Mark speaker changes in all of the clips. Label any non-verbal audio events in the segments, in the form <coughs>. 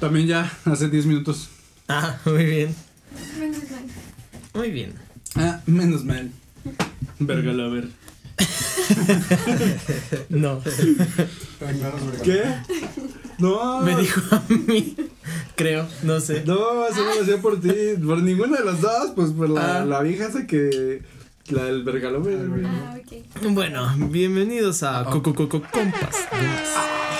Speaker 1: También ya hace 10 minutos.
Speaker 2: Ah, muy bien.
Speaker 3: Menos mal.
Speaker 2: Muy bien.
Speaker 1: Ah, menos mal. Verga la ver.
Speaker 2: No.
Speaker 1: ¿Qué? No.
Speaker 2: <laughs> Me dijo a mí. Creo, no sé.
Speaker 1: No, eso no lo hacía por ti. Por ninguna de las dos, pues por la,
Speaker 2: Ah.
Speaker 1: la vieja esa que. La del Vergalover. güey.
Speaker 3: Ah, ok.
Speaker 2: Bueno, bienvenidos a Coco Coco Compas.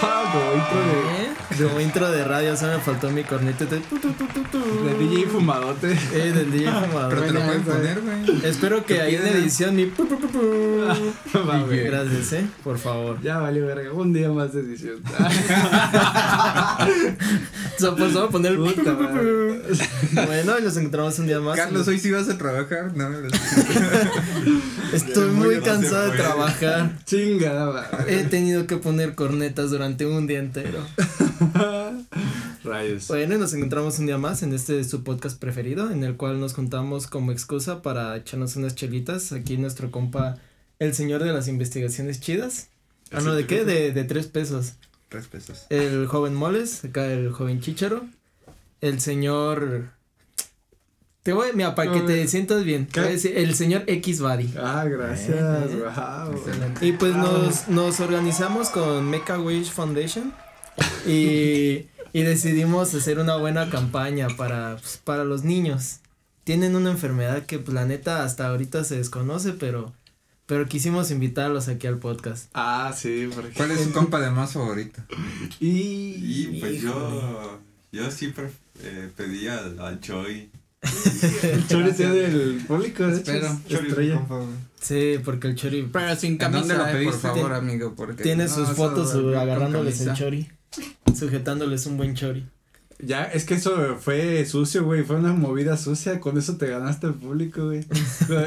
Speaker 1: Ah, como
Speaker 2: ¿Eh? Como intro de radio, se me faltó mi cornito de, tu, tu, tu, tu, tu.
Speaker 1: intro de, de DJ fumadote.
Speaker 2: Eh, del DJ
Speaker 4: Pero te
Speaker 2: fumador.
Speaker 4: lo
Speaker 1: Bueno,
Speaker 4: pueden
Speaker 1: güey.
Speaker 4: poner, güey.
Speaker 2: Espero que ahí en
Speaker 4: piedra.
Speaker 2: edición mi. pu, pu, pu, pu.
Speaker 4: Ah,
Speaker 1: Va, güey.
Speaker 4: Bien.
Speaker 2: Gracias, eh, por
Speaker 4: <laughs>
Speaker 2: favor. <laughs>
Speaker 1: Ya valió verga. Un día más de edición.
Speaker 2: O sea, pues vamos a poner el. pu, pu,
Speaker 1: Puta
Speaker 2: pu, pu. Bueno, y nos encontramos un día más.
Speaker 4: Carlos, hoy sí vas a trabajar. No, lo-
Speaker 2: Estoy
Speaker 4: Ya,
Speaker 2: muy
Speaker 4: no se
Speaker 2: cansado de
Speaker 4: puede.
Speaker 2: trabajar.
Speaker 1: Chingada, va.
Speaker 2: He tenido que poner cornetas durante un día entero.
Speaker 1: Rayos.
Speaker 2: Bueno, y nos encontramos un día más en este su podcast preferido, en el cual nos juntamos como excusa para echarnos unas chelitas. Aquí nuestro compa, el señor de las investigaciones chidas. Ah, no, ¿de qué? De, de tres pesos.
Speaker 4: Tres pesos.
Speaker 2: El joven Moles, acá el joven Chicharo. El señor. Te voy, mira, para que te sientas bien. te voy a
Speaker 1: ¿Qué?
Speaker 2: decir, el señor X Body.
Speaker 1: Ah, gracias.
Speaker 2: Eh, eh.
Speaker 1: Wow.
Speaker 2: Y pues
Speaker 1: Ah.
Speaker 2: nos, nos organizamos con Make a Wish Foundation y, y decidimos hacer una buena campaña para, pues, para los niños. Tienen una enfermedad que pues, la neta hasta ahorita se desconoce, pero, pero quisimos invitarlos aquí al podcast.
Speaker 1: Ah, sí, porque.
Speaker 4: ¿Cuál es su compa de más favorito?
Speaker 1: Y.
Speaker 5: Y pues yo, yo siempre eh, pedí al, al Choi.
Speaker 1: El chore es del público, de hecho,
Speaker 4: Espero.
Speaker 1: es Estrella.
Speaker 2: Sí, pero el chori... Pero sin
Speaker 4: ¿En dónde
Speaker 6: eh,
Speaker 4: lo pediste? Por favor,
Speaker 2: Tien-
Speaker 4: amigo, porque...
Speaker 2: tiene
Speaker 4: no
Speaker 2: sus
Speaker 4: vas a
Speaker 2: fotos su-
Speaker 4: dormir con
Speaker 2: agarrándoles el
Speaker 4: camisa.
Speaker 2: chori, sujetándoles un buen chori.
Speaker 1: Ya, es que eso fue sucio, güey. Fue una movida sucia. Con eso te ganaste el público, güey.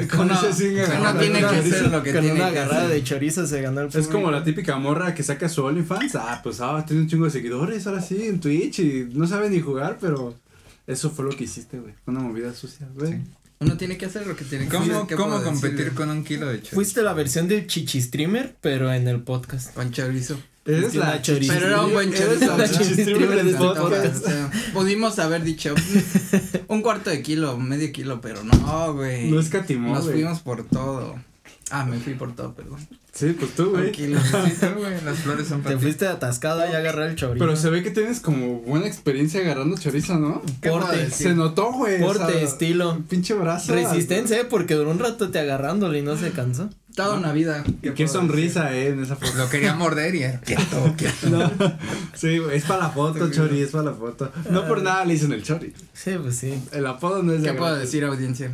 Speaker 1: Con
Speaker 4: No,
Speaker 1: eso sí me
Speaker 4: no
Speaker 1: ganaron.
Speaker 4: tiene que
Speaker 1: Chorizo.
Speaker 4: ser lo que
Speaker 2: Con
Speaker 4: tiene
Speaker 2: una
Speaker 4: que
Speaker 2: agarrada
Speaker 4: hacer.
Speaker 2: de chorizo se ganó el
Speaker 1: Es
Speaker 2: público.
Speaker 1: como la típica morra que saca su OnlyFans. Ah, pues ahora tiene un chingo de seguidores, ahora sí, en Twitch y no sabe ni jugar, pero eso fue lo que hiciste, güey. Una movida sucia, güey.
Speaker 4: Sí.
Speaker 6: Uno tiene que hacer lo que tiene que hacer.
Speaker 4: ¿Cómo,
Speaker 6: ¿Qué
Speaker 4: cómo
Speaker 6: puedo
Speaker 4: competir
Speaker 6: decirle?
Speaker 4: con un kilo de chorizo?
Speaker 2: Fuiste la versión del chichi streamer, pero en el podcast.
Speaker 6: con chorizo?
Speaker 1: Eres
Speaker 2: Es que
Speaker 1: la
Speaker 2: una chorizo.
Speaker 6: Pero era un buen
Speaker 1: Eres
Speaker 6: <laughs> chorizo.
Speaker 1: la
Speaker 6: Una
Speaker 1: chichi streamer del
Speaker 6: Entonces,
Speaker 1: este podcast.
Speaker 6: o sea, Pudimos haber dicho <laughs> mm, un cuarto de kilo, medio kilo, pero no, güey.
Speaker 1: No escatimó,
Speaker 6: Nos
Speaker 1: güey.
Speaker 6: fuimos por todo. Ah, me fui por todo, perdón.
Speaker 1: Sí, pues tú,
Speaker 6: Un
Speaker 1: güey.
Speaker 6: kilo.
Speaker 4: Sí, tú, güey, Las flores son para
Speaker 2: Te
Speaker 4: ti.
Speaker 2: fuiste atascado y agarré el chorizo.
Speaker 1: Pero se ve que tienes como buena experiencia agarrando chorizo, ¿no?
Speaker 2: ¿Qué puedo
Speaker 4: Porte.
Speaker 2: decir?
Speaker 1: Se notó, güey. o
Speaker 2: Porte,
Speaker 1: sea,
Speaker 2: estilo.
Speaker 1: Pinche brazo.
Speaker 2: Resistencia, eh, porque duró un ratote agarrándole y no se cansó.
Speaker 6: Toda una vida.
Speaker 1: Y qué sonrisa, eh, en esa foto.
Speaker 4: Lo quería morder y era quieto, quieto.
Speaker 1: No. <laughs> Sí, güey, es para la foto, Chori, es para la foto. No por nada le dicen el Chori.
Speaker 2: Sí, pues sí.
Speaker 1: El apodo no es de
Speaker 6: ¿Qué puedo
Speaker 1: gratis.
Speaker 6: decir, audiencia?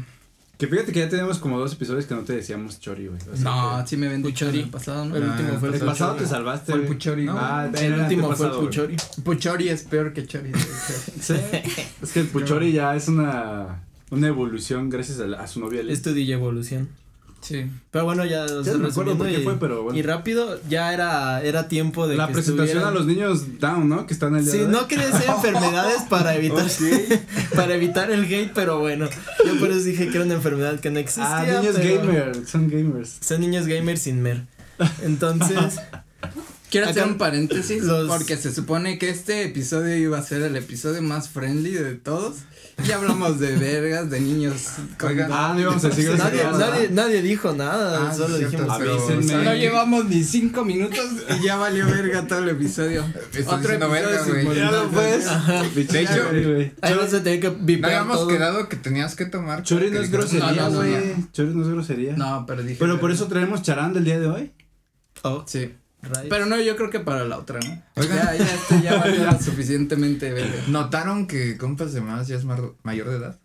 Speaker 1: Que fíjate que ya tenemos como dos episodios que no te decíamos Chori, güey. O sea,
Speaker 6: No, sí me ven
Speaker 2: Puchori.
Speaker 6: Puchori. El pasado,
Speaker 2: El
Speaker 6: ¿no?
Speaker 2: último fue el
Speaker 1: El
Speaker 2: Puchori.
Speaker 1: pasado te salvaste.
Speaker 6: Fue el
Speaker 1: güey.
Speaker 6: Puchori, ¿no?
Speaker 1: Ah,
Speaker 2: El
Speaker 1: era
Speaker 2: último fue el
Speaker 1: pasado, güey.
Speaker 2: puchori.
Speaker 6: Puchori es peor que Chori. güey.
Speaker 1: Sí. Es que el Puchori ya es una, una evolución gracias a, la- a su novia.
Speaker 2: <laughs>
Speaker 1: Liz.
Speaker 2: Es tu DJ Evolución.
Speaker 6: Sí.
Speaker 2: Pero bueno, ya, o
Speaker 1: Ya
Speaker 2: sea,
Speaker 1: no me acuerdo por qué
Speaker 2: resumiendo
Speaker 1: fue, pero bueno.
Speaker 2: y rápido, ya era, era tiempo de
Speaker 1: La
Speaker 2: que
Speaker 1: presentación
Speaker 2: estuvieran-
Speaker 1: a los niños down, ¿no? Que están allá.
Speaker 2: Sí, no quería
Speaker 1: <laughs>
Speaker 2: decir enfermedades para evitar <laughs> para evitar el gay, pero bueno, yo por eso dije que era una enfermedad que no existía.
Speaker 1: Ah, niños
Speaker 2: pero-
Speaker 1: gamers, son gamers.
Speaker 2: Son niños gamers sin mer.
Speaker 1: <laughs>
Speaker 2: Entonces,
Speaker 6: Quiero hacer
Speaker 2: Acá-
Speaker 6: un paréntesis
Speaker 2: los-
Speaker 6: porque se supone que este episodio iba a ser el episodio más friendly de todos. Ya hablamos de vergas, de niños con
Speaker 4: Oigan,
Speaker 6: Down.
Speaker 1: Ah, no íbamos a decir eso,
Speaker 2: nadie,
Speaker 1: ¿verdad?
Speaker 2: nadie, nadie dijo nada,
Speaker 4: Ah, sí,
Speaker 2: solo
Speaker 4: cierto,
Speaker 2: dijimos
Speaker 4: pero-
Speaker 1: Avísenme.
Speaker 4: ¿saben
Speaker 6: No
Speaker 4: qué?
Speaker 6: llevamos ni cinco minutos y ya valió verga todo el episodio.
Speaker 4: Estoy diciendo verga,
Speaker 6: sin
Speaker 4: güey.
Speaker 1: Ya
Speaker 6: moral.
Speaker 1: no puedes.
Speaker 4: De hecho,
Speaker 1: Chori, güey.
Speaker 2: Ahí vas a tener que
Speaker 4: No
Speaker 2: vipear
Speaker 4: habíamos
Speaker 2: todo.
Speaker 4: quedado que tenías que tomar.
Speaker 1: Chori no es grosería,
Speaker 6: No, no,
Speaker 1: güey. Chori no es grosería.
Speaker 6: No, pero dije.
Speaker 1: Pero por eso traemos charanda el día de hoy.
Speaker 2: Oh,
Speaker 6: Sí.
Speaker 2: rayos.
Speaker 6: Pero no, yo creo que para la otra, ¿no?
Speaker 4: Oigan.
Speaker 6: Ya, ya, este ya valió suficientemente verga.
Speaker 4: ¿Notaron que compas de más ya es mar- mayor de edad?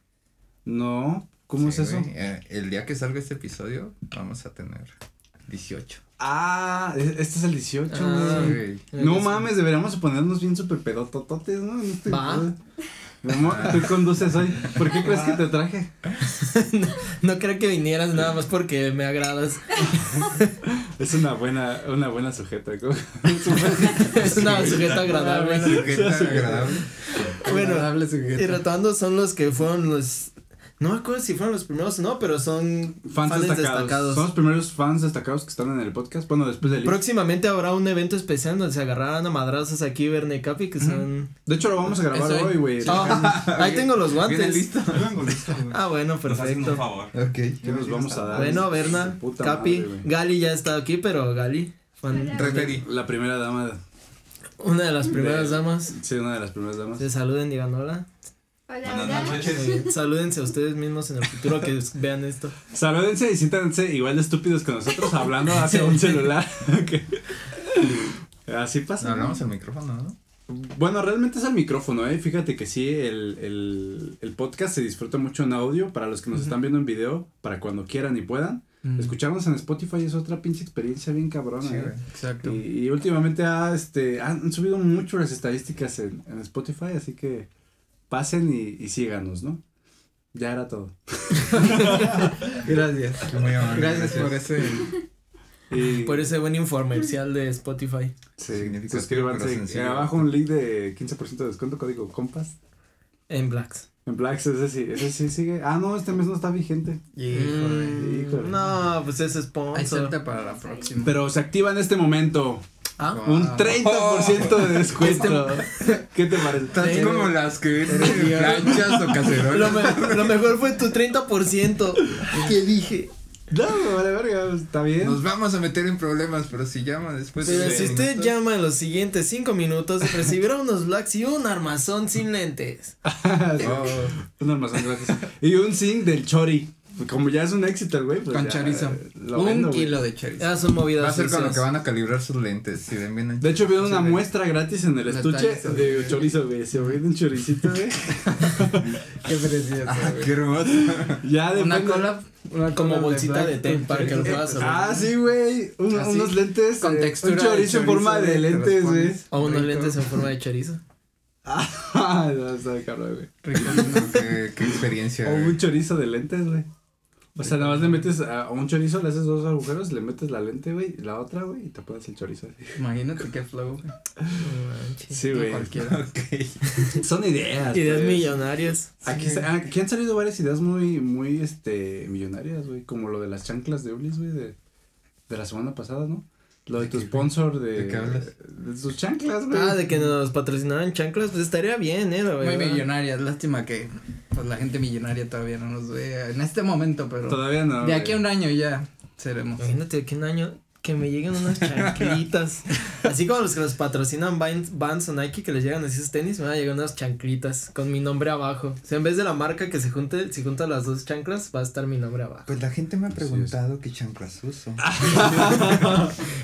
Speaker 1: No, ¿cómo
Speaker 4: Sí,
Speaker 1: es eso?
Speaker 4: güey, eh, el día que salga este episodio vamos a tener 18.
Speaker 1: Ah, e- este es el 18,
Speaker 2: Ah,
Speaker 1: güey.
Speaker 4: Sí.
Speaker 1: No mames, deberíamos ponernos bien super pedotototes, ¿no? En este
Speaker 2: Va.
Speaker 1: episodio. Mi amor, tú conduces hoy. ¿Por qué crees que te traje?
Speaker 2: No creo que vinieras nada más porque me
Speaker 4: <laughs>
Speaker 2: agradas.
Speaker 1: Es una buena, una buena sujeta, ¿cómo?
Speaker 2: es una sujeta
Speaker 4: Bueno,
Speaker 2: agradable.
Speaker 4: qué tan agradable.
Speaker 2: Bueno,
Speaker 6: Agradable sujeto.
Speaker 2: y retomando son los que fueron los No me acuerdo si fueron los primeros o no, pero son
Speaker 1: Fans destacados. Son los primeros fans destacados que están en el podcast. Bueno, después del.
Speaker 2: Próximamente habrá un evento especial donde se agarrarán a madrazos aquí Verne y Capi, que son...
Speaker 1: De hecho, lo vamos a grabar
Speaker 6: Eso-
Speaker 1: hoy, güey.
Speaker 2: Ah,
Speaker 1: <laughs>
Speaker 2: ahí tengo los
Speaker 4: ¿Viene
Speaker 2: guantes.
Speaker 4: listo?
Speaker 5: Vengo listo, güey.
Speaker 2: Ah, bueno,
Speaker 5: Nos hacen un
Speaker 2: perfecto.
Speaker 5: favor.
Speaker 4: Ok.
Speaker 1: ¿Qué nos vamos a dar?
Speaker 2: Bueno, Berna,
Speaker 1: Su puta
Speaker 2: Capi,
Speaker 1: madre, güey.
Speaker 2: Gali ya está aquí, pero Gali fue un-
Speaker 4: Referí.
Speaker 1: La primera dama.
Speaker 2: una de las primeras damas.
Speaker 1: Sí, una de las primeras damas.
Speaker 2: Se saluden, digan hola. Eh,
Speaker 3: Hola,
Speaker 5: Buenas
Speaker 3: hola.
Speaker 5: noches.
Speaker 2: Salúdense a ustedes mismos en el futuro que vean esto.
Speaker 1: Salúdense y siéntanse igual de estúpidos que nosotros hablando hacia un celular. Ok. Así
Speaker 4: No,
Speaker 1: pasa. ¿no?
Speaker 4: hablamos el micrófono, ¿no?
Speaker 1: Bueno, realmente es el micrófono, ¿eh? Fíjate que sí, el, el, el podcast se disfruta mucho en audio. Para los que nos están viendo en video, para cuando quieran y puedan. Escucharnos en Spotify es otra pinche experiencia bien cabrona,
Speaker 4: Sí,
Speaker 1: ¿eh?
Speaker 4: güey.
Speaker 6: Exacto.
Speaker 1: Y, y últimamente ha, este, han subido mucho las estadísticas en, en Spotify, así que pasen y, y síganos, ¿no? Ya era todo.
Speaker 6: Gracias.
Speaker 4: Qué muy amable,
Speaker 6: Gracias por ese.
Speaker 1: Y,
Speaker 2: <laughs> Por ese buen infomercial de Spotify.
Speaker 1: sí,
Speaker 4: Significativo, pero
Speaker 1: suscríbanse.
Speaker 4: sencillo.
Speaker 1: Eh, abajo un link de 15% de descuento, código COMPAS.
Speaker 2: En Blacks.
Speaker 1: En Blacks, ese sí, ese sí sigue. Ah, no, este mes no está vigente.
Speaker 2: Mm,
Speaker 1: Híjole.
Speaker 2: No, pues ese
Speaker 6: Hay
Speaker 2: sponsor.
Speaker 6: suerte para la próxima.
Speaker 1: Pero se activa en este momento
Speaker 2: Ah,
Speaker 1: un 30% de descuento. ¿Qué te
Speaker 4: Estás
Speaker 1: parece?
Speaker 4: como las que venden en planchas o
Speaker 2: lo,
Speaker 4: cacerolas.
Speaker 2: me- lo mejor fue tu 30%. ¿Qué dije?
Speaker 1: No, vale, verga, está bien. <laughs>
Speaker 4: Nos vamos a meter en problemas, pero si llama después. de
Speaker 2: Pero
Speaker 4: cinco
Speaker 2: si usted
Speaker 4: minutos-
Speaker 2: llama en los siguientes 5 minutos, recibirá unos Blacks y un armazón sin lentes.
Speaker 4: Oh,
Speaker 1: Un armazón gratis. Y un zinc del Chori. Como ya es un éxito el güey, pues.
Speaker 6: Con
Speaker 1: ya,
Speaker 6: chorizo.
Speaker 1: eh, lo
Speaker 6: Un
Speaker 1: vendo, güey.
Speaker 6: kilo de chorizo.
Speaker 2: Ya son movidas.
Speaker 4: va a ser con lo que
Speaker 2: sucias.
Speaker 4: van a calibrar sus lentes. Si ven bien.
Speaker 1: De hecho, veo una
Speaker 4: Sí, güey.
Speaker 1: muestra gratis en el estuche
Speaker 6: Natalizo,
Speaker 1: de
Speaker 6: güey.
Speaker 1: chorizo, güey. Se vende un choricito, güey.
Speaker 6: Qué precioso.
Speaker 4: Ah,
Speaker 6: güey.
Speaker 4: qué hermoso.
Speaker 1: Ya de
Speaker 6: Una cola. Una
Speaker 2: Como
Speaker 6: cola
Speaker 2: bolsita de
Speaker 6: Black
Speaker 2: té para que lo
Speaker 6: Friday.
Speaker 2: puedas abrir.
Speaker 1: Ah, sí, güey. Un-
Speaker 6: Así,
Speaker 1: unos lentes.
Speaker 6: con
Speaker 1: eh,
Speaker 6: textura
Speaker 1: Un
Speaker 6: de
Speaker 1: chorizo en
Speaker 6: chorizo,
Speaker 1: forma
Speaker 6: güey,
Speaker 1: de
Speaker 6: te los
Speaker 1: lentes, güey.
Speaker 6: pones.
Speaker 2: O unos
Speaker 6: Rico. <laughs>
Speaker 2: lentes en forma de chorizo.
Speaker 1: <laughs> Ah, no, está cabrón, güey.
Speaker 4: qué, qué experiencia. <laughs>
Speaker 1: O
Speaker 4: güey.
Speaker 1: un chorizo de lentes, güey. O sea, nada más le metes a a un chorizo, le haces dos agujeros, le metes la lente, güey, y la otra, güey, y te pones el chorizo. así.
Speaker 6: Imagínate qué flow. güey.
Speaker 1: Sí, güey.
Speaker 6: Cualquiera.
Speaker 1: Son ideas.
Speaker 2: Ideas
Speaker 1: pues.
Speaker 2: millonarias.
Speaker 1: Aquí, está- aquí han salido varias ideas muy, muy, este, millonarias, güey, como lo de las chanclas de Ulis, güey, de, de la semana pasada, ¿no? Lo de tu sponsor de...
Speaker 4: ¿De qué hablas?
Speaker 1: De sus chanclas, güey.
Speaker 2: Ah, de que nos patrocinaran chanclas, pues estaría bien, eh, la
Speaker 6: Muy
Speaker 2: verdad.
Speaker 6: millonarias. Lástima que pues, la gente millonaria todavía no nos vea en este momento, pero
Speaker 1: Todavía no,
Speaker 6: de aquí a
Speaker 1: güey.
Speaker 6: un año ya seremos.
Speaker 2: Imagínate de aquí a un año que me lleguen unas chanclitas. así como los que nos patrocinan Vans, Vans o Nike que les llegan así esos tenis, me van a llegar unas chanclitas con mi nombre abajo. O sea, en vez de la marca que se junte, si junta las dos chanclas, va a estar mi nombre
Speaker 4: <laughs>
Speaker 2: abajo.
Speaker 4: Pues la gente me ha
Speaker 1: Así es.
Speaker 4: preguntado qué chanclas uso.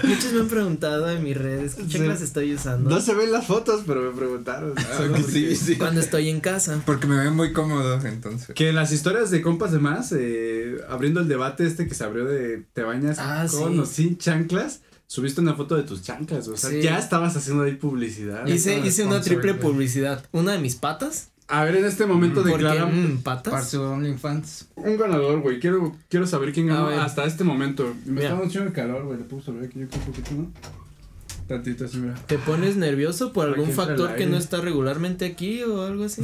Speaker 2: Muchos me han preguntado en mis redes qué
Speaker 1: Sí.
Speaker 2: chanclas estoy usando.
Speaker 1: No se ven las fotos, pero me preguntaron.
Speaker 4: Ah, <laughs> que sí, sí.
Speaker 2: Cuando estoy en casa.
Speaker 4: Porque me ven muy cómodo, entonces.
Speaker 1: Que en las historias de compas de más, eh, abriendo el debate este que se abrió de te bañas
Speaker 2: Ah,
Speaker 1: con
Speaker 2: sí.
Speaker 1: o sin chanclas, subiste una foto de tus chanclas, o sea,
Speaker 2: Sí.
Speaker 1: ya estabas haciendo ahí publicidad.
Speaker 2: Hice, hice una
Speaker 6: sponsor,
Speaker 2: triple
Speaker 6: güey.
Speaker 2: publicidad. Una de mis patas.
Speaker 1: A ver, en este momento
Speaker 2: Porque,
Speaker 1: declaran
Speaker 2: mm,
Speaker 6: Para
Speaker 2: patas.
Speaker 6: su OnlyFans. <laughs>
Speaker 1: Un ganador, güey. Quiero, quiero saber quién
Speaker 2: A
Speaker 1: ganó
Speaker 2: ver.
Speaker 1: hasta este momento. Me
Speaker 2: Mira.
Speaker 1: está dando un chingo de calor, güey. Le puedo saber aquí yo creo un poquito, ¿no? Tantito así,
Speaker 6: <laughs>
Speaker 1: mira.
Speaker 2: ¿Te pones nervioso por
Speaker 1: Aquí
Speaker 2: algún
Speaker 1: entra el
Speaker 2: factor que
Speaker 1: aire.
Speaker 2: no está regularmente aquí o algo así?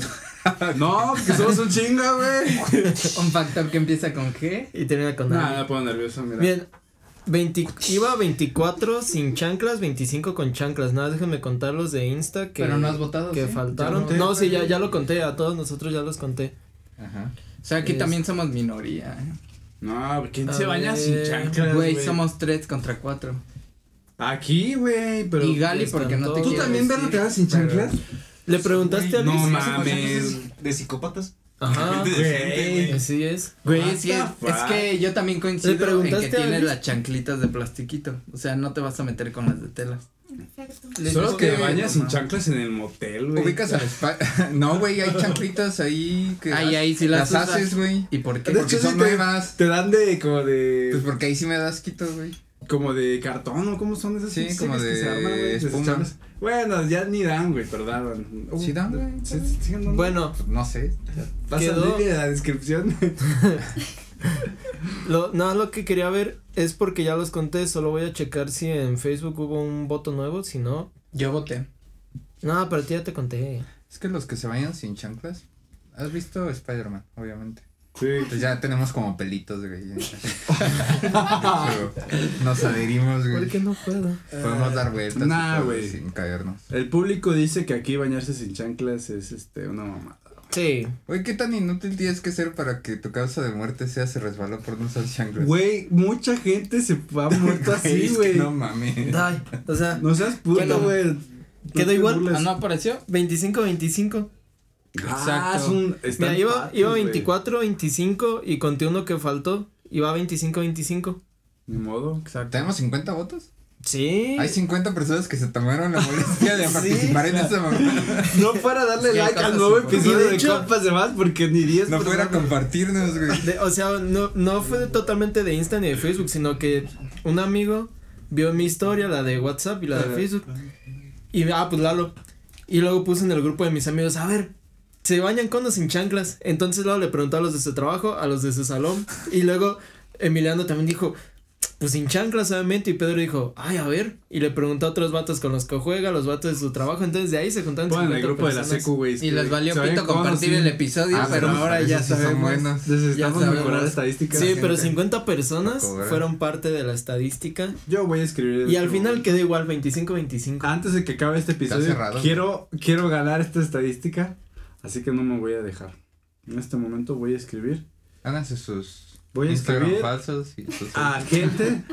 Speaker 1: No, que somos un chingo,
Speaker 6: <laughs>
Speaker 1: güey.
Speaker 6: Un factor que empieza con G.
Speaker 2: <laughs> Y termina con
Speaker 1: Nada, pues,
Speaker 2: algo.
Speaker 1: me pongo nervioso, mira.
Speaker 2: Bien. 20 iba 24 sin chanclas, 25 con chanclas. Nada, déjenme contar los de Insta que,
Speaker 6: Pero no has votado.
Speaker 2: que
Speaker 6: ¿sí?
Speaker 2: faltaron.
Speaker 1: Ya no.
Speaker 2: no, sí, ya, ya lo conté. A todos nosotros ya los conté.
Speaker 4: Ajá.
Speaker 6: O sea, aquí
Speaker 2: Es-
Speaker 6: también somos minoría. ¿eh?
Speaker 1: No, ¿quién
Speaker 2: A
Speaker 1: se baña
Speaker 2: ver.
Speaker 1: sin chanclas,
Speaker 6: Güey,
Speaker 1: güey?
Speaker 6: somos tres contra cuatro.
Speaker 1: Aquí, güey, pero...
Speaker 6: y Gali,
Speaker 2: están
Speaker 6: porque no te
Speaker 2: todos.
Speaker 1: ¿Tú
Speaker 2: quiero
Speaker 1: también,
Speaker 6: quiero
Speaker 1: Berna, te
Speaker 6: decir,
Speaker 1: vas sin
Speaker 6: pero-
Speaker 1: chanclas?
Speaker 2: ¿Le preguntaste a
Speaker 1: no
Speaker 2: Luis?
Speaker 1: mames.
Speaker 5: De psicópatas.
Speaker 2: Ajá.
Speaker 5: Gente
Speaker 1: Güey.
Speaker 5: decente,
Speaker 2: Así es.
Speaker 6: Güey,
Speaker 1: What
Speaker 6: es que,
Speaker 1: the
Speaker 6: es que yo también
Speaker 2: ¿Le
Speaker 6: coincido en
Speaker 2: preguntaste
Speaker 6: que
Speaker 2: a
Speaker 6: tienes
Speaker 2: Luis?
Speaker 6: las chanclitas de plastiquito. O sea, no te vas a meter con las de tela.
Speaker 3: Exacto.
Speaker 2: Les
Speaker 1: Solo
Speaker 2: digo-
Speaker 1: te
Speaker 6: que-
Speaker 1: bañas sin
Speaker 6: no.
Speaker 1: chanclas en el motel, güey.
Speaker 4: Ubicas a la espalda. <laughs> No, güey, hay chanclitas ahí que.
Speaker 6: Ahí, ahí sí las,
Speaker 4: las
Speaker 6: usas.
Speaker 4: haces, güey.
Speaker 6: ¿Y por qué?
Speaker 1: De
Speaker 4: Porque
Speaker 1: hecho, sí
Speaker 4: son
Speaker 1: te-
Speaker 4: nuevas.
Speaker 1: Te dan de, como
Speaker 4: Pues
Speaker 1: de...
Speaker 4: porque ahí sí me das quito, güey.
Speaker 1: Como de cartón, ¿o cómo son esas?
Speaker 4: Sí,
Speaker 1: pinches
Speaker 4: como
Speaker 1: sillas que se
Speaker 4: de
Speaker 1: arman, güey? Esas
Speaker 4: espuma.
Speaker 1: chanclas. Bueno, ya ni dan, güey, pero daban. Uh,
Speaker 4: ¿Sí dan, güey?
Speaker 1: sí, sí, siguen dando.
Speaker 2: Bueno,
Speaker 4: Pues No sé.
Speaker 1: Va a
Speaker 2: Quedó-
Speaker 1: salir en la descripción. <laughs>
Speaker 2: Lo, no, lo que quería ver es porque ya los conté, solo voy a checar si en Facebook hubo un voto nuevo, si no.
Speaker 6: Yo voté.
Speaker 2: No, pero a ti ya te conté.
Speaker 4: Es que los que se vayan sin chanclas. ¿Has visto Spider-Man, obviamente?
Speaker 1: Sí.
Speaker 4: Pues ya tenemos como pelitos,
Speaker 2: <laughs>
Speaker 4: güey. Pero Nos adherimos, güey.
Speaker 2: ¿Por qué no puedo?
Speaker 4: Podemos dar vueltas. y
Speaker 1: Nah,
Speaker 4: todo
Speaker 1: güey.
Speaker 4: Sin caernos.
Speaker 1: El público dice que aquí bañarse sin chanclas es este una mamada.
Speaker 2: Sí.
Speaker 4: Güey, ¿qué tan inútil tienes que ser para que tu causa de muerte sea se resbaló por un sal chanclas?
Speaker 1: Güey, mucha gente se va muerta
Speaker 4: <laughs> Güey,
Speaker 1: así,
Speaker 4: es que
Speaker 1: güey.
Speaker 4: No mames.
Speaker 2: Ay, o sea,
Speaker 1: No seas puto,
Speaker 2: Bueno,
Speaker 1: güey.
Speaker 2: quedó
Speaker 1: te
Speaker 2: igual.
Speaker 1: burles.
Speaker 6: Ah, ¿no apareció?
Speaker 2: 25-25.
Speaker 1: Ah, es un. están
Speaker 2: Mira, iba,
Speaker 1: patos,
Speaker 2: iba
Speaker 1: güey.
Speaker 2: 24-25 y conté uno que faltó. Iba 25-25. <laughs>
Speaker 1: Ni modo.
Speaker 4: ¿Tenemos 50 votos?
Speaker 2: Sí.
Speaker 4: Hay 50 personas que se tomaron la molestia
Speaker 1: <laughs>
Speaker 4: de
Speaker 2: Sí.
Speaker 4: participar en esta mamada.
Speaker 1: No para darle
Speaker 6: Sí,
Speaker 1: like
Speaker 6: cosas
Speaker 1: al nuevo
Speaker 6: así,
Speaker 1: episodio
Speaker 2: güey.
Speaker 1: de,
Speaker 2: De hecho-
Speaker 1: Compas de Más porque ni 10
Speaker 4: No fuera a
Speaker 1: personas-
Speaker 4: compartirnos, güey.
Speaker 2: De- o sea, no, no fue totalmente de Insta ni de Facebook, sino que un amigo vio mi historia, la de WhatsApp y la de Facebook. Y ah, pues Lalo. Y luego puse en el grupo de mis amigos, a ver, ¿se bañan con o sin chanclas? Entonces Lalo le preguntó a los de su trabajo, a los de su salón. Y luego Emiliano también dijo, pues sin chanclas, obviamente. Y Pedro dijo, ay, a ver. Y le preguntó a otros vatos con los que juega, los vatos de su trabajo. Entonces de ahí se juntaron
Speaker 1: Pongan el
Speaker 2: 50
Speaker 1: grupo de la
Speaker 2: personas.
Speaker 1: secu, güey.
Speaker 6: Y les valió
Speaker 1: Se vayan
Speaker 6: pito
Speaker 1: con o
Speaker 6: compartir
Speaker 1: sin.
Speaker 6: el episodio,
Speaker 4: Ah,
Speaker 6: pero
Speaker 4: pero
Speaker 6: ahora
Speaker 4: para
Speaker 6: ya
Speaker 4: eso sí son
Speaker 6: sabemos.
Speaker 4: buenos.
Speaker 1: Necesitamos
Speaker 6: Ya sabemos.
Speaker 1: mejorar estadísticas.
Speaker 2: Sí,
Speaker 4: la
Speaker 2: pero
Speaker 4: gente.
Speaker 2: 50 personas
Speaker 4: Cobrar.
Speaker 2: fueron parte de la estadística.
Speaker 1: Yo voy a escribir.
Speaker 2: Y
Speaker 1: el
Speaker 2: al
Speaker 1: grupo.
Speaker 2: final quedó igual 25-25.
Speaker 1: Antes de que acabe este episodio,
Speaker 4: cerrado, güey.
Speaker 1: quiero, quiero ganar esta estadística, así que no me voy a dejar. En este momento voy a escribir
Speaker 4: Háganse sus
Speaker 1: Voy a
Speaker 4: Instagram
Speaker 1: escribir- Ah,
Speaker 4: falsos y sus
Speaker 6: Ah.
Speaker 1: a gente.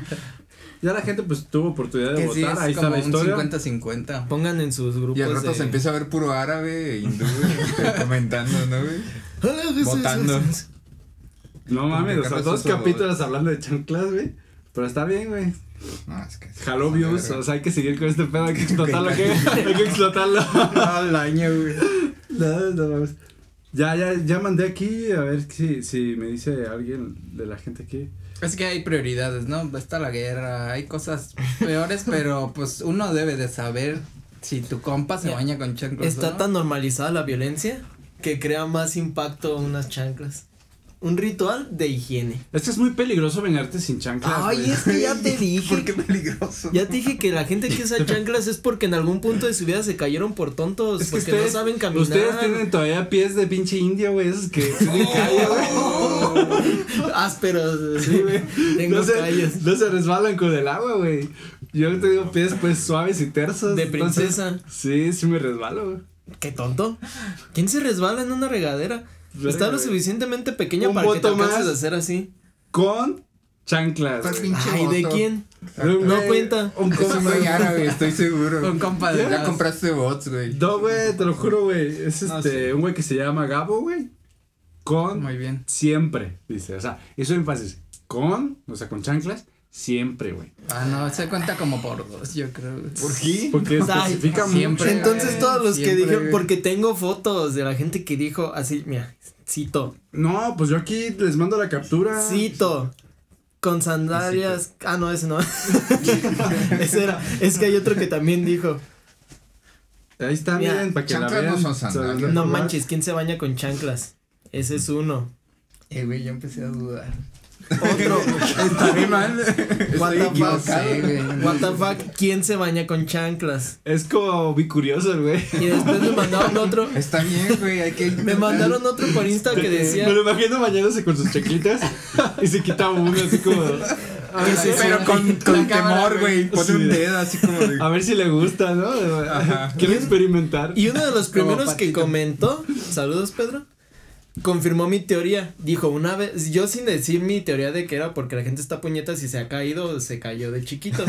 Speaker 1: Ya la gente pues tuvo oportunidad de
Speaker 6: Que
Speaker 1: votar,
Speaker 6: sí, es
Speaker 1: ahí está
Speaker 6: como
Speaker 1: la
Speaker 6: un
Speaker 1: historia. <laughs>
Speaker 6: 50-50.
Speaker 2: Pongan en sus grupos.
Speaker 4: Y
Speaker 1: pues,
Speaker 4: al rato
Speaker 2: de-
Speaker 1: eh,
Speaker 4: se empieza a ver puro árabe e hindú güey, <laughs> comentando, ¿no, güey?
Speaker 2: Hola, Jesús,
Speaker 4: votando.
Speaker 2: Jesús.
Speaker 1: No mames, o sea,
Speaker 4: Carlos
Speaker 1: dos
Speaker 4: Sosa,
Speaker 1: capítulos hablando de chanclas, güey. Pero está bien, güey.
Speaker 4: No, es que.
Speaker 1: Jaló views, o sea, hay que seguir con este pedo,
Speaker 6: <laughs>
Speaker 1: hay que explotarlo, hay que, hay que explotarlo.
Speaker 4: al año, güey.
Speaker 1: No, no mames. Ya, ya, ya mandé aquí, a ver si, si me dice alguien de la gente aquí.
Speaker 6: Es que hay prioridades, ¿no? Está la guerra, hay cosas peores, <laughs> pero pues uno debe de saber si tu compa se
Speaker 2: Ya.
Speaker 6: baña con chanclas. o
Speaker 2: Está
Speaker 6: no.
Speaker 2: tan normalizada la violencia que crea más impacto unas chanclas. Un ritual de higiene.
Speaker 1: Es que es muy peligroso bañarte sin chanclas.
Speaker 2: Ay,
Speaker 1: güey.
Speaker 2: es que ya te
Speaker 4: ¿Por
Speaker 2: dije.
Speaker 4: qué <laughs> peligroso?
Speaker 2: Ya te dije que la gente que usa chanclas es porque en algún punto de su vida se cayeron por tontos,
Speaker 1: Es que
Speaker 2: porque
Speaker 1: ustedes-
Speaker 2: no saben caminar.
Speaker 1: Ustedes tienen todavía pies de pinche indio, güey, esos que tienen callos, güey.
Speaker 2: <laughs> ásperos.
Speaker 1: Sí, güey.
Speaker 2: Tengo
Speaker 1: No
Speaker 2: callos.
Speaker 1: se, no se resbalan con el agua, güey. Yo te digo pies pues suaves y tersos.
Speaker 2: De
Speaker 1: entonces-
Speaker 2: princesa.
Speaker 1: sí, sí me resbalo, güey.
Speaker 2: Qué tonto. ¿Quién se resbala en una regadera?
Speaker 1: Verga,
Speaker 2: Está lo
Speaker 1: güey.
Speaker 2: suficientemente pequeña
Speaker 1: Un
Speaker 2: para que te
Speaker 1: voto más.
Speaker 2: alcances a hacer así.
Speaker 1: Con chanclas.
Speaker 4: Estás
Speaker 1: güey.
Speaker 4: Pinche
Speaker 2: Ay, ¿de
Speaker 4: voto.
Speaker 2: quién?
Speaker 1: Güey,
Speaker 2: No cuenta.
Speaker 1: Un
Speaker 4: Es un güey
Speaker 1: compa,
Speaker 4: árabe, estoy seguro.
Speaker 6: Un compa de
Speaker 4: Ya
Speaker 6: las-
Speaker 4: compraste bots, güey.
Speaker 1: No, güey, te lo juro, güey. Es este,
Speaker 6: No sé.
Speaker 1: un güey que se llama Gabo, güey. Con
Speaker 6: Muy bien.
Speaker 1: siempre, dice. O sea, eso énfasis. Con, o sea, con chanclas, siempre, güey.
Speaker 6: Ah, no, se cuenta como por dos, yo creo.
Speaker 4: ¿Por qué?
Speaker 1: Porque
Speaker 2: Ay,
Speaker 1: especifica mucho.
Speaker 6: siempre.
Speaker 2: Entonces
Speaker 6: güey,
Speaker 2: todos los que
Speaker 6: siempre,
Speaker 2: dijeron,
Speaker 6: güey.
Speaker 2: porque tengo fotos de la gente que dijo así, mira, cito,
Speaker 1: No, pues yo aquí les mando la captura.
Speaker 2: cito, con sandalias, ah no, ese no, <laughs> ese era, es que hay otro que también dijo,
Speaker 1: Ahí está
Speaker 2: Mira,
Speaker 1: bien, para que la
Speaker 4: chanclas
Speaker 1: vean.
Speaker 4: no son sandalias.
Speaker 1: O sea,
Speaker 2: no
Speaker 1: <laughs>
Speaker 2: manches, ¿quién se baña con chanclas? Ese es uno.
Speaker 6: Eh, güey, yo empecé a dudar.
Speaker 2: Otro,
Speaker 4: Estaré mal.
Speaker 2: What the fuck?
Speaker 4: Estoy
Speaker 6: No
Speaker 4: equivocado.
Speaker 6: sé,
Speaker 1: <laughs>
Speaker 6: güey.
Speaker 2: what the fuck, ¿quién se baña con chanclas?
Speaker 1: Es como bicurioso el güey.
Speaker 2: Y después me mandaron otro,
Speaker 4: Está bien, güey, hay que. <laughs>
Speaker 2: me mandaron otro por Insta que decía,
Speaker 1: Me lo imagino bañándose con sus chanclitas y se quitaba uno así como. A ver, si,
Speaker 4: Pero con,
Speaker 6: La
Speaker 4: con
Speaker 6: cámara,
Speaker 4: temor, güey. Pone
Speaker 1: Sí.
Speaker 4: un dedo así
Speaker 1: <laughs>
Speaker 4: como de.
Speaker 1: a ver si le gusta, ¿no?
Speaker 4: Ajá.
Speaker 1: Quiero experimentar.
Speaker 2: Y uno de los
Speaker 6: Como
Speaker 2: primeros que
Speaker 6: patito.
Speaker 2: comentó, saludos Pedro, confirmó mi teoría. Dijo una vez, yo sin decir mi teoría de que era porque la gente está puñetas y se ha caído o se cayó de
Speaker 4: <laughs>
Speaker 2: chiquito.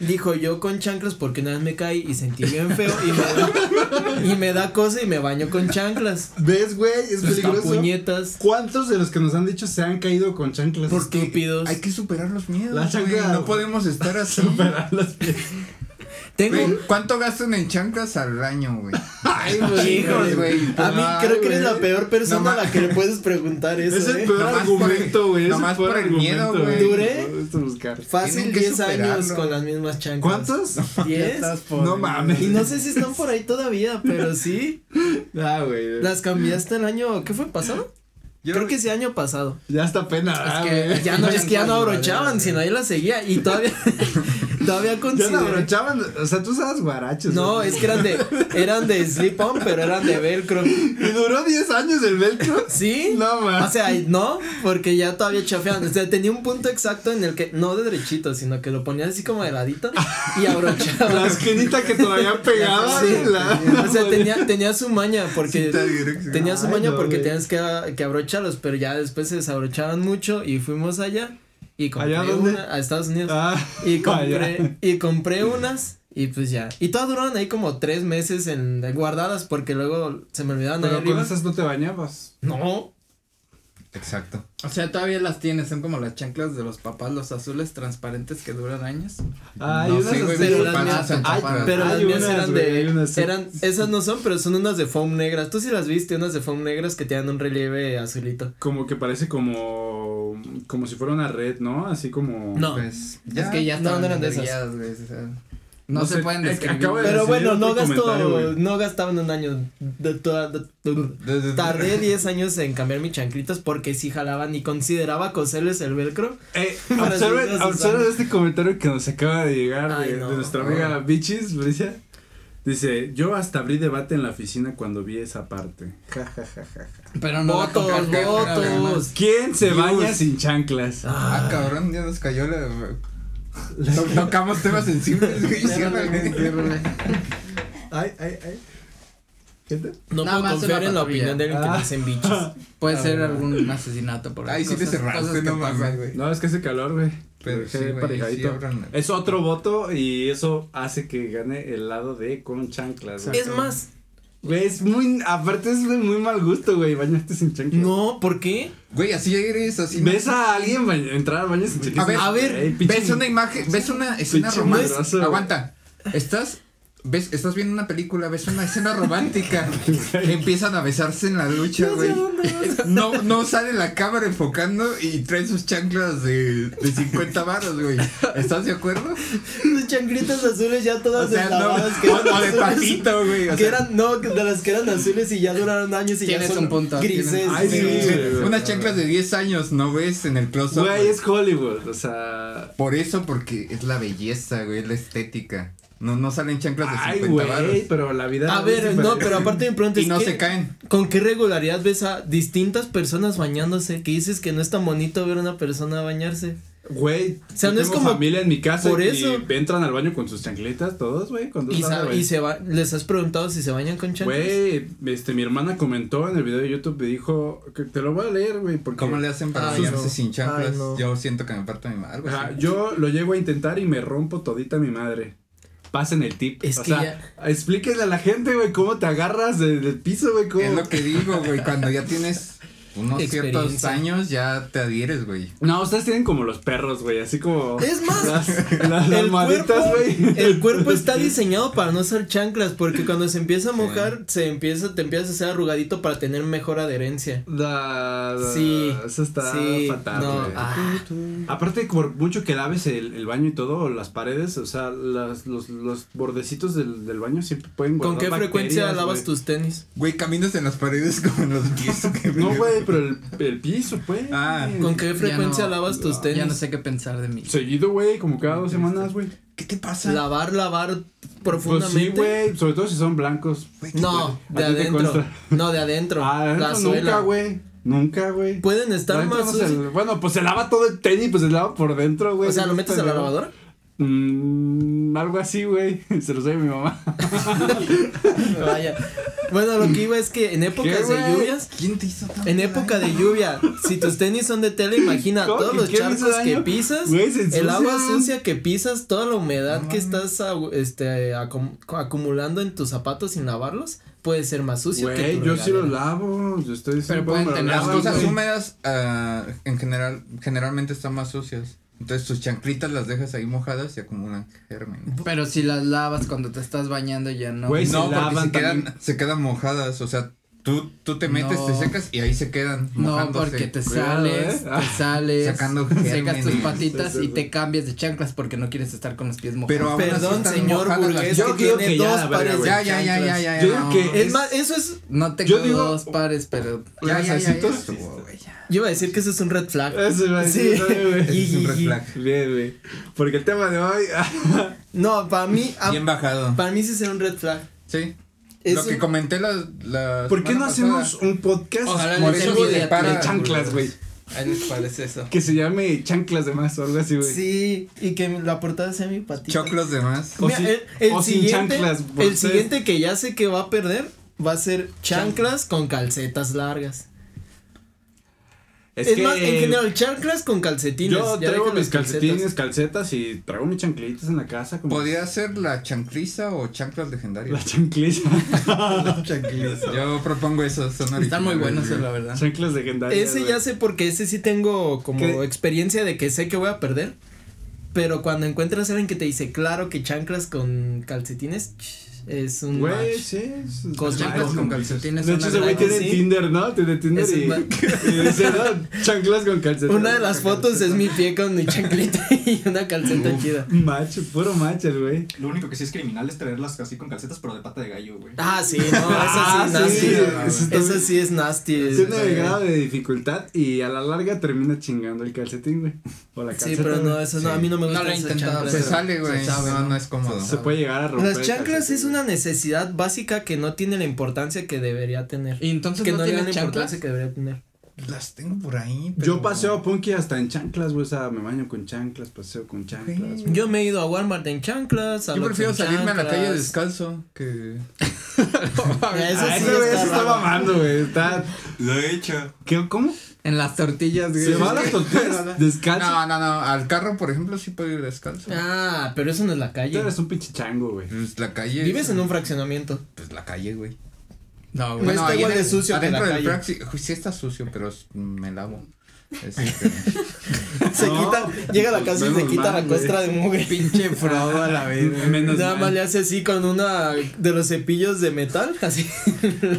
Speaker 2: Dijo yo con chanclas porque una vez me caí y sentí bien feo y me da, y me da cosa y me baño con chanclas.
Speaker 1: ¿Ves, güey? Es
Speaker 2: Está
Speaker 1: peligroso.
Speaker 2: puñetas.
Speaker 1: ¿Cuántos de los que nos han dicho se han caído con chanclas?
Speaker 2: ¿Por qué? Estúpidos.
Speaker 4: Hay que superar los miedos.
Speaker 1: La chancla,
Speaker 4: güey, No
Speaker 1: güey.
Speaker 4: podemos estar
Speaker 1: <laughs>
Speaker 4: así.
Speaker 1: Superar las pies.
Speaker 2: Tengo.
Speaker 4: Güey, ¿Cuánto gastan en chanclas al año, güey?
Speaker 2: Ay,
Speaker 4: Híjole, güey.
Speaker 2: A mí
Speaker 4: Ay,
Speaker 2: creo que eres la
Speaker 4: güey.
Speaker 2: peor persona
Speaker 4: No
Speaker 2: a la que le puedes
Speaker 4: <laughs>
Speaker 2: preguntar eso.
Speaker 1: Es el
Speaker 2: eh.
Speaker 1: peor
Speaker 4: Nomás por el-
Speaker 1: argumento, güey. es el
Speaker 4: nomás
Speaker 1: peor
Speaker 4: por el miedo,
Speaker 1: argumento,
Speaker 4: güey.
Speaker 2: Duré.
Speaker 1: Vamos a buscar.
Speaker 2: Fácil
Speaker 4: Tienen que
Speaker 2: 10 años
Speaker 4: superarlo.
Speaker 2: con las mismas chanclas.
Speaker 1: ¿Cuántos?
Speaker 2: 10.
Speaker 1: No mames.
Speaker 2: Y no sé si están por ahí todavía, pero sí.
Speaker 1: <laughs> Ah, güey.
Speaker 2: Las cambiaste el año, ¿qué fue? ¿Pasado?
Speaker 4: Yo-
Speaker 2: Creo que sí, año pasado.
Speaker 1: Ya está pena. ah,
Speaker 6: que-
Speaker 2: <laughs>
Speaker 1: güey.
Speaker 2: Ya no, es que ya no
Speaker 1: <laughs>
Speaker 6: chanclas,
Speaker 2: abrochaban,
Speaker 6: madre,
Speaker 2: si nadie las seguía. Y todavía <laughs> Todavía
Speaker 1: Ya la
Speaker 2: consideré.
Speaker 1: abrochaban, o sea, tú usabas guaraches.
Speaker 2: No,
Speaker 1: güey.
Speaker 2: es que eran de, eran de slip on, pero eran de velcro.
Speaker 1: ¿Y duró 10 años
Speaker 2: <laughs>
Speaker 1: el velcro?
Speaker 2: ¿Sí?
Speaker 1: No, man.
Speaker 2: O sea, no, porque ya todavía chafeaban. O sea, tenía un punto exacto en el que, no de derechito, sino que lo ponías así como de ladito y
Speaker 1: la
Speaker 2: abrochabas.
Speaker 1: esquinita que todavía pegaba.
Speaker 2: Sí.
Speaker 1: la-
Speaker 2: O sea, tenía, tenía su maña porque
Speaker 4: Cinta de dirección.
Speaker 2: tenía su
Speaker 1: Ay,
Speaker 2: maña
Speaker 1: no,
Speaker 2: porque
Speaker 1: güey.
Speaker 2: tenías que, que abrocharlos, pero ya después se desabrocharon mucho y fuimos allá y compré
Speaker 1: ¿Allá dónde?
Speaker 2: una a Estados Unidos
Speaker 1: <laughs> Ah,
Speaker 2: y
Speaker 1: vaya. <laughs>
Speaker 2: compré y compré unas y pues ya y todas duraron ahí como tres meses en guardadas porque luego se me olvidaban ahí
Speaker 1: Pero con
Speaker 2: arriba.
Speaker 1: esas no te bañabas.
Speaker 2: No,
Speaker 4: Exacto.
Speaker 6: O sea, todavía las tienes, son como las chanclas de los papás, los azules transparentes que duran años.
Speaker 1: Ay,
Speaker 4: No,
Speaker 1: Ah, unas
Speaker 4: sí, güey,
Speaker 1: así-
Speaker 2: pero
Speaker 4: mis
Speaker 2: las
Speaker 4: papás
Speaker 2: mías-
Speaker 4: usan
Speaker 1: ay,
Speaker 4: chaparras.
Speaker 2: Pero
Speaker 1: Hay
Speaker 2: las mías
Speaker 1: unas,
Speaker 2: eran
Speaker 1: güey, hay
Speaker 2: de.
Speaker 1: unas, sí.
Speaker 2: eran, esas no son, pero son unas de foam negras. Tú sí las viste, unas de foam negras que tienen un relieve azulito.
Speaker 1: Como que parece como. Como si fuera una red, ¿no? Así como.
Speaker 2: No.
Speaker 4: Pues, ya.
Speaker 6: Es que ya
Speaker 2: No,
Speaker 6: estaban
Speaker 2: no eran de esas.
Speaker 6: embrillas, güey, o sea, no,
Speaker 1: No
Speaker 6: se
Speaker 1: sé,
Speaker 6: pueden
Speaker 1: eh,
Speaker 6: describir.
Speaker 1: acabo de-
Speaker 2: Pero
Speaker 1: sí,
Speaker 2: bueno, no
Speaker 1: otro comentario,
Speaker 2: gastó,
Speaker 1: güey.
Speaker 2: no gastaban un año. De toda- de- de-
Speaker 4: De-
Speaker 1: <laughs>
Speaker 4: de-
Speaker 2: tardé 10 años en cambiar mis chanclitas porque sí jalaban y consideraba coserles el velcro. <laughs>
Speaker 1: Eh,
Speaker 2: Para
Speaker 1: observen,
Speaker 2: subirlas a
Speaker 1: observen
Speaker 2: Susana.
Speaker 1: este comentario que nos acaba de llegar
Speaker 2: Ay,
Speaker 1: de,
Speaker 2: no.
Speaker 1: de nuestra amiga Bichis, Bricia. Dice, yo hasta abrí debate en la oficina cuando vi esa parte. Ja, ja, ja, ja.
Speaker 6: Pero no la
Speaker 2: Votos,
Speaker 6: tocaste, pero además-
Speaker 2: votos.
Speaker 1: ¿Quién se
Speaker 4: Dios.
Speaker 1: baña sin chanclas?
Speaker 4: Ah, cabrón, ya nos cayó la. To- Tocamos temas sensibles, güey.
Speaker 6: Ciérrale, güey,
Speaker 4: ciérrale.
Speaker 6: ciérrale.
Speaker 1: Ay, ay, ay. ¿Qué te-
Speaker 2: No
Speaker 6: Nada
Speaker 2: puedo
Speaker 6: más
Speaker 2: confiar
Speaker 6: una
Speaker 2: en la
Speaker 6: patrulla.
Speaker 2: opinión de alguien que
Speaker 1: Ah.
Speaker 2: me dicen bichos.
Speaker 6: Puede ser algún asesinato por
Speaker 4: Ay, sí te
Speaker 6: cosas-
Speaker 4: cerraste,
Speaker 6: cosas que
Speaker 4: no mames,
Speaker 6: pasan.
Speaker 4: güey.
Speaker 1: No, es que hace calor, güey. Lo
Speaker 4: Pero
Speaker 1: dejé
Speaker 4: sí, güey, sí,
Speaker 1: parejadito.
Speaker 4: ábranla.
Speaker 1: es otro voto y eso hace que gane el lado de con chanclas. güey.
Speaker 2: Es más,
Speaker 1: Güey, es muy, aparte es de muy mal gusto, güey, bañarte sin chanclas.
Speaker 2: no, ¿por qué?
Speaker 4: Güey, así eres, así.
Speaker 1: ¿Ves a alguien ba- entrar al baño sin chanclas?
Speaker 4: A ver, eh,
Speaker 2: a ver,
Speaker 1: Ey, pinche
Speaker 4: ¿Ves una imagen? ¿Ves una escena
Speaker 1: Pinche
Speaker 4: romántica?
Speaker 1: madrazo, güey.
Speaker 4: Aguanta. Estás. ¿Ves? Estás viendo una película, ves una escena
Speaker 1: <laughs>
Speaker 4: romántica. Empiezan a besarse en la ducha, güey. No, no sale la cámara enfocando y traen sus chanclas de, de 50 varos, güey. ¿Estás de acuerdo?
Speaker 2: Los chanclitas azules ya
Speaker 4: O
Speaker 2: todas
Speaker 4: sea, no. <laughs>
Speaker 2: deslavadas que eran
Speaker 4: O, o de
Speaker 2: azules.
Speaker 4: patito, güey. o
Speaker 2: que
Speaker 4: sea,
Speaker 2: eran, no, que de las que eran azules y ya duraron años y ya
Speaker 6: Tienes
Speaker 2: son
Speaker 6: un punto,
Speaker 2: grises.
Speaker 6: tienes-
Speaker 1: Ay, sí,
Speaker 2: negros.
Speaker 1: güey.
Speaker 4: Unas chanclas de 10 años no ves en el close-up.
Speaker 1: Güey,
Speaker 4: güey.
Speaker 1: es Hollywood, o sea.
Speaker 4: Por eso, porque es la belleza, güey, es la estética. No, no salen chanclas de
Speaker 1: Ay,
Speaker 4: 50 varos.
Speaker 1: güey, pero la vida.
Speaker 2: A
Speaker 1: es
Speaker 2: ver, no,
Speaker 1: diferente.
Speaker 2: pero aparte mi pregunta
Speaker 4: Y
Speaker 2: es
Speaker 4: no
Speaker 2: ¿qué-
Speaker 4: se caen.
Speaker 2: ¿con qué regularidad ves a distintas personas bañándose? Que dices que no es tan bonito ver a una persona bañarse.
Speaker 1: Güey,
Speaker 2: O sea,
Speaker 1: yo
Speaker 2: no es
Speaker 1: tengo
Speaker 2: como-
Speaker 1: familia en mi casa
Speaker 2: por
Speaker 1: y
Speaker 2: eso.
Speaker 1: entran al baño con sus chancletas todos, güey, cuando
Speaker 2: Y,
Speaker 1: sale,
Speaker 2: sa-
Speaker 1: güey.
Speaker 2: y se va, les has preguntado si se bañan con chanclas.
Speaker 1: Güey, este, mi hermana comentó en el video de YouTube y dijo, que te lo voy a leer, güey, porque.
Speaker 4: ¿Cómo le hacen
Speaker 1: Ah,
Speaker 4: para
Speaker 2: Ay,
Speaker 4: bañarse
Speaker 2: no.
Speaker 4: sin chanclas?
Speaker 2: Ay, no.
Speaker 4: Yo siento que me parto mi madre. güey.
Speaker 1: Ajá, yo lo llego a intentar y me rompo todita mi madre. Pasen el tip.
Speaker 2: Es
Speaker 1: o
Speaker 2: que
Speaker 1: sea, explíquenle a la gente, güey, cómo te agarras de- del piso, güey, cómo.
Speaker 4: Es lo que digo, güey, cuando
Speaker 1: <laughs>
Speaker 4: ya tienes unos ciertos
Speaker 2: Experiencia.
Speaker 4: años ya te adhieres, güey.
Speaker 1: No, ustedes tienen como los perros, güey, así como.
Speaker 2: Es más,
Speaker 1: <laughs> Las, las
Speaker 2: el
Speaker 1: almohaditas,
Speaker 2: cuerpo-
Speaker 1: güey. <laughs>
Speaker 2: El cuerpo está diseñado para no usar chanclas porque cuando se empieza a mojar se empieza te empiezas a hacer arrugadito para tener mejor adherencia.
Speaker 1: Da- da-
Speaker 2: Sí,
Speaker 1: Eso está
Speaker 2: sí,
Speaker 1: fatal,
Speaker 2: no,
Speaker 1: güey.
Speaker 2: ah.
Speaker 1: Aparte, por mucho que laves el, el baño y todo, o las paredes, o sea, las, los, los bordecitos del, del baño siempre pueden
Speaker 2: ¿Con
Speaker 1: guardar
Speaker 2: qué frecuencia
Speaker 1: bacterias,
Speaker 2: lavas
Speaker 1: güey.
Speaker 2: tus tenis?
Speaker 4: Güey, caminas en las paredes <laughs> como en los
Speaker 1: <laughs>
Speaker 4: pies.
Speaker 1: No, güey, pero el, el piso, pues.
Speaker 4: Ah.
Speaker 2: ¿Con qué
Speaker 6: no,
Speaker 2: frecuencia lavas tus tenis?
Speaker 6: Ya no sé qué pensar de mí.
Speaker 1: Seguido, güey, como cada
Speaker 2: Este,
Speaker 1: dos semanas, güey.
Speaker 4: ¿Qué te pasa?
Speaker 2: Lavar, lavar
Speaker 1: Pues sí,
Speaker 2: profundamente.
Speaker 1: güey, sobre todo si son blancos.
Speaker 2: no,
Speaker 1: ¿A
Speaker 2: de
Speaker 1: ti te
Speaker 2: adentro.
Speaker 1: consta?
Speaker 2: No, de adentro. la
Speaker 1: Ah, adentro
Speaker 2: suela.
Speaker 1: nunca, güey. Nunca, güey.
Speaker 2: Pueden estar
Speaker 1: Adentro
Speaker 2: más
Speaker 1: no se-
Speaker 2: sucios.
Speaker 1: Bueno, pues se lava todo el tenis, pues se lava por dentro, güey.
Speaker 2: O sea, ¿lo metes a la
Speaker 1: lavadora? <laughs>
Speaker 2: lavadora?
Speaker 1: Mmm, algo así, güey. <laughs> Se los doy a mi mamá.
Speaker 2: Vaya. Ah, Bueno, lo que iba es que en épocas de
Speaker 1: güey?
Speaker 2: lluvias,
Speaker 4: ¿Quién te hizo tanto
Speaker 2: en época de lluvia, si tus tenis son de tela, imagina
Speaker 1: ¿Cómo
Speaker 2: todos
Speaker 1: que
Speaker 2: los
Speaker 1: quién hizo
Speaker 2: charcos que
Speaker 1: daño?
Speaker 2: pisas,
Speaker 1: Güey, se
Speaker 2: el agua
Speaker 1: ensucian.
Speaker 2: sucia que pisas, toda la humedad que estás agu- este, acum- acumulando en tus zapatos sin lavarlos, puede ser más sucio que
Speaker 1: Güey,
Speaker 2: tu
Speaker 1: yo sí
Speaker 2: regadera.
Speaker 1: lo lavo. Yo estoy
Speaker 6: Pero
Speaker 1: diciendo,
Speaker 6: pueden
Speaker 1: me lo
Speaker 6: tener
Speaker 4: Las
Speaker 1: lavan,
Speaker 4: cosas
Speaker 1: güey.
Speaker 4: húmedas ah, en general generalmente están más sucias. Entonces tus chanclitas las dejas ahí mojadas y acumulan germen.
Speaker 6: Pero si las lavas cuando te estás bañando ya no.
Speaker 1: Güey,
Speaker 4: No,
Speaker 1: se
Speaker 4: porque
Speaker 1: lavan
Speaker 4: se quedan,
Speaker 1: también.
Speaker 4: se quedan mojadas, o sea, Tú, tú te metes,
Speaker 6: No.
Speaker 4: te secas y ahí se quedan.
Speaker 6: No,
Speaker 4: mojándose. Ah,
Speaker 6: porque te
Speaker 1: Cuidado, ¿eh?
Speaker 6: sales, te sales,
Speaker 4: Sacando
Speaker 6: secas tus
Speaker 4: gérmenes.
Speaker 6: patitas
Speaker 1: Sí, sí,
Speaker 6: y
Speaker 1: sí.
Speaker 6: te cambias de chanclas porque no quieres estar con los pies mojados.
Speaker 4: Pero aún así
Speaker 2: Perdón,
Speaker 4: están
Speaker 2: señor
Speaker 4: mojadas las-
Speaker 2: burgués
Speaker 1: Yo
Speaker 2: que
Speaker 1: digo
Speaker 2: tiene
Speaker 1: que ya,
Speaker 2: dos
Speaker 1: la verga,
Speaker 2: pares de
Speaker 1: güey.
Speaker 4: Ya, ya, ya, ya,
Speaker 2: chanclas.
Speaker 1: Yo
Speaker 4: ya. ya,
Speaker 1: digo
Speaker 4: no.
Speaker 1: que-
Speaker 2: Es más, eso es.
Speaker 6: No tengo
Speaker 1: Yo digo-
Speaker 6: dos pares, pero
Speaker 4: Ya, ya, ya, ya, <laughs>
Speaker 1: Necesito-
Speaker 4: estuvo, güey, ya.
Speaker 2: Yo iba a decir que eso es un red flag.
Speaker 1: Eso iba a decir,
Speaker 2: Sí.
Speaker 1: güey.
Speaker 4: Ese es un red flag.
Speaker 1: Bien, güey. Porque el tema de hoy. ah,
Speaker 2: No, para mí, a-
Speaker 4: Bien bajado.
Speaker 2: para mí sí será un red flag.
Speaker 4: Sí.
Speaker 2: Es
Speaker 4: Lo que
Speaker 2: un-
Speaker 4: comenté la, la
Speaker 1: ¿Por qué no
Speaker 4: semana pasada.
Speaker 1: hacemos un podcast
Speaker 6: Ojalá
Speaker 1: por
Speaker 6: les
Speaker 1: el
Speaker 6: sirva de
Speaker 1: de para
Speaker 6: atleta.
Speaker 1: chanclas, güey?
Speaker 6: Ahí les parece eso.
Speaker 1: Que se llame chanclas de más o algo así, güey.
Speaker 2: Sí, y que la portada sea mi patita.
Speaker 4: Choclos de más.
Speaker 1: O
Speaker 2: Mira,
Speaker 1: sin-
Speaker 2: el, el
Speaker 1: o sin
Speaker 2: siguiente,
Speaker 1: chanclas, por
Speaker 2: el
Speaker 1: ser-
Speaker 2: siguiente que ya sé que va a perder va a ser chanclas con calcetas largas. Es, más, en general, chanclas con calcetines.
Speaker 1: yo
Speaker 2: ya
Speaker 1: traigo
Speaker 2: deja
Speaker 1: mis
Speaker 2: las calcetas.
Speaker 1: calcetines, calcetas y traigo mis chanclitas en la casa. Como
Speaker 4: Podría ser la chancliza o chanclas legendarias.
Speaker 1: La chanclita.
Speaker 4: Yo propongo eso. Son
Speaker 6: Están muy
Speaker 4: originales,
Speaker 6: buenos, eh,
Speaker 4: güey.
Speaker 6: la verdad.
Speaker 1: chanclas legendarias.
Speaker 2: Ese
Speaker 1: güey.
Speaker 2: ya sé porque ese sí tengo como
Speaker 1: ¿Qué?
Speaker 2: experiencia de que sé que voy a perder. Pero cuando encuentras a alguien que te dice, claro que chanclas con calcetines, ch, es un
Speaker 1: Güey,
Speaker 2: match.
Speaker 1: sí. es- es-
Speaker 2: Con
Speaker 1: es-
Speaker 2: chanclas
Speaker 1: es-
Speaker 6: con calcetines.
Speaker 1: De hecho, ese güey
Speaker 2: Son
Speaker 1: tiene
Speaker 2: sí.
Speaker 1: Tinder, ¿no? Tiene Tinder
Speaker 2: Es
Speaker 1: y,
Speaker 2: un ma-
Speaker 1: <laughs> y dice, no, chanclas con calcetines.
Speaker 2: Una de las fotos es mi pie con mi chanclita <laughs> y una calceta chida.
Speaker 1: Macho, puro macho, el güey.
Speaker 3: Lo único que sí es criminal es traerlas así con calcetas, pero de pata de gallo, güey.
Speaker 2: Ah, sí, no, eso sí
Speaker 1: Ah,
Speaker 2: es
Speaker 1: sí,
Speaker 2: nasty.
Speaker 1: eso está
Speaker 2: Eso
Speaker 1: bien.
Speaker 2: sí es nasty. es-
Speaker 1: Tiene
Speaker 2: eh,
Speaker 1: grado de dificultad y a la larga termina chingando el calcetín, güey. O la
Speaker 2: Sí,
Speaker 1: calceta.
Speaker 2: pero no,
Speaker 1: güey.
Speaker 2: eso no, a mí no me
Speaker 6: No
Speaker 2: gusta.
Speaker 6: lo he intentado,
Speaker 4: Se
Speaker 6: Pero
Speaker 4: sale, güey.
Speaker 6: se sabe,
Speaker 4: No,
Speaker 6: ¿no?
Speaker 4: no es cómodo.
Speaker 1: Se puede llegar a romper.
Speaker 2: Las
Speaker 1: el
Speaker 2: chanclas
Speaker 1: calcetín,
Speaker 2: es una necesidad básica que no tiene la importancia que debería tener.
Speaker 6: Y entonces
Speaker 2: que
Speaker 6: no,
Speaker 2: no, tiene la
Speaker 6: tienen
Speaker 2: importancia
Speaker 6: <laughs> chanclas.
Speaker 2: que debería tener.
Speaker 4: Las tengo por ahí.
Speaker 1: Yo paseo a Punky hasta en chanclas, güey. O sea, me baño con chanclas, paseo con chanclas. güey.
Speaker 2: Yo me he ido a Walmart en chanclas. A
Speaker 4: Yo
Speaker 2: Lux
Speaker 4: prefiero
Speaker 2: en
Speaker 4: salirme a la
Speaker 2: chanclas.
Speaker 4: calle descalzo que.
Speaker 2: Ya, Eso
Speaker 1: Ah,
Speaker 2: sí
Speaker 1: ese güey
Speaker 2: está
Speaker 1: se está
Speaker 2: raro.
Speaker 1: mamando, güey. Está.
Speaker 5: Lo he hecho.
Speaker 1: ¿Qué? ¿Cómo?
Speaker 6: En las tortillas, güey.
Speaker 1: ¿Se va a
Speaker 2: <laughs>
Speaker 1: las tortillas? ¿Descalzo?
Speaker 4: No, no, no. Al carro, por ejemplo, sí puedo ir descalzo.
Speaker 2: Ah, pero eso no es la
Speaker 1: Tú
Speaker 2: calle.
Speaker 1: eres un pinche chango, güey.
Speaker 4: Pues la calle.
Speaker 2: Vives en un fraccionamiento. <laughs>
Speaker 4: Pues la calle, güey.
Speaker 6: No,
Speaker 2: No
Speaker 6: güey.
Speaker 2: está
Speaker 4: ahí
Speaker 2: igual
Speaker 4: en
Speaker 2: de
Speaker 4: el-
Speaker 2: sucio que la
Speaker 4: Adentro del
Speaker 2: calle.
Speaker 4: praxi. uy, Sí está sucio, pero es- me lavo. Este,
Speaker 2: Se
Speaker 1: No.
Speaker 2: quita, llega a la casa y se
Speaker 1: Menos
Speaker 2: quita
Speaker 1: mal,
Speaker 2: la
Speaker 1: güey.
Speaker 2: costra de mugre.
Speaker 6: Pinche frodo a la vez.
Speaker 1: Menos
Speaker 2: Nada
Speaker 1: mal.
Speaker 2: más le hace así con una de los cepillos de metal, así.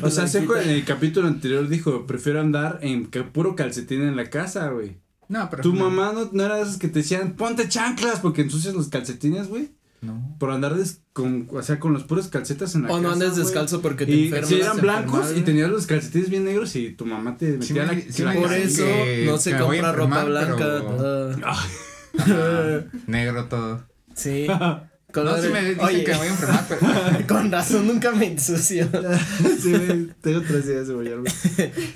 Speaker 1: O sea, Seco en el capítulo anterior dijo, prefiero andar en ca- puro calcetín en la casa, güey.
Speaker 4: no, pero.
Speaker 1: ¿Tu mamá no, no era de esas que te decían, ponte chanclas porque ensucias los calcetines, güey?
Speaker 4: No.
Speaker 1: Por andar des- con, o sea, con los puros calcetas en la
Speaker 2: O
Speaker 1: casa,
Speaker 2: no andes
Speaker 1: güey.
Speaker 2: descalzo porque te
Speaker 1: Y
Speaker 2: enfermas.
Speaker 1: si eran
Speaker 2: te
Speaker 1: blancos
Speaker 2: enfermas.
Speaker 1: y tenías los calcetines bien negros y tu mamá te metía
Speaker 4: Sí
Speaker 1: la,
Speaker 4: me- sí
Speaker 1: la
Speaker 4: me-
Speaker 2: Por
Speaker 1: cara.
Speaker 2: eso
Speaker 4: que-
Speaker 2: no se
Speaker 4: que me voy a
Speaker 2: compra ropa
Speaker 4: enfermar,
Speaker 2: blanca.
Speaker 4: pero-
Speaker 2: ah,
Speaker 4: <laughs> Ajá, negro todo.
Speaker 2: sí.
Speaker 4: <laughs> No,
Speaker 2: Color-
Speaker 4: sí me dicen
Speaker 2: Oye,
Speaker 4: que me voy
Speaker 2: <laughs>
Speaker 4: a enfermar, pero.
Speaker 2: con razón nunca me ensucio.
Speaker 1: <laughs> Sí, güey, tengo tres días de bollar, güey.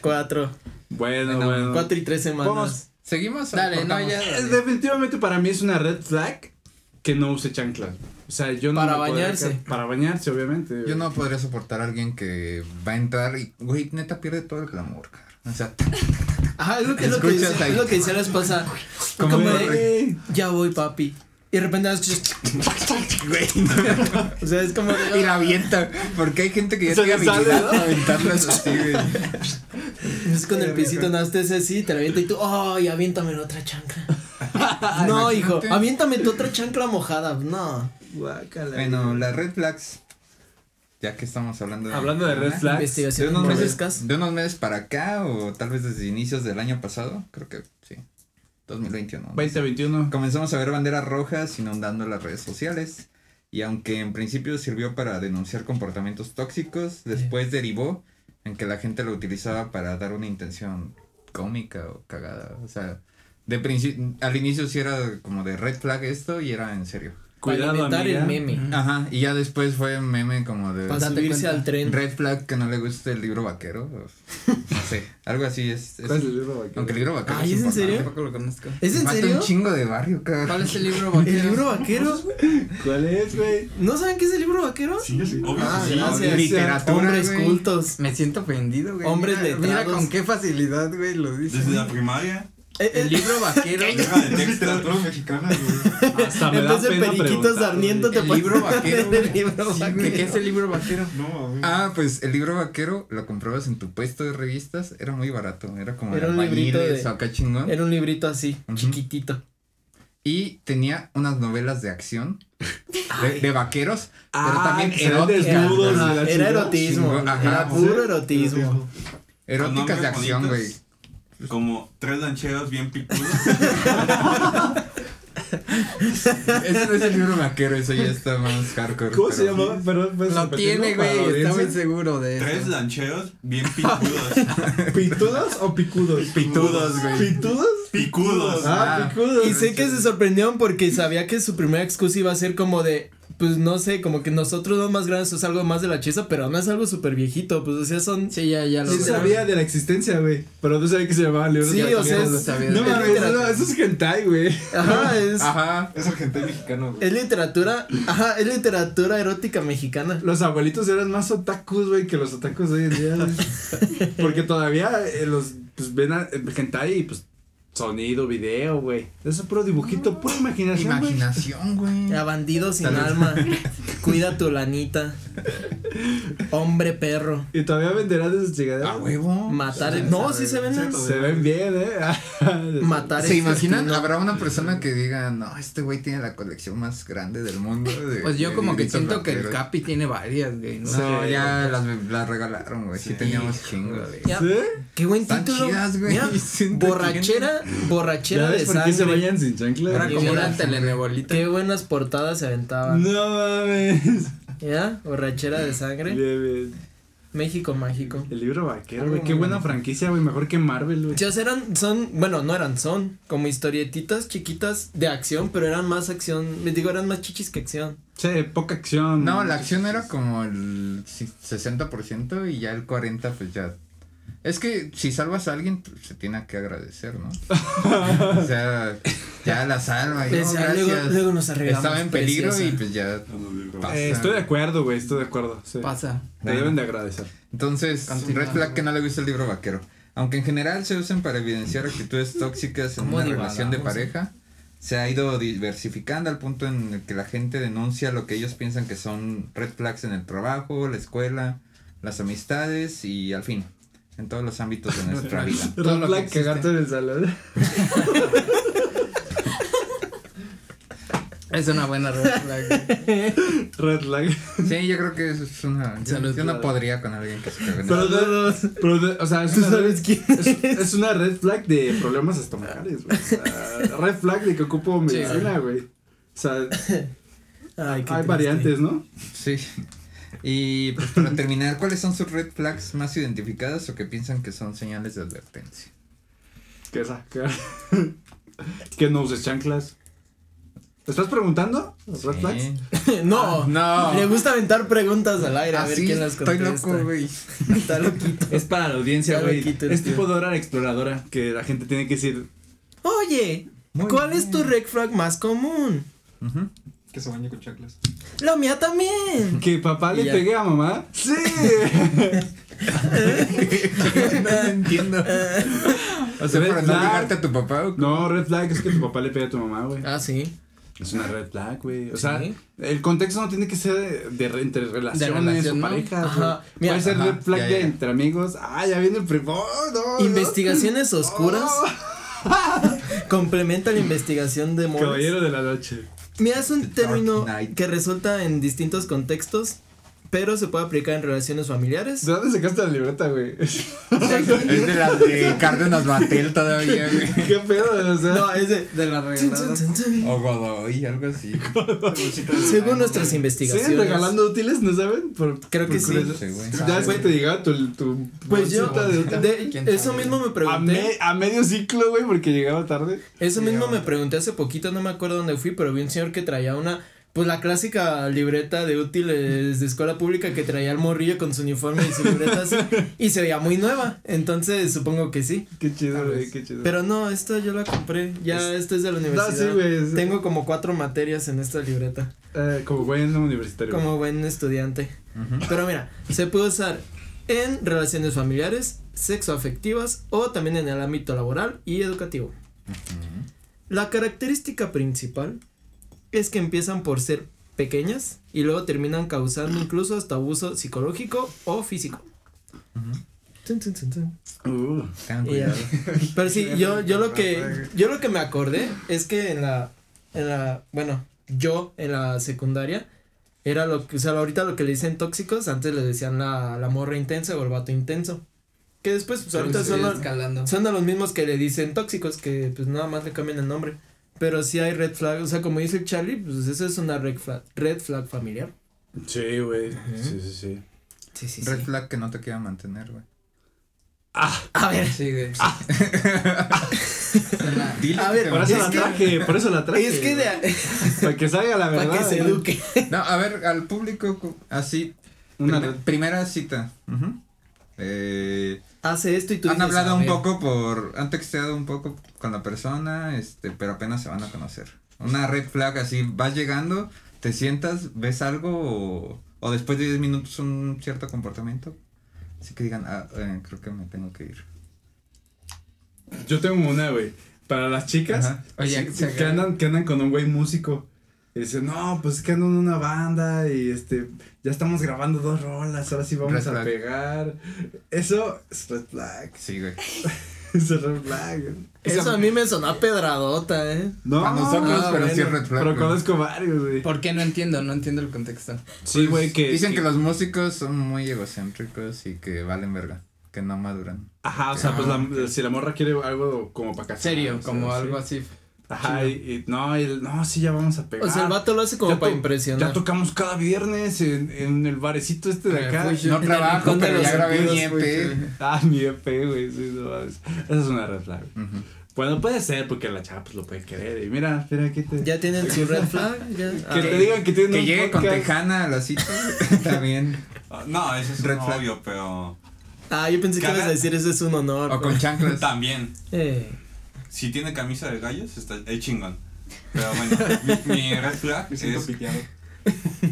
Speaker 2: Cuatro.
Speaker 1: Bueno,
Speaker 4: Bueno,
Speaker 1: bueno.
Speaker 2: Cuatro y tres semanas.
Speaker 1: Vamos.
Speaker 4: Seguimos. o
Speaker 6: Dale, no,
Speaker 4: cortamos?
Speaker 6: ya.
Speaker 1: Es- definitivamente para mí es una red flag que no use chanclas. O sea, yo no
Speaker 2: Para
Speaker 1: me podría
Speaker 2: bañarse.
Speaker 1: ca- Para bañarse, obviamente.
Speaker 4: Yo
Speaker 1: güey.
Speaker 4: no podría soportar a alguien que va a entrar y, güey, neta pierde todo el glamour, cabrón. O sea, <laughs>
Speaker 2: Ajá, es lo que, es lo que,
Speaker 4: Escuchas
Speaker 2: dice-
Speaker 4: ahí.
Speaker 2: es lo que decía la esposa.
Speaker 1: Como
Speaker 2: Como
Speaker 1: de-
Speaker 2: de, ya voy, papi. Y de repente
Speaker 4: <laughs>
Speaker 2: escuchas. o sea, es como.
Speaker 4: y
Speaker 2: de,
Speaker 4: la avienta. Porque hay gente que ya
Speaker 1: Se
Speaker 4: tiene
Speaker 1: le sale,
Speaker 4: habilidad
Speaker 1: ¿no?
Speaker 4: para aventarlas así, güey.
Speaker 2: <laughs> es con el pisito, nada, te hace así, te la avienta y tú, ¡ay, aviéntame la otra chancla! no, hijo,
Speaker 4: imagínate.
Speaker 2: aviéntame tu otra chancla mojada. No.
Speaker 1: Guácala,
Speaker 4: Bueno,
Speaker 1: güey.
Speaker 4: las red flags. Ya que estamos hablando de.
Speaker 1: Hablando de red flags.
Speaker 2: Ah, Investigación
Speaker 1: de unos
Speaker 2: por
Speaker 1: meses-
Speaker 2: pescas.
Speaker 4: De unos meses para acá, o tal vez desde inicios del año pasado, creo que sí. 2021. ¿no?
Speaker 1: 2021.
Speaker 4: Comenzamos a ver banderas rojas inundando las redes sociales. Y aunque en principio sirvió para denunciar comportamientos tóxicos, después derivó en que la gente lo utilizaba para dar una intención cómica o cagada. O sea, de princi- al inicio sí era como de red flag esto y era en serio.
Speaker 2: Para
Speaker 1: Cuidado,
Speaker 2: alimentar
Speaker 1: amiga.
Speaker 2: el meme.
Speaker 4: Ajá, y ya después fue meme como de...
Speaker 2: Para
Speaker 6: Date
Speaker 2: subirse
Speaker 6: cuenta.
Speaker 2: al tren.
Speaker 4: Red flag que no le guste el libro vaquero. o- No
Speaker 2: <laughs>
Speaker 4: sé, algo así es. es-
Speaker 1: ¿Cuál es el libro vaquero?
Speaker 4: aunque el libro vaquero...
Speaker 2: Ay, ¿es en
Speaker 4: importante.
Speaker 2: serio?
Speaker 6: Tampoco lo conozco.
Speaker 2: ¿Es en
Speaker 4: Mata
Speaker 2: serio?
Speaker 4: un chingo de barrio, cabrón.
Speaker 6: ¿Cuál es el libro
Speaker 2: ¿El
Speaker 6: vaquero?
Speaker 2: libro vaquero?
Speaker 1: ¿Cuál es, güey?
Speaker 2: ¿No saben qué es el libro vaquero?
Speaker 5: Sí, sí. Obvio,
Speaker 2: Ah,
Speaker 5: sí.
Speaker 2: gracias.
Speaker 4: Literatura,
Speaker 2: Hombres
Speaker 4: güey.
Speaker 2: cultos.
Speaker 6: Me siento ofendido, güey.
Speaker 2: Hombres
Speaker 6: mira,
Speaker 2: letrados.
Speaker 6: Mira con qué facilidad, güey, lo
Speaker 5: Desde
Speaker 6: dices.
Speaker 5: la primaria.
Speaker 2: Eh, eh,
Speaker 6: El libro <laughs> vaquero.
Speaker 5: Era
Speaker 3: <laughs>
Speaker 5: de literatura mexicana, güey.
Speaker 1: Hasta me
Speaker 2: En
Speaker 1: da
Speaker 2: vez de
Speaker 1: pena
Speaker 2: periquitos
Speaker 1: preguntar,
Speaker 2: sarnientos te
Speaker 6: El libro
Speaker 2: ponen
Speaker 6: vaquero,
Speaker 2: <laughs> el
Speaker 6: güey.
Speaker 2: libro
Speaker 6: Sí,
Speaker 2: vaquero.
Speaker 6: güey, ¿Qué es el libro vaquero?
Speaker 5: No, güey.
Speaker 4: Ah, pues el libro vaquero lo comprabas en tu puesto de revistas, era muy barato, era como
Speaker 2: Era
Speaker 4: de
Speaker 2: un librito de-
Speaker 4: albañiles
Speaker 2: Eh.
Speaker 4: o acá chingón.
Speaker 2: Era un librito así,
Speaker 4: Ujú.
Speaker 2: chiquitito.
Speaker 4: Y tenía unas novelas de acción de, de vaqueros, pero
Speaker 1: Ah,
Speaker 4: también
Speaker 1: que salían
Speaker 4: eróticas,
Speaker 2: Era,
Speaker 1: desnudos.
Speaker 4: ajá,
Speaker 2: ajá,
Speaker 1: la
Speaker 2: era
Speaker 1: chingada.
Speaker 2: erotismo,
Speaker 4: Chingón, ajá,
Speaker 2: era
Speaker 4: sí.
Speaker 2: puro erotismo.
Speaker 4: eróticas de
Speaker 5: nombres
Speaker 4: acción,
Speaker 5: bonitos.
Speaker 4: güey.
Speaker 5: Como tres lancheros bien <laughs> picudos.
Speaker 4: Ese no es el libro vaquero, eso ya
Speaker 2: <laughs>
Speaker 4: está más hardcore.
Speaker 1: ¿Cómo se
Speaker 4: pero-
Speaker 1: llamaba? Perdón, pues, ¿puedes
Speaker 6: Lo
Speaker 1: repetirlo
Speaker 6: tiene,
Speaker 1: para la
Speaker 6: güey. Está muy
Speaker 1: audiencia?
Speaker 6: seguro de
Speaker 5: tres
Speaker 6: eso.
Speaker 5: lancheros bien picudos.
Speaker 1: ¿Pitudos
Speaker 2: <laughs>
Speaker 1: o picudos?
Speaker 5: <laughs> Pitudos, güey.
Speaker 1: ¿Pitudos?
Speaker 5: Picudos.
Speaker 1: Ah,
Speaker 4: Ah.
Speaker 1: picudos.
Speaker 2: Y sé que se sorprendieron porque sabía que su primera excusa iba a ser como de, pues no sé, como que nosotros los más grandes es algo más de la chesa, pero no es algo súper viejito, pues o sea, son...
Speaker 6: Sí, ya, ya lo
Speaker 1: Sí
Speaker 6: sé.
Speaker 1: sabía de la existencia, güey. Pero no sabía que se llamaba León.
Speaker 2: Sí, o sea,
Speaker 6: es- sabía.
Speaker 1: No
Speaker 6: Es
Speaker 1: mames, eso,
Speaker 2: literatura.
Speaker 1: eso es hentai, güey.
Speaker 2: Ajá, es,
Speaker 4: Ajá.
Speaker 3: Es argentino y mexicano, güey.
Speaker 2: es literatura, ajá, es literatura erótica mexicana.
Speaker 1: Los abuelitos eran más otakus, güey, que los otakus de hoy en día, güey. Porque todavía eh, los pues, ven a, eh, hentai y pues sonido, video, güey. Eso es puro dibujito, pura imaginación, güey.
Speaker 4: Imaginación, güey.
Speaker 2: A bandido sin
Speaker 4: Salud.
Speaker 2: alma, cuida tu lanita, hombre perro,
Speaker 1: Y todavía venderán de sus llegaderas.
Speaker 4: A huevo.
Speaker 2: matar... no, sí se ven las-
Speaker 1: Se ven bien, eh. <laughs>
Speaker 2: Matar
Speaker 4: ¿Se
Speaker 2: el
Speaker 4: imaginan?
Speaker 2: destino.
Speaker 4: Habrá una persona que diga, no, este güey tiene la colección más grande del mundo. de-
Speaker 6: Pues yo
Speaker 4: de
Speaker 6: como que
Speaker 4: libritos
Speaker 6: siento que el
Speaker 4: vaqueros".
Speaker 6: Capi tiene varias, güey. ¿no?
Speaker 4: No,
Speaker 1: Sí.
Speaker 4: ya las, las regalaron, güey. Sí, teníamos chingo, güey.
Speaker 2: Ya,
Speaker 1: ¿Sí?
Speaker 2: Qué buen
Speaker 4: Están
Speaker 2: título.
Speaker 4: chidas, güey.
Speaker 2: Mira,
Speaker 4: Siento que-
Speaker 2: borrachera, borrachera
Speaker 1: ¿Ya
Speaker 2: de
Speaker 1: ves por qué se
Speaker 2: sangre.
Speaker 1: vayan sin chanclas?
Speaker 6: Era
Speaker 2: Sí,
Speaker 6: como
Speaker 2: ya.
Speaker 6: una telenovelita.
Speaker 2: Qué buenas portadas se aventaban.
Speaker 1: No mames.
Speaker 2: ¿Ya? Borrachera de sangre.
Speaker 1: Bien, bien.
Speaker 2: México mágico.
Speaker 1: El libro vaquero, güey.
Speaker 2: Algo
Speaker 1: Qué
Speaker 2: muy
Speaker 1: buena
Speaker 2: bonito.
Speaker 1: franquicia, güey. Mejor que Marvel, güey.
Speaker 2: Sí, o sea, eran, son, bueno, no eran, son como historietitas chiquitas de acción, pero eran más acción, me digo, eran más chichis que acción.
Speaker 1: Che, poca acción.
Speaker 4: No, la acción era como el si- 60% y ya el 40% pues ya. Es que si salvas a alguien, pues, se tiene que agradecer, ¿no? <laughs> o sea, ya la salva. y, "Oh,
Speaker 2: Decía, Pues, luego,
Speaker 4: gracias".
Speaker 2: luego nos arreglamos.
Speaker 4: Estaba en peligro
Speaker 2: preciosa.
Speaker 4: y pues ya.
Speaker 5: Ah,
Speaker 1: Eh, estoy de acuerdo, güey. Estoy de acuerdo. Sí.
Speaker 6: Pasa.
Speaker 1: Te deben de agradecer.
Speaker 4: Entonces,
Speaker 6: Continúa.
Speaker 4: Red Flag que no le gusta el libro vaquero. Aunque en general se usan para evidenciar actitudes tóxicas en
Speaker 2: ¿Cómo
Speaker 4: una
Speaker 2: divagamos,
Speaker 4: relación de
Speaker 2: eh?
Speaker 4: pareja, se ha ido diversificando al punto en el que la gente denuncia lo que ellos piensan que son red flags en el trabajo, la escuela, las amistades y al fin, en todos los ámbitos de nuestra
Speaker 1: <laughs>
Speaker 4: vida.
Speaker 6: Todo
Speaker 1: Red
Speaker 6: lo que
Speaker 1: flag,
Speaker 6: existe.
Speaker 1: cagarte en el salón.
Speaker 6: Es una buena red flag, güey.
Speaker 1: Red flag.
Speaker 4: Sí, yo creo que eso es una... Yo,
Speaker 6: Salud,
Speaker 4: yo no
Speaker 6: claro.
Speaker 4: podría con alguien que se cague en el-
Speaker 1: Pero, no, pero no, o sea, es
Speaker 2: Tú
Speaker 1: una,
Speaker 2: sabes
Speaker 1: red,
Speaker 2: quién.
Speaker 1: es, es una red flag de problemas estomacales, güey. O sea, red flag de que ocupo medicina, güey. O sea,
Speaker 2: Ay, qué
Speaker 1: hay
Speaker 2: triste.
Speaker 1: variantes, ¿no?
Speaker 4: Sí. Y pues para terminar, ¿cuáles son sus red flags más identificadas o que piensan que son señales de advertencia?
Speaker 1: Que esa, que, <laughs> que no uses chanclas. ¿Te estás preguntando? ¿Los red flags?
Speaker 2: <laughs> No,
Speaker 4: Ah, No.
Speaker 2: Le gusta aventar preguntas al aire a ver
Speaker 4: Así
Speaker 2: quién las
Speaker 4: estoy
Speaker 2: contesta.
Speaker 4: loco, güey. <laughs>
Speaker 2: <laughs> Está loquito.
Speaker 1: Es para la audiencia,
Speaker 2: Ya lo
Speaker 1: güey.
Speaker 2: quito el
Speaker 1: Es
Speaker 2: tío.
Speaker 1: tipo de hora exploradora que la gente tiene que decir.
Speaker 2: Oye,
Speaker 4: Muy
Speaker 2: ¿cuál
Speaker 4: bien.
Speaker 2: es tu red flag más común?
Speaker 4: Ujú.
Speaker 3: Que se bañe con chanclas.
Speaker 2: La mía
Speaker 4: <laughs>
Speaker 2: también.
Speaker 1: ¿Que papá le
Speaker 2: Y ya.
Speaker 1: pegué a mamá? ¡Sí!
Speaker 4: no lo entiendo. O sea,
Speaker 1: Red
Speaker 4: para no
Speaker 1: flag.
Speaker 4: ligarte a tu papá. ¿o
Speaker 1: <laughs>
Speaker 4: qué?
Speaker 1: no, red flag es que tu papá le pegue a tu mamá, güey.
Speaker 2: Ah, sí.
Speaker 1: Es una red flag, güey. O sea,
Speaker 2: Sí.
Speaker 1: el contexto no tiene que ser de, re- entre relaciones
Speaker 6: relación,
Speaker 1: o
Speaker 6: ¿no?
Speaker 1: parejas.
Speaker 2: Ajá.
Speaker 1: güey.
Speaker 2: Mira,
Speaker 1: Puede ser
Speaker 4: ajá,
Speaker 1: red flag
Speaker 4: ya,
Speaker 1: de
Speaker 4: ya.
Speaker 1: entre amigos. Ah, ya viene el primo. Oh, no, <laughs>
Speaker 4: <laughs>
Speaker 1: Oh.
Speaker 2: Investigaciones oscuras
Speaker 4: Oh.
Speaker 2: complementa la investigación de
Speaker 1: no.
Speaker 2: Morris.
Speaker 1: Caballero de la noche.
Speaker 2: Mira, es un
Speaker 4: The Dark
Speaker 2: término
Speaker 4: Knight.
Speaker 2: que resulta en distintos contextos, pero se puede aplicar en relaciones familiares.
Speaker 1: ¿De dónde sacaste la libreta, güey? <laughs>
Speaker 4: Es de las de Cárdenas Batel todavía, güey.
Speaker 1: ¿Qué pedo? O sea,
Speaker 2: No, es de...
Speaker 6: De la
Speaker 2: Tun, tun,
Speaker 6: regalada.
Speaker 2: tun, tun.
Speaker 4: O Godoy, algo
Speaker 2: <laughs>
Speaker 4: así.
Speaker 2: Según nuestras
Speaker 1: ¿siguen
Speaker 2: investigaciones.
Speaker 1: regalando útiles? ¿No saben? Por-
Speaker 2: Creo
Speaker 1: por
Speaker 2: que sí.
Speaker 1: curiosidad.
Speaker 4: Sí, güey.
Speaker 1: Ya es que te llegaba tu, tu
Speaker 2: Pues yo,
Speaker 1: bolsita de-
Speaker 2: de-
Speaker 6: ¿Quién
Speaker 2: eso
Speaker 6: sabe?
Speaker 2: mismo me
Speaker 1: a, me-
Speaker 2: <laughs> pregunté,
Speaker 1: a medio ciclo, güey, porque llegaba tarde.
Speaker 2: eso mismo me pregunté hace poquito, no me acuerdo dónde fui, pero vi un señor que traía una, pues la clásica libreta de útiles de escuela pública que traía el morrillo con su uniforme y su libreta así, y se veía muy nueva, entonces supongo que sí.
Speaker 1: Qué chido, güey, qué chido.
Speaker 2: Pero no, esta yo la compré. Ya, esta es de la universidad.
Speaker 1: sí, güey, sí.
Speaker 2: Tengo como cuatro materias en esta libreta.
Speaker 1: Eh, como güey en un universitario.
Speaker 2: Como buen estudiante. Pero mira, se puede usar en relaciones familiares, sexoafectivas o también en el ámbito laboral y educativo. La característica principal es que empiezan por ser pequeñas y luego terminan causando incluso hasta abuso psicológico o físico. Tun, tun, tun, tun.
Speaker 1: Uh,
Speaker 4: Tengan
Speaker 2: Y ya. <laughs>
Speaker 4: cuidado.
Speaker 2: Pero sí, yo, yo lo que yo lo que me acordé es que en la en la, bueno, yo en la secundaria, era lo que, o sea, ahorita lo que le dicen tóxicos, antes le decían la, la morra intensa o el vato intenso. Que después, pues ahorita son, los-
Speaker 6: escalando.
Speaker 2: son de los mismos que le dicen tóxicos, que pues nada más le cambian el nombre. Pero sí hay red flag, o sea, como dice el Charlie, pues esa es una red flag, red flag familiar.
Speaker 1: Sí, güey. Sí, sí, sí.
Speaker 2: Sí, sí,
Speaker 4: Red flag que no te quiera mantener, güey.
Speaker 2: A ver,
Speaker 6: Sí, güey. Suena-
Speaker 5: Dile
Speaker 2: A ver,
Speaker 5: que te
Speaker 1: Por eso
Speaker 2: Es
Speaker 1: la
Speaker 2: que-
Speaker 1: traje, por eso la traje.
Speaker 2: es que
Speaker 1: güey.
Speaker 2: de,
Speaker 1: Para que salga la verdad.
Speaker 2: para que se
Speaker 1: güey.
Speaker 2: eduque. <laughs>
Speaker 4: No, a ver, al público, cu- así,
Speaker 1: Una
Speaker 4: prime-
Speaker 1: red.
Speaker 4: primera cita. Ujú. Eh,
Speaker 2: Hace esto y tú
Speaker 4: han
Speaker 2: dices,
Speaker 4: hablado
Speaker 2: a
Speaker 4: un
Speaker 2: ver.
Speaker 4: poco por, han texteado un poco con la persona, este, pero apenas se van a conocer. Una red flag así, vas llegando, te sientas, ves algo o, o después de 10 minutos un cierto comportamiento. Así que digan, ah, eh, creo que me tengo que ir.
Speaker 1: Yo tengo una, güey. Para las chicas
Speaker 4: Ajá.
Speaker 6: Oye,
Speaker 1: sí,
Speaker 6: se
Speaker 1: que,
Speaker 6: agarra-
Speaker 1: andan, que andan con un güey músico. Y dicen, no, pues es que ando en una banda y este, ya estamos grabando dos rolas, ahora sí vamos
Speaker 4: Red
Speaker 1: a
Speaker 4: flag.
Speaker 1: pegar. Eso es red flag. <laughs>
Speaker 4: Sí, güey.
Speaker 1: Eso es red flag. güey.
Speaker 2: Eso a mí me sonó a pedradota, eh.
Speaker 1: No,
Speaker 4: Para nosotros,
Speaker 1: no,
Speaker 4: pero sí
Speaker 1: bueno,
Speaker 4: es red flag,
Speaker 1: Pero
Speaker 4: güey.
Speaker 1: conozco varios, güey.
Speaker 6: ¿Por qué no entiendo? No entiendo el contexto.
Speaker 1: Sí, güey, que.
Speaker 4: Pues, Dicen que los músicos son muy egocéntricos y que valen verga, que no maduran.
Speaker 1: Ajá, o sea, pues la- si la morra quiere algo como para casar.
Speaker 6: Serio, como algo así.
Speaker 1: Ajá, y, y no, y el- no, sí, ya vamos a pegar.
Speaker 2: O sea, el vato lo hace como
Speaker 1: Ah. Ya
Speaker 2: para
Speaker 1: to-
Speaker 2: impresionar. Eh,
Speaker 1: Ya tocamos cada viernes en, en el barecito este de acá.
Speaker 6: Refugio.
Speaker 4: No
Speaker 6: En el
Speaker 4: trabajo,
Speaker 2: rincón de
Speaker 4: pero
Speaker 2: los
Speaker 4: ya grabé E
Speaker 1: Sentidos,
Speaker 4: mi EP.
Speaker 1: güey, sí. Ah, mi EP, güey, sí, no mames. Esa es una red flag.
Speaker 4: Ujú.
Speaker 1: Bueno, puede ser porque la chava pues lo puede querer. Y mira, mira, aquí te...
Speaker 2: Ya ah, tienen
Speaker 1: <laughs>
Speaker 2: su red flag. Ya.
Speaker 1: que te digan que tiene
Speaker 4: Que
Speaker 1: un
Speaker 4: llegue con
Speaker 1: podcast.
Speaker 4: Tejana a
Speaker 6: <laughs>
Speaker 4: la cita, también.
Speaker 5: Ah, No, eso es
Speaker 4: Red
Speaker 5: un
Speaker 4: flag.
Speaker 5: obvio, pero
Speaker 2: Ah, yo pensé que ibas a
Speaker 5: Cada-
Speaker 2: decir eso es un honor. pues.
Speaker 4: O con chanclas.
Speaker 5: también.
Speaker 2: <laughs> Eh,
Speaker 5: Si tiene camisa de gallos, está el chingón. Pero bueno, mi, mi red flag
Speaker 3: Me siento
Speaker 5: es
Speaker 3: piteado.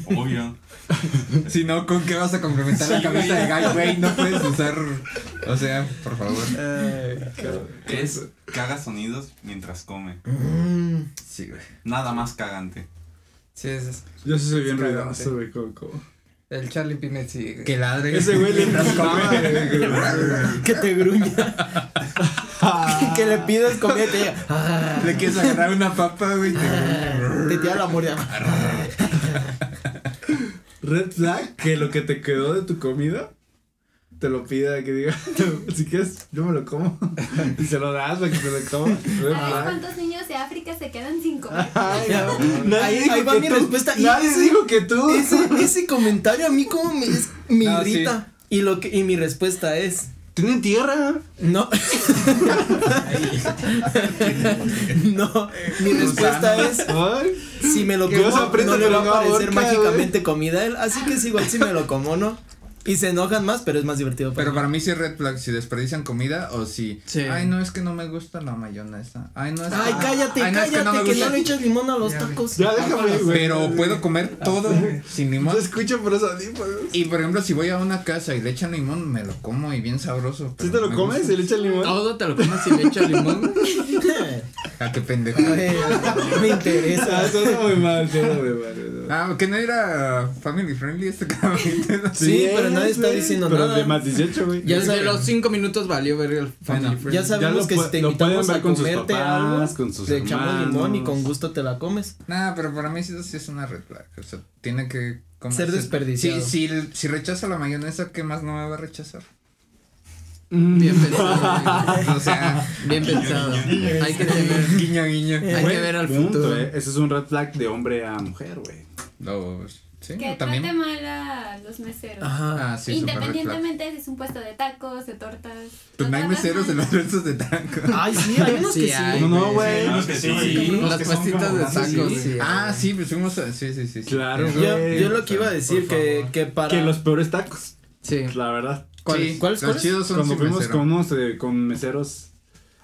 Speaker 5: obvio.
Speaker 4: <laughs> Si no, ¿con qué vas a complementar la
Speaker 5: Sí,
Speaker 4: camisa
Speaker 5: güey.
Speaker 4: de gallo, güey? No puedes usar. O sea, por favor.
Speaker 5: Es que haga sonidos mientras come.
Speaker 2: mm,
Speaker 4: Sí, güey.
Speaker 5: Nada más cagante.
Speaker 6: Sí, es- es.
Speaker 1: Yo sí soy bien
Speaker 6: Cagante.
Speaker 1: ruidoso, güey, como- como-
Speaker 6: El Charlie Pinet sí. güey.
Speaker 4: Que ladre.
Speaker 1: Ese güey le mama,
Speaker 2: que te
Speaker 1: <laughs>
Speaker 2: gruña. que le pides comida y te diga.
Speaker 1: <laughs>
Speaker 2: "Ah",
Speaker 4: Le quieres agarrar una papa, güey.
Speaker 2: te tira la mordida.
Speaker 1: Red flag, que lo que te quedó de tu comida, te lo pida, que diga, <laughs> si quieres, yo me lo como. <laughs> Y se lo das para que se lo coma. Red
Speaker 7: ¿Sabes
Speaker 1: flag.
Speaker 7: cuántos niños de África se quedan sin comer?
Speaker 1: Ay,
Speaker 2: Ahí- ahí va
Speaker 1: que
Speaker 2: mi
Speaker 1: tú.
Speaker 2: respuesta. Y
Speaker 1: Nadie
Speaker 2: ese-
Speaker 1: dijo que tú.
Speaker 2: Ese, ese comentario a mí como me, es- me
Speaker 4: No, sí.
Speaker 2: irrita. Y, lo que, y mi respuesta es.
Speaker 1: Tienen tierra.
Speaker 2: No. <laughs> no, mi respuesta es.
Speaker 1: Ay.
Speaker 2: Si me lo
Speaker 1: Que no
Speaker 2: como,
Speaker 1: se aprieta,
Speaker 2: no le va
Speaker 1: pero
Speaker 2: a
Speaker 1: no
Speaker 2: parecer
Speaker 1: ahorca,
Speaker 2: mágicamente comida a él, así que es igual si me lo como, ¿no? Y se enojan más, pero es más divertido para
Speaker 4: Pero
Speaker 2: mí.
Speaker 4: para mí sí es red flag si desperdician comida o si.
Speaker 6: Sí.
Speaker 4: Ay, no, es que no me gusta la mayonesa. Ay, no es
Speaker 2: Ay,
Speaker 4: ah,
Speaker 2: cállate,
Speaker 4: ay, no, es
Speaker 2: cállate, que,
Speaker 4: me
Speaker 2: no
Speaker 4: gusta".
Speaker 2: le eches limón a los tacos.
Speaker 1: Ya
Speaker 2: <laughs>
Speaker 1: déjame, güey.
Speaker 4: Pero puedo comer
Speaker 1: <laughs>
Speaker 4: todo güey, sin limón.
Speaker 1: Yo escucho por eso pues. audífonos.
Speaker 4: Y por ejemplo, si voy a una casa y le echan limón, me lo como y bien sabroso.
Speaker 1: ¿Sí
Speaker 4: pero
Speaker 1: te lo
Speaker 4: me
Speaker 1: comes
Speaker 4: gusta.
Speaker 1: y le echas limón? <laughs>
Speaker 6: Todo te lo comes si le echas limón. <laughs> güey.
Speaker 4: Ah,
Speaker 1: <laughs>
Speaker 4: qué pendejo.
Speaker 2: Eh, me
Speaker 1: Ah,
Speaker 2: interesa.
Speaker 1: eso está muy mal, <laughs> todo muy mal. eso.
Speaker 4: Ah, que no era family friendly este cabrón. <laughs>
Speaker 2: Sí, pero nadie está
Speaker 1: güey,
Speaker 2: diciendo
Speaker 1: pero
Speaker 2: nada.
Speaker 1: de más 18, güey.
Speaker 2: Ya
Speaker 6: Desde
Speaker 2: saben.
Speaker 6: los cinco minutos valió ver el Family
Speaker 4: Bueno,
Speaker 6: Friend.
Speaker 2: Ya sabemos
Speaker 1: lo
Speaker 2: que si
Speaker 1: pu-
Speaker 2: te
Speaker 1: lo
Speaker 2: invitamos
Speaker 1: pueden ver
Speaker 2: a
Speaker 1: con sus
Speaker 2: comerte
Speaker 1: papás,
Speaker 2: algo,
Speaker 1: con sus
Speaker 2: le echamos limón y
Speaker 1: hermanos.
Speaker 2: con gusto te la comes.
Speaker 4: Nah, pero para mí eso sí es una red flag. O sea, tiene que comerse-
Speaker 2: Ser desperdiciado.
Speaker 4: Sí, si, si rechazo la mayonesa, ¿qué más no me va
Speaker 2: <laughs>
Speaker 4: a rechazar?
Speaker 1: Mm.
Speaker 6: Bien pensado. güey.
Speaker 4: O sea,
Speaker 6: Bien pensado. Hay que tener.
Speaker 4: guiño, guiño.
Speaker 2: Eh,
Speaker 6: Hay
Speaker 1: Buen
Speaker 6: que ver al
Speaker 1: punto,
Speaker 6: futuro.
Speaker 1: eh. Ese es un red flag de hombre a mujer, güey.
Speaker 4: Los- sí,
Speaker 7: Que trate
Speaker 4: también.
Speaker 7: mal a los meseros.
Speaker 2: Ajá.
Speaker 4: Ah, sí, super red flag.
Speaker 7: Independientemente si es un puesto de tacos, de tortas.
Speaker 4: Pues no
Speaker 7: no
Speaker 4: hay
Speaker 7: tratas
Speaker 4: meseros
Speaker 7: mal.
Speaker 4: en los restos de taco.
Speaker 2: Ay, sí, hay unos
Speaker 6: Sí,
Speaker 2: que
Speaker 6: hay,
Speaker 2: sí.
Speaker 1: No, no, güey.
Speaker 5: Claro que sí.
Speaker 6: Sí,
Speaker 3: Unos
Speaker 6: las
Speaker 3: que son
Speaker 6: pastitas de
Speaker 3: como
Speaker 6: tacos.
Speaker 3: así,
Speaker 6: sí, hay,
Speaker 4: Ah,
Speaker 6: güey.
Speaker 4: sí, pues fuimos a... Sí, sí, sí. sí.
Speaker 1: Claro,
Speaker 4: Eso-
Speaker 2: Yo,
Speaker 1: güey.
Speaker 2: yo lo que iba a decir que, que para.
Speaker 1: Que los peores tacos,
Speaker 6: Sí.
Speaker 1: la verdad.
Speaker 6: ¿Cuál-
Speaker 4: Sí,
Speaker 2: cuáles,
Speaker 4: los
Speaker 2: cuáles?
Speaker 4: chidos son
Speaker 1: Cuando
Speaker 4: sin
Speaker 1: fuimos
Speaker 4: mesero.
Speaker 1: con unos eh, con meseros.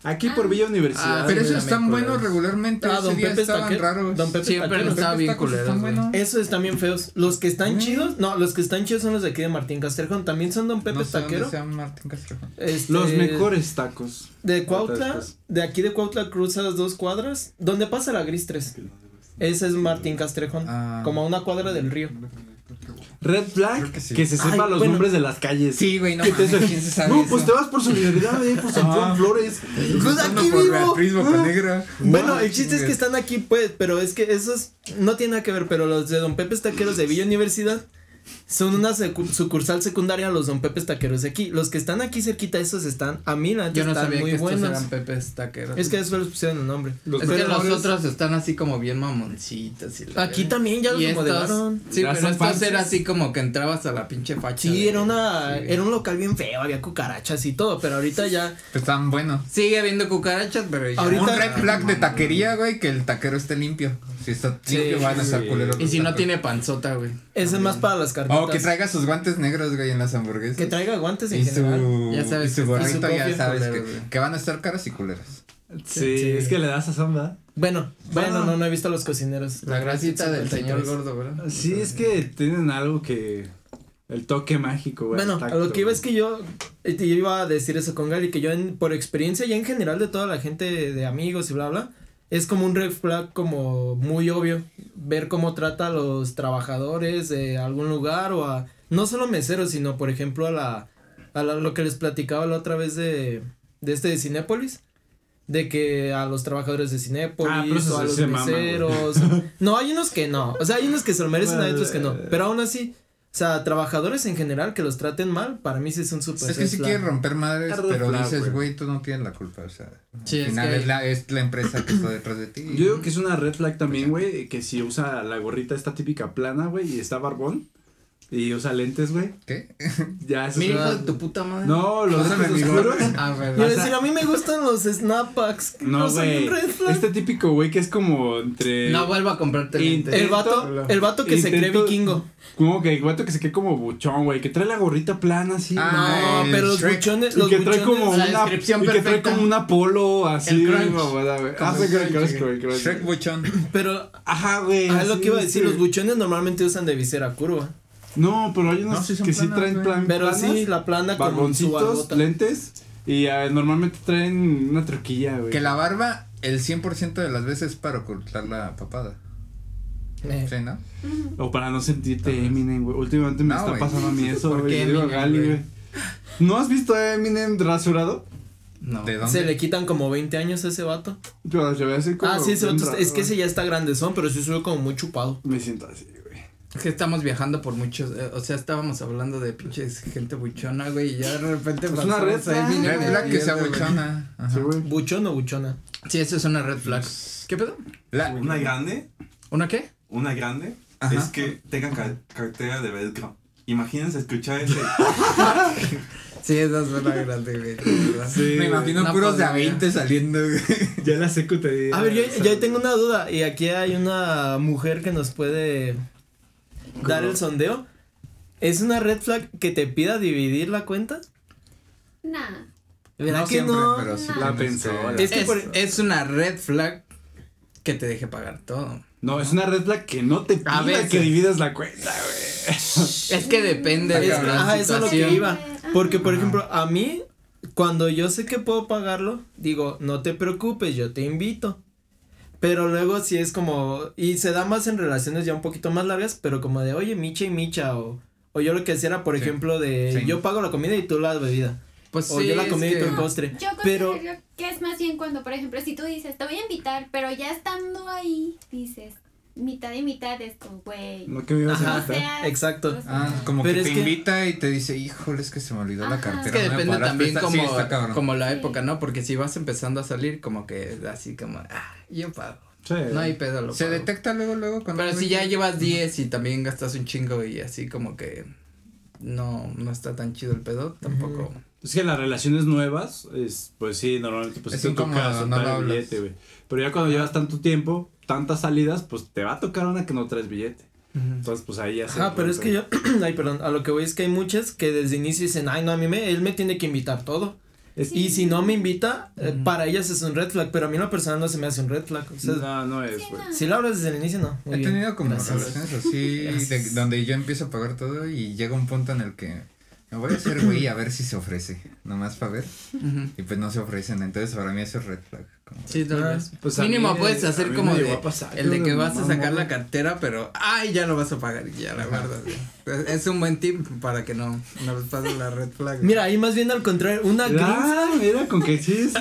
Speaker 1: Aquí por Villa Universidad.
Speaker 6: Ah,
Speaker 4: Pero
Speaker 1: güey.
Speaker 6: Mírame,
Speaker 4: esos están buenos
Speaker 6: culeros.
Speaker 4: regularmente.
Speaker 2: Ah,
Speaker 4: ese
Speaker 2: Don
Speaker 4: día
Speaker 2: Pepe
Speaker 4: estaban
Speaker 2: Taquero-
Speaker 4: raros.
Speaker 2: Don Pepe
Speaker 6: Siempre
Speaker 2: Taquero.
Speaker 6: nos estaba bien
Speaker 4: Estos
Speaker 6: culero.
Speaker 4: están buenos.
Speaker 2: Esos están bien feos. Los que están
Speaker 4: Mm.
Speaker 2: chidos, no, los que están chidos son los de aquí de Martín Castrejón. También son Don Pepe
Speaker 4: No sé dónde
Speaker 2: Taquero.
Speaker 4: sea Martín Castrejón.
Speaker 2: Este,
Speaker 1: Los mejores tacos.
Speaker 2: De Cuautla,
Speaker 1: Después.
Speaker 2: de aquí de Cuautla cruzas dos cuadras. ¿Dónde pasa la Gris 3? Ese es Martín Castrejón.
Speaker 4: Ah.
Speaker 2: Como a una cuadra del río.
Speaker 1: Red flag,
Speaker 4: Creo
Speaker 1: que,
Speaker 4: que sí.
Speaker 1: se
Speaker 2: Ay,
Speaker 1: sepa los
Speaker 2: bueno.
Speaker 1: nombres de las calles. <laughs>
Speaker 4: Sí, güey, no
Speaker 1: ¿Qué te
Speaker 4: mames,
Speaker 1: hace?
Speaker 4: ¿quién se sabe
Speaker 1: No,
Speaker 4: eso? Ah.
Speaker 1: pues te vas por solidaridad, eh, por San Juan Flores.
Speaker 2: ¡Pues
Speaker 4: Cruzando por de Cris Bocanegra.
Speaker 2: Bueno, el chiste es que están aquí, pues, pero es que esos no tiene nada que ver, pero los de Don Pepe Taqueros de Villa Universidad son una secu- sucursal secundaria a los Don Pepe Taqueros de aquí. Los que están aquí cerquita, esos están, a mí la neta,
Speaker 6: Yo no
Speaker 2: están
Speaker 6: sabía
Speaker 2: muy
Speaker 6: que estos
Speaker 2: buenos.
Speaker 6: eran Pepes Taqueros.
Speaker 2: Es que eso les pusieron el nombre.
Speaker 1: Los
Speaker 6: Es que
Speaker 1: mejores-
Speaker 6: los otros están así como bien mamoncitos. Y la
Speaker 2: Aquí
Speaker 6: verga.
Speaker 2: también ya los
Speaker 6: Y estos-
Speaker 2: remodelaron.
Speaker 6: Sí,
Speaker 1: Ya
Speaker 6: pero
Speaker 1: son
Speaker 6: estos
Speaker 1: fancies.
Speaker 6: era así como que entrabas a la pinche facha.
Speaker 2: Sí,
Speaker 6: de-
Speaker 2: era una,
Speaker 6: sí,
Speaker 2: era un local bien feo, había cucarachas y todo, pero ahorita ya,
Speaker 4: Pues Están buenos.
Speaker 6: Sigue habiendo cucarachas, pero ya.
Speaker 2: Ahorita-
Speaker 4: Un <laughs> red flag de taquería, güey, que el taquero esté limpio. Si está
Speaker 2: Sí,
Speaker 4: limpio, van a estar
Speaker 1: sí.
Speaker 4: culeros.
Speaker 6: Y
Speaker 4: los
Speaker 6: si no
Speaker 4: tacos.
Speaker 6: tiene panzota, güey.
Speaker 2: ese es más para las
Speaker 4: O
Speaker 2: carnitas.
Speaker 4: Oh, que traiga sus guantes negros, güey, en las hamburguesas.
Speaker 2: Que traiga guantes Pues en
Speaker 4: y
Speaker 2: general.
Speaker 4: su,
Speaker 6: Ya sabes
Speaker 4: y su
Speaker 6: que-
Speaker 2: y su
Speaker 4: gorrito,
Speaker 2: coffee
Speaker 4: ya sabes
Speaker 6: culero,
Speaker 4: que,
Speaker 6: güey.
Speaker 4: que van a estar caras y culeras.
Speaker 1: Sí,
Speaker 2: Sí.
Speaker 1: es que le das a samba.
Speaker 2: Bueno, bueno,
Speaker 1: Bueno.
Speaker 2: no, no he visto a los cocineros.
Speaker 6: La grasita del señor gordo, ¿verdad?
Speaker 1: Sí, es que tienen algo que. El toque mágico, güey.
Speaker 2: Bueno,
Speaker 1: el
Speaker 2: a
Speaker 1: tacto,
Speaker 2: lo que iba
Speaker 1: güey.
Speaker 2: es que yo, eh, te iba a decir eso con Gary, que yo en- por experiencia ya en general de toda la gente de amigos y bla, bla, es como un red flag como muy obvio ver cómo trata a los trabajadores de algún lugar o a, no solo meseros, sino por ejemplo a la, a la- lo que les platicaba la otra vez de, de este de Cinépolis. De que a los trabajadores de Cinépolis
Speaker 1: Ah, pero esos
Speaker 2: o a
Speaker 1: sí
Speaker 2: los
Speaker 1: se maman, güey.
Speaker 2: meseros. no, hay unos que no. O sea, hay unos que se lo merecen, hay otros que
Speaker 1: <laughs>
Speaker 2: no. Pero aún así, o sea, trabajadores en general que los traten mal, para mí sí Pues es un super.
Speaker 4: es que
Speaker 2: red
Speaker 4: si
Speaker 2: flag.
Speaker 4: quieres romper madres,
Speaker 1: Red
Speaker 4: pero
Speaker 1: flag,
Speaker 4: dices,
Speaker 1: güey.
Speaker 4: güey, tú no tienes la culpa. O sea,
Speaker 6: Sí,
Speaker 4: al
Speaker 6: es
Speaker 4: final
Speaker 6: que-
Speaker 4: es, la, es la empresa que está detrás de ti.
Speaker 1: Yo digo que es una red flag también, güey, que si usa la gorrita esta típica plana, güey, y está barbón, y usa lentes, güey,
Speaker 4: ¿Qué?
Speaker 1: <laughs> ya es...
Speaker 6: Mira, hijo de tu puta madre.
Speaker 1: No, los
Speaker 4: Pásame,
Speaker 1: lentes
Speaker 4: amigo.
Speaker 1: oscuros.
Speaker 6: Ah,
Speaker 2: Yo
Speaker 6: verdad.
Speaker 2: decir, a mí me gustan los snapbacks.
Speaker 1: <laughs> No,
Speaker 2: son un
Speaker 1: güey,
Speaker 2: red flag.
Speaker 1: este típico, güey, que es como entre...
Speaker 6: No vuelvo a comprarte
Speaker 1: y-
Speaker 6: lentes.
Speaker 2: El vato, el vato que se cree
Speaker 1: Intento-
Speaker 2: vikingo.
Speaker 1: Como que el guato que se quede como buchón, güey, que trae la gorrita plana así,
Speaker 4: Ah,
Speaker 2: no,
Speaker 4: el
Speaker 2: pero los
Speaker 4: Shrek.
Speaker 2: buchones,
Speaker 1: güey,
Speaker 2: los
Speaker 1: y que trae
Speaker 2: buchones-
Speaker 1: como
Speaker 6: la
Speaker 1: una...
Speaker 6: descripción
Speaker 1: Y que trae
Speaker 6: perfecta.
Speaker 1: como una polo así,
Speaker 6: El
Speaker 1: güey,
Speaker 6: crunch.
Speaker 1: mamada, güey.
Speaker 6: Como
Speaker 1: Ah,
Speaker 6: el
Speaker 1: sí, crunch,
Speaker 6: crunch,
Speaker 1: crunch,
Speaker 6: güey.
Speaker 1: crunch, crunch.
Speaker 4: Shrek Buchón.
Speaker 2: Pero,
Speaker 1: Ajá, güey.
Speaker 2: ah, lo
Speaker 1: así,
Speaker 2: que iba a decir,
Speaker 1: sí.
Speaker 2: los buchones normalmente usan de visera curva.
Speaker 1: No, pero hay unos
Speaker 4: No, sí son
Speaker 1: que sí
Speaker 4: planas,
Speaker 1: traen
Speaker 4: güey.
Speaker 1: plan
Speaker 2: Pero
Speaker 1: planas.
Speaker 2: sí, la plana con su
Speaker 1: barboncitos,
Speaker 2: barbota.
Speaker 1: lentes y eh, normalmente traen una troquilla, güey.
Speaker 4: Que la barba, el 100% de las veces es para ocultar la papada.
Speaker 2: Eh,
Speaker 4: ¿Sí, no?
Speaker 1: O para no sentirte Eminem, güey. Últimamente me
Speaker 4: No,
Speaker 1: está
Speaker 4: güey.
Speaker 1: pasando a mí eso,
Speaker 6: ¿Por
Speaker 1: güey.
Speaker 6: qué
Speaker 1: Yo digo a
Speaker 6: Eminem,
Speaker 1: Gali,
Speaker 6: güey?
Speaker 1: güey. ¿No has visto a Eminem rasurado?
Speaker 6: No.
Speaker 4: ¿De
Speaker 2: Se
Speaker 4: dónde?
Speaker 2: le quitan como 20 años a ese vato.
Speaker 1: Yo se ve así como
Speaker 2: Ah, sí, ese
Speaker 1: bien
Speaker 2: vato está- es
Speaker 1: raro,
Speaker 2: que ese
Speaker 1: güey.
Speaker 2: ya está grandezón, pero sí se ve como muy chupado.
Speaker 1: Me siento así, güey.
Speaker 6: Es que estamos viajando por muchos. eh, o sea, estábamos hablando de pinches gente buchona, güey. Y ya de repente.
Speaker 1: Es una red
Speaker 6: pasamos a
Speaker 1: flag,
Speaker 6: Eminem
Speaker 4: Red
Speaker 6: y
Speaker 4: flag que sea
Speaker 6: mierda, güey.
Speaker 4: buchona. Ajá.
Speaker 1: Sí, güey.
Speaker 2: ¿Buchón o buchona?
Speaker 6: Sí, eso es una red flag. ¿Qué pedo?
Speaker 4: La-
Speaker 5: Una grande,
Speaker 6: ¿Una qué?
Speaker 5: una grande
Speaker 4: Ajá.
Speaker 5: es que tenga ca- cartera de velcro. Imagínense escuchar ese.
Speaker 6: Sí, esa es una grande, güey. la verdad.
Speaker 4: Me imagino
Speaker 6: No
Speaker 4: puros de a
Speaker 6: podría.
Speaker 4: 20 saliendo, güey.
Speaker 1: <laughs> Ya la secu te di. eh,
Speaker 2: A ver, yo ya tengo una duda. Y aquí hay una mujer que nos puede dar el sondeo. ¿Es una red flag que te pida dividir la cuenta?
Speaker 7: Nah.
Speaker 2: ¿Verdad
Speaker 4: no
Speaker 2: que
Speaker 4: siempre,
Speaker 2: no?
Speaker 4: pero sí.
Speaker 1: La
Speaker 4: tienes
Speaker 1: pensó,
Speaker 4: que-
Speaker 1: la-
Speaker 2: Es que
Speaker 6: Es,
Speaker 2: por-
Speaker 6: es una red flag que te deje pagar todo.
Speaker 1: No, es una red flag que no te
Speaker 6: A
Speaker 1: pida
Speaker 6: veces.
Speaker 1: que dividas la cuenta, güey.
Speaker 6: Es que depende de
Speaker 2: Es-
Speaker 6: la
Speaker 2: ajá, Ah, eso es lo que
Speaker 6: situación.
Speaker 2: iba. Porque, por ejemplo, a mí, cuando yo sé que puedo pagarlo, digo, no te preocupes, yo te invito. Pero luego sí es como, y se da más en relaciones ya un poquito más largas, pero como de, oye, micha y micha, o, o yo lo que hacía era, por
Speaker 4: Sí,
Speaker 2: ejemplo, de,
Speaker 4: sí.
Speaker 2: yo pago la comida y tú la bebida,
Speaker 6: Pues
Speaker 2: o
Speaker 6: sí,
Speaker 2: yo la
Speaker 6: es
Speaker 2: comida y
Speaker 6: que-
Speaker 2: tú el postre,
Speaker 7: Yo
Speaker 2: pero,
Speaker 7: considero que es más bien cuando, por ejemplo, si tú dices, te voy a invitar, pero ya estando ahí, dices, mitad y mitad es como, güey.
Speaker 1: No que me ibas a
Speaker 2: Ajá.
Speaker 7: o
Speaker 1: matar.
Speaker 7: sea,
Speaker 2: exacto.
Speaker 7: o sea,
Speaker 4: Ah, como
Speaker 2: Pero
Speaker 4: que
Speaker 2: es
Speaker 4: te
Speaker 2: que-
Speaker 4: invita y te dice, híjole, es que se me olvidó la
Speaker 7: Ajá.
Speaker 4: cartera.
Speaker 6: Es que
Speaker 4: no me
Speaker 6: depende
Speaker 4: podrás
Speaker 6: también
Speaker 4: prestar".
Speaker 6: como,
Speaker 4: Sí, está cabrón.
Speaker 6: como la
Speaker 7: Sí.
Speaker 6: época, ¿no? Porque si vas empezando a salir, como que así como, ah, yo pago.
Speaker 1: Sí.
Speaker 6: No hay pedo, lo
Speaker 4: Se
Speaker 6: pago.
Speaker 4: detecta luego, luego cuando...
Speaker 6: Pero si ya llevas 10 y también gastas un chingo y así como que no, no está tan chido el pedo, tampoco.
Speaker 1: Es que en las relaciones nuevas, es, pues sí, normalmente pues
Speaker 4: Es
Speaker 1: sí te
Speaker 4: incómodo,
Speaker 1: toca
Speaker 4: no
Speaker 1: soltar
Speaker 4: lo
Speaker 1: el
Speaker 4: hablas.
Speaker 1: billete, güey. Pero ya cuando llevas tanto tiempo, tantas salidas, pues te va a tocar una que no traes billete. Entonces, pues ahí ya se
Speaker 2: Ajá, pero es que yo, <clears throat> ay, perdón, a lo que voy es que hay muchas que desde inicio dicen, ay, no, a mí me, él me tiene que invitar todo.
Speaker 1: Es-
Speaker 2: Y si no me invita, eh, para ellas es un red flag, pero a mí en lo personal no se me hace un red flag. O sea,
Speaker 1: No, no es, güey.
Speaker 2: Si lo hablas desde el inicio, no. Muy
Speaker 4: He
Speaker 2: bien.
Speaker 4: tenido como
Speaker 2: Gracias.
Speaker 4: relaciones así, de-
Speaker 2: Gracias.
Speaker 4: donde yo empiezo a pagar todo y llega un punto en el que Me voy a hacer güey a ver si se ofrece. Nomás para ver.
Speaker 6: Ujú.
Speaker 4: Y pues no se ofrecen. Entonces para mí eso es red flag. como-
Speaker 6: Sí, tal vez.
Speaker 1: Pues a
Speaker 6: Mínimo
Speaker 1: mí,
Speaker 6: puedes
Speaker 1: eh, a
Speaker 6: hacer
Speaker 1: mí
Speaker 6: como
Speaker 1: me
Speaker 6: de-
Speaker 1: llegó a pasar,
Speaker 6: el de
Speaker 1: yo
Speaker 6: que
Speaker 1: de
Speaker 6: vas a
Speaker 1: mamá,
Speaker 6: sacar la
Speaker 1: mamá.
Speaker 6: cartera, pero ay, ya lo vas a pagar, y ya la guardas. güey. Es un buen tip para que no, no les pase la red flag. güey.
Speaker 2: Mira, ahí más bien al contrario, una gringa
Speaker 1: Ah, mira, con que sí. es-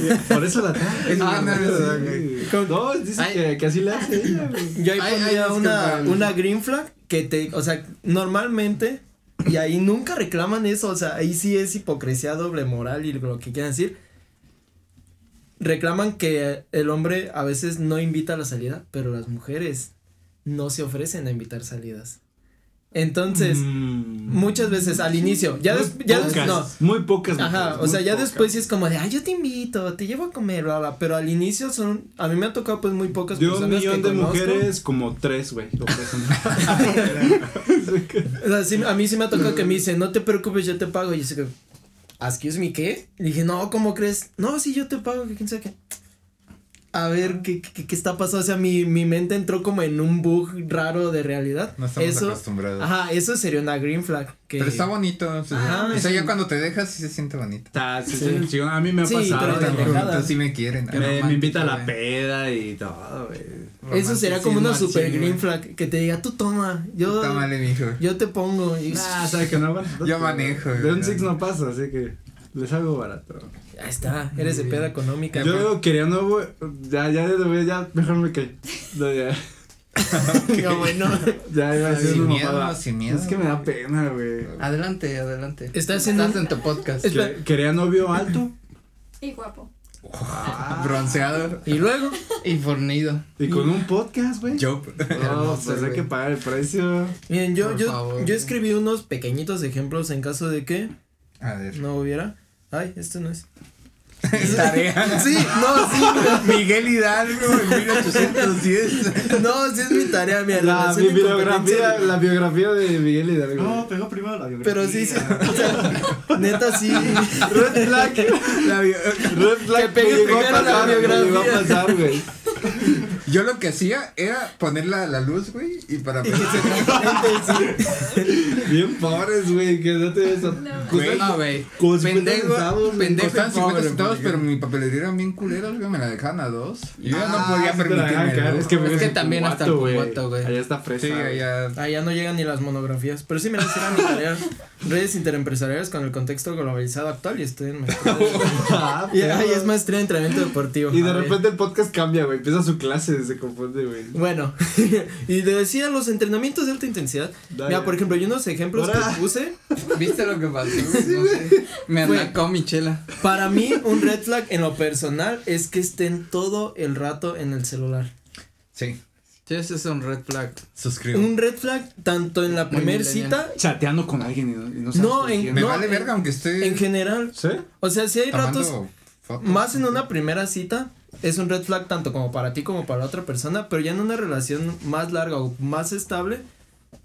Speaker 1: Mira, por eso la trae.
Speaker 4: Es
Speaker 1: Ah,
Speaker 4: buena
Speaker 1: no,
Speaker 4: esa,
Speaker 1: sí.
Speaker 4: güey.
Speaker 1: Con- No, dice
Speaker 6: Ay.
Speaker 1: que, que así le hace ella, güey.
Speaker 2: Yo ahí
Speaker 6: Ay,
Speaker 2: pondría
Speaker 6: ay,
Speaker 2: una,
Speaker 6: disculpa.
Speaker 2: una green flag que te, o sea, normalmente, y ahí nunca reclaman eso, o sea, ahí sí es hipocresía, doble moral y lo que quieran decir. Reclaman que el hombre a veces no invita a la salida, pero las mujeres no se ofrecen a invitar salidas. Entonces, muchas veces al inicio, ya, des-
Speaker 1: Muy
Speaker 2: ya des-
Speaker 1: Mm. pocas,
Speaker 2: no,
Speaker 1: Muy pocas.
Speaker 2: Ajá, o
Speaker 1: mujeres,
Speaker 2: sea,
Speaker 1: muy
Speaker 2: ya
Speaker 1: pocas.
Speaker 2: después sí es como de, ay, yo te invito, te llevo a comer, bla, bla, pero al inicio son, a mí me ha tocado pues muy pocas
Speaker 1: De un
Speaker 2: personas
Speaker 1: millón
Speaker 2: que
Speaker 1: de
Speaker 2: conozco.
Speaker 1: mujeres, como tres, güey.
Speaker 2: <laughs>
Speaker 1: ofrecen.
Speaker 2: O sea, sí, a mí sí me ha tocado que me dicen, no te preocupes, yo te pago. Y yo sé que, ¿excuse me qué? Le dije, no, ¿cómo crees? No, sí, yo te pago, que quién sabe qué. A ver, ¿qué, qué, qué está pasando? O sea, mi, mi mente entró como en un bug raro de realidad.
Speaker 4: No estamos
Speaker 2: eso,
Speaker 4: acostumbrados.
Speaker 2: Ajá, eso sería una green flag. Que,
Speaker 4: Pero está bonito. o sea,
Speaker 2: Ajá,
Speaker 4: o
Speaker 2: es
Speaker 4: sea, ya
Speaker 2: un-
Speaker 4: cuando te dejas sí se siente bonito.
Speaker 1: Ta, sí,
Speaker 2: Sí.
Speaker 1: sí, A mí me ha
Speaker 2: Sí,
Speaker 1: pasado.
Speaker 2: pero
Speaker 1: güey.
Speaker 2: te
Speaker 4: Entonces
Speaker 2: pendejadas.
Speaker 4: sí me quieren. Ah,
Speaker 1: Me- me,
Speaker 6: romántico,
Speaker 1: invita a la
Speaker 6: güey.
Speaker 1: peda y todo, güey.
Speaker 2: eso sería como una
Speaker 6: Romanticismo,
Speaker 2: super
Speaker 6: sí,
Speaker 2: green
Speaker 6: güey.
Speaker 2: flag. Que te diga, tú toma, yo,
Speaker 4: Tómale, mijo.
Speaker 2: yo te pongo. Y,
Speaker 1: Ah, sabes que no barato.
Speaker 4: Yo manejo,
Speaker 1: De
Speaker 4: güey.
Speaker 1: un six no pasa, así que les hago barato.
Speaker 2: Ahí está, eres de peda económica.
Speaker 1: Yo quería no, güey. Ya, ya, ya, ya, mejor me callo. No, ya,
Speaker 2: <laughs> No, bueno.
Speaker 1: ya iba a decir
Speaker 4: Sin
Speaker 1: una
Speaker 4: miedo,
Speaker 1: mamada.
Speaker 4: sin miedo.
Speaker 1: Es que me da pena, güey.
Speaker 6: Adelante, adelante.
Speaker 2: Estás en
Speaker 6: Estás
Speaker 2: un-
Speaker 6: en tu podcast.
Speaker 2: Es- Espera.
Speaker 1: Que- Quería novio alto
Speaker 7: Y guapo.
Speaker 4: Bronceado
Speaker 2: Y luego,
Speaker 6: Y fornido.
Speaker 1: y con un podcast, güey.
Speaker 4: Job.
Speaker 1: No,
Speaker 6: Hermoso,
Speaker 1: pues hay
Speaker 6: güey.
Speaker 1: que pagar el precio.
Speaker 2: miren, yo,
Speaker 6: Por
Speaker 2: yo,
Speaker 6: favor.
Speaker 2: yo escribí unos pequeñitos ejemplos en caso de que
Speaker 4: <laughs> A ver.
Speaker 2: no hubiera. Ay, esto no es.
Speaker 4: Tarea.
Speaker 2: <laughs> Sí, no, sí,
Speaker 4: <laughs> Miguel Hidalgo en 1810.
Speaker 2: no, sí es mi tarea, mi
Speaker 1: La,
Speaker 2: relación de
Speaker 1: bi- biografía,
Speaker 2: competencia.
Speaker 1: la biografía de Miguel Hidalgo.
Speaker 3: No, pegó primero la biografía.
Speaker 2: Pero sí, sí, o sea, neta sí.
Speaker 1: Red flag.
Speaker 4: La bio-
Speaker 1: Red flag.
Speaker 2: Que pegue
Speaker 1: me llegó a
Speaker 2: primero la
Speaker 1: pasar, me llegó a
Speaker 2: biografía.
Speaker 1: pasar, güey.
Speaker 4: Yo lo que hacía era ponerla a la luz, güey, y para ver.
Speaker 1: Bien pobres, güey, que no te ves a...
Speaker 4: Güey,
Speaker 6: No, güey.
Speaker 1: Con cincuenta
Speaker 6: Pendejo,
Speaker 1: centavos, güey.
Speaker 6: pendejo
Speaker 4: Costaban
Speaker 6: y pobre,
Speaker 4: 50 centavos,
Speaker 6: porque-
Speaker 4: pero mi papelería era bien culera, güey, me la dejaban a dos. Y yo ya
Speaker 1: Ah,
Speaker 4: no podía
Speaker 1: sí te la dejan caer,
Speaker 4: permitirme.
Speaker 1: Es que,
Speaker 6: Es
Speaker 1: vives
Speaker 6: que
Speaker 1: en
Speaker 6: también hasta
Speaker 1: Guanajuato,
Speaker 6: Guanajuato, güey.
Speaker 1: Allá está fresa.
Speaker 2: <laughs>
Speaker 4: Sí,
Speaker 1: güey.
Speaker 4: allá.
Speaker 2: Ah, ya no llegan ni las monografías, pero sí me las será mi tarea. Redes interempresariales con el contexto globalizado actual y estoy en maestría.
Speaker 1: <laughs> Ah,
Speaker 2: Y
Speaker 1: pero-
Speaker 2: ay, es maestría en entrenamiento deportivo.
Speaker 1: Y de
Speaker 2: A ver.
Speaker 1: repente el podcast cambia, güey. Empieza su clase, se confunde, güey.
Speaker 2: Bueno, <laughs> y te decía los entrenamientos de alta intensidad.
Speaker 1: Dale.
Speaker 2: Mira, por ejemplo, hay unos ejemplos
Speaker 1: Ahora.
Speaker 2: que puse.
Speaker 6: ¿Viste lo que pasó? No sé. Me
Speaker 2: Fue-
Speaker 6: atacó mi chela.
Speaker 2: Para mí, un red flag en lo personal es que estén todo el rato en el celular.
Speaker 4: Sí,
Speaker 6: Sí, ese es un red flag.
Speaker 4: suscribo.
Speaker 2: Un red flag tanto en la
Speaker 6: Muy
Speaker 2: primera
Speaker 6: millennial.
Speaker 2: cita,
Speaker 1: Chateando con alguien y no, y no sabes
Speaker 2: No,
Speaker 1: con
Speaker 2: en-
Speaker 1: quién.
Speaker 4: Me
Speaker 2: no,
Speaker 4: vale
Speaker 2: en-
Speaker 4: verga, aunque estoy.
Speaker 2: en general.
Speaker 1: ¿Sí?
Speaker 2: O sea, si hay
Speaker 4: tomando
Speaker 2: ratos,
Speaker 4: fotos.
Speaker 2: más en una primera cita, es un red flag tanto como para ti como para la otra persona, pero ya en una relación más larga o más estable,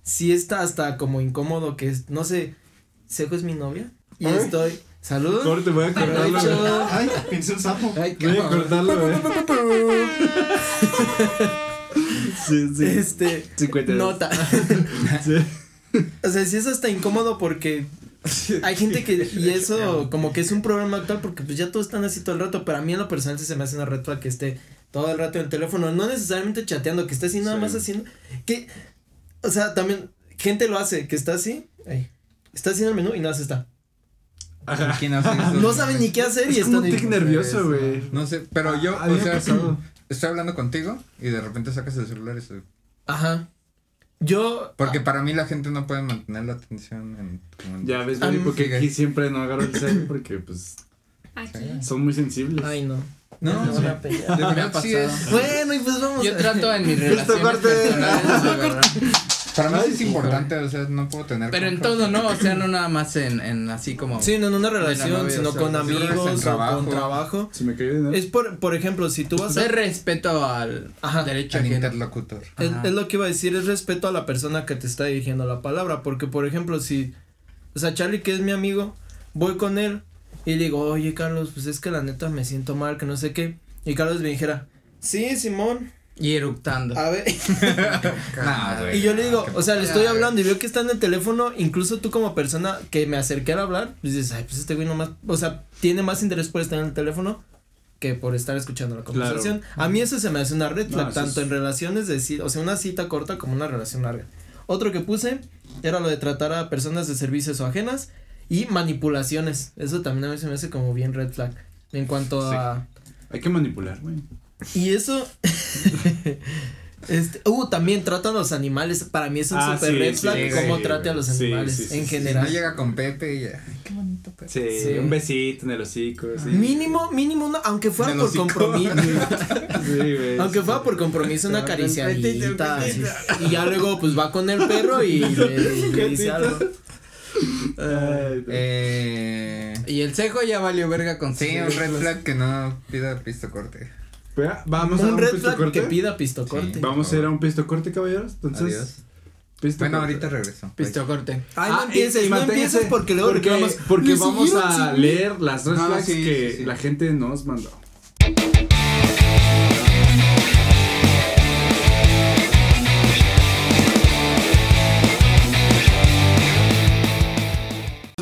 Speaker 2: sí está hasta como incómodo que es, no sé, Sejo es mi novia y
Speaker 1: Ay.
Speaker 2: estoy, saludos.
Speaker 1: Corte, voy a cortarlo,
Speaker 2: provecho.
Speaker 1: güey.
Speaker 3: Ay, pensé un sapo.
Speaker 6: Ay,
Speaker 1: Voy a
Speaker 6: cabrón.
Speaker 1: cortarlo, güey. <laughs> Sí,
Speaker 2: <laughs>
Speaker 1: sí.
Speaker 2: Este,
Speaker 1: 52.
Speaker 2: nota. <laughs>
Speaker 1: Sí.
Speaker 2: O sea, sí es hasta incómodo porque hay gente que, y eso como que es un problema actual porque pues ya todos están así todo el rato, pero a mí en lo personal sí se me hace una red flag que esté todo el rato en el teléfono, no necesariamente chateando, que esté así nada
Speaker 1: Sí.
Speaker 2: más haciendo, que, o sea, también gente lo hace, que está así, ay, está haciendo el menú y nada más está,
Speaker 4: Aquí
Speaker 2: <laughs>
Speaker 4: no sé, eso-
Speaker 2: no sabe ni qué hacer y
Speaker 1: Es
Speaker 2: está
Speaker 1: como un tic nervioso, güey.
Speaker 4: No sé, pero yo,
Speaker 1: Ah,
Speaker 4: o
Speaker 1: había
Speaker 4: sea,
Speaker 1: pasado.
Speaker 4: <clears throat> estoy hablando contigo y de repente sacas el celular y se-
Speaker 2: Ajá, yo,
Speaker 4: Porque para mí la gente no puede mantener la atención en. como en-
Speaker 1: Ah. Ya ves, güey,
Speaker 2: Ah,
Speaker 1: porque
Speaker 4: sigue.
Speaker 1: aquí siempre no agarro el cel porque, pues,
Speaker 7: Aquí.
Speaker 1: son muy sensibles.
Speaker 2: ay no,
Speaker 4: No,
Speaker 2: me van a pelear.
Speaker 4: De
Speaker 6: Me
Speaker 1: <laughs>
Speaker 6: ha
Speaker 4: verdad, sí es-
Speaker 6: pasado.
Speaker 2: bueno y pues vamos,
Speaker 6: Yo
Speaker 2: a-
Speaker 6: trato en mis
Speaker 1: Listo,
Speaker 6: relaciones
Speaker 1: corte.
Speaker 6: personales de verdad.
Speaker 4: Para mí sí es importante, o sea, no puedo tener.
Speaker 6: Pero en
Speaker 4: compas.
Speaker 6: todo, ¿no? O sea, no nada más en, en así como...
Speaker 2: sí, no en una
Speaker 6: la
Speaker 2: relación,
Speaker 6: novia,
Speaker 2: sino
Speaker 6: o sea,
Speaker 2: con
Speaker 6: si
Speaker 4: lo haces en
Speaker 2: amigos o
Speaker 4: trabajo.
Speaker 2: con trabajo,
Speaker 1: Se me cayó dinero.
Speaker 2: es por, por ejemplo, si tú vas a
Speaker 6: De respeto al
Speaker 2: Ajá.
Speaker 6: derecho
Speaker 4: Al
Speaker 6: ajeno.
Speaker 4: interlocutor.
Speaker 2: Es,
Speaker 6: Ajá.
Speaker 2: es lo que iba a decir, es respeto a la persona que te está dirigiendo la palabra, porque por ejemplo, si, o sea, Charlie, que es mi amigo, voy con él y le digo, oye, Carlos, pues es que la neta me siento mal, que no sé qué, y Carlos me dijera, sí, Simón,
Speaker 6: Y eructando. <laughs>
Speaker 2: A ver. <laughs>
Speaker 4: Nah, güey.
Speaker 2: Y yo le digo, o sea, le estoy hablando y veo que está en el teléfono, incluso tú como persona que me acerqué a hablar, pues dices, ay, pues este güey nomás, o sea, tiene más interés por estar en el teléfono que por estar escuchando la conversación. A mí eso se me hace una red
Speaker 1: No,
Speaker 2: flag,
Speaker 1: eso
Speaker 2: tanto
Speaker 1: es-
Speaker 2: en relaciones de, ci- o sea, una cita corta como una relación larga. Otro que puse era lo de tratar a personas de servicios o ajenas y manipulaciones. Eso también a mí se me hace como bien red flag. En cuanto
Speaker 1: Sí.
Speaker 2: a
Speaker 1: Hay que manipular, güey.
Speaker 2: y eso. <laughs> este, uh, también trata a los animales. Para mí es un
Speaker 1: Ah,
Speaker 2: super
Speaker 1: sí,
Speaker 2: red
Speaker 1: sí,
Speaker 2: flag
Speaker 1: sí,
Speaker 2: cómo
Speaker 1: sí,
Speaker 2: trate a los
Speaker 1: sí,
Speaker 2: animales
Speaker 1: sí, sí,
Speaker 2: en
Speaker 1: sí,
Speaker 6: Si no
Speaker 2: general.
Speaker 6: llega con Pepe y ya, ay, qué bonito Pepe.
Speaker 1: Sí,
Speaker 2: Sí.
Speaker 1: un besito en el hocico. Sí,
Speaker 2: mínimo, mínimo una, aunque fuera
Speaker 6: En el
Speaker 2: por
Speaker 6: hocico.
Speaker 2: compromiso.
Speaker 1: <laughs>
Speaker 2: <laughs>
Speaker 1: Sí, güey.
Speaker 2: aunque fuera por compromiso, una
Speaker 6: Te va con el petito,
Speaker 2: acariciadita. así.
Speaker 6: petito.
Speaker 2: Y ya luego, pues va con el perro
Speaker 1: <laughs>
Speaker 2: y le, le dice algo.
Speaker 1: Ay, no.
Speaker 6: Eh,
Speaker 2: Y el cejo ya valió verga con
Speaker 6: sí, un red flag que no pida pisto corte.
Speaker 1: Vea, Vamos a
Speaker 2: un
Speaker 1: un
Speaker 2: red
Speaker 1: pisto
Speaker 2: flag
Speaker 1: corte.
Speaker 2: que pida pistocorte.
Speaker 6: Sí.
Speaker 1: Vamos a ir a un pisto corte, caballeros. Entonces,
Speaker 6: Adiós.
Speaker 1: pisto
Speaker 6: Bueno,
Speaker 1: corte.
Speaker 6: ahorita regreso.
Speaker 2: corte. Ay,
Speaker 1: Ah,
Speaker 2: no empieces,
Speaker 1: y- y
Speaker 2: no
Speaker 1: manténgase,
Speaker 2: empieces porque luego
Speaker 1: porque,
Speaker 2: reclamas,
Speaker 1: porque
Speaker 2: "Le
Speaker 1: vamos
Speaker 2: siguieron
Speaker 1: a
Speaker 2: sin mí".
Speaker 1: leer las red
Speaker 3: No,
Speaker 1: flags
Speaker 3: sí,
Speaker 1: que
Speaker 3: sí, sí.
Speaker 1: la gente nos mandó.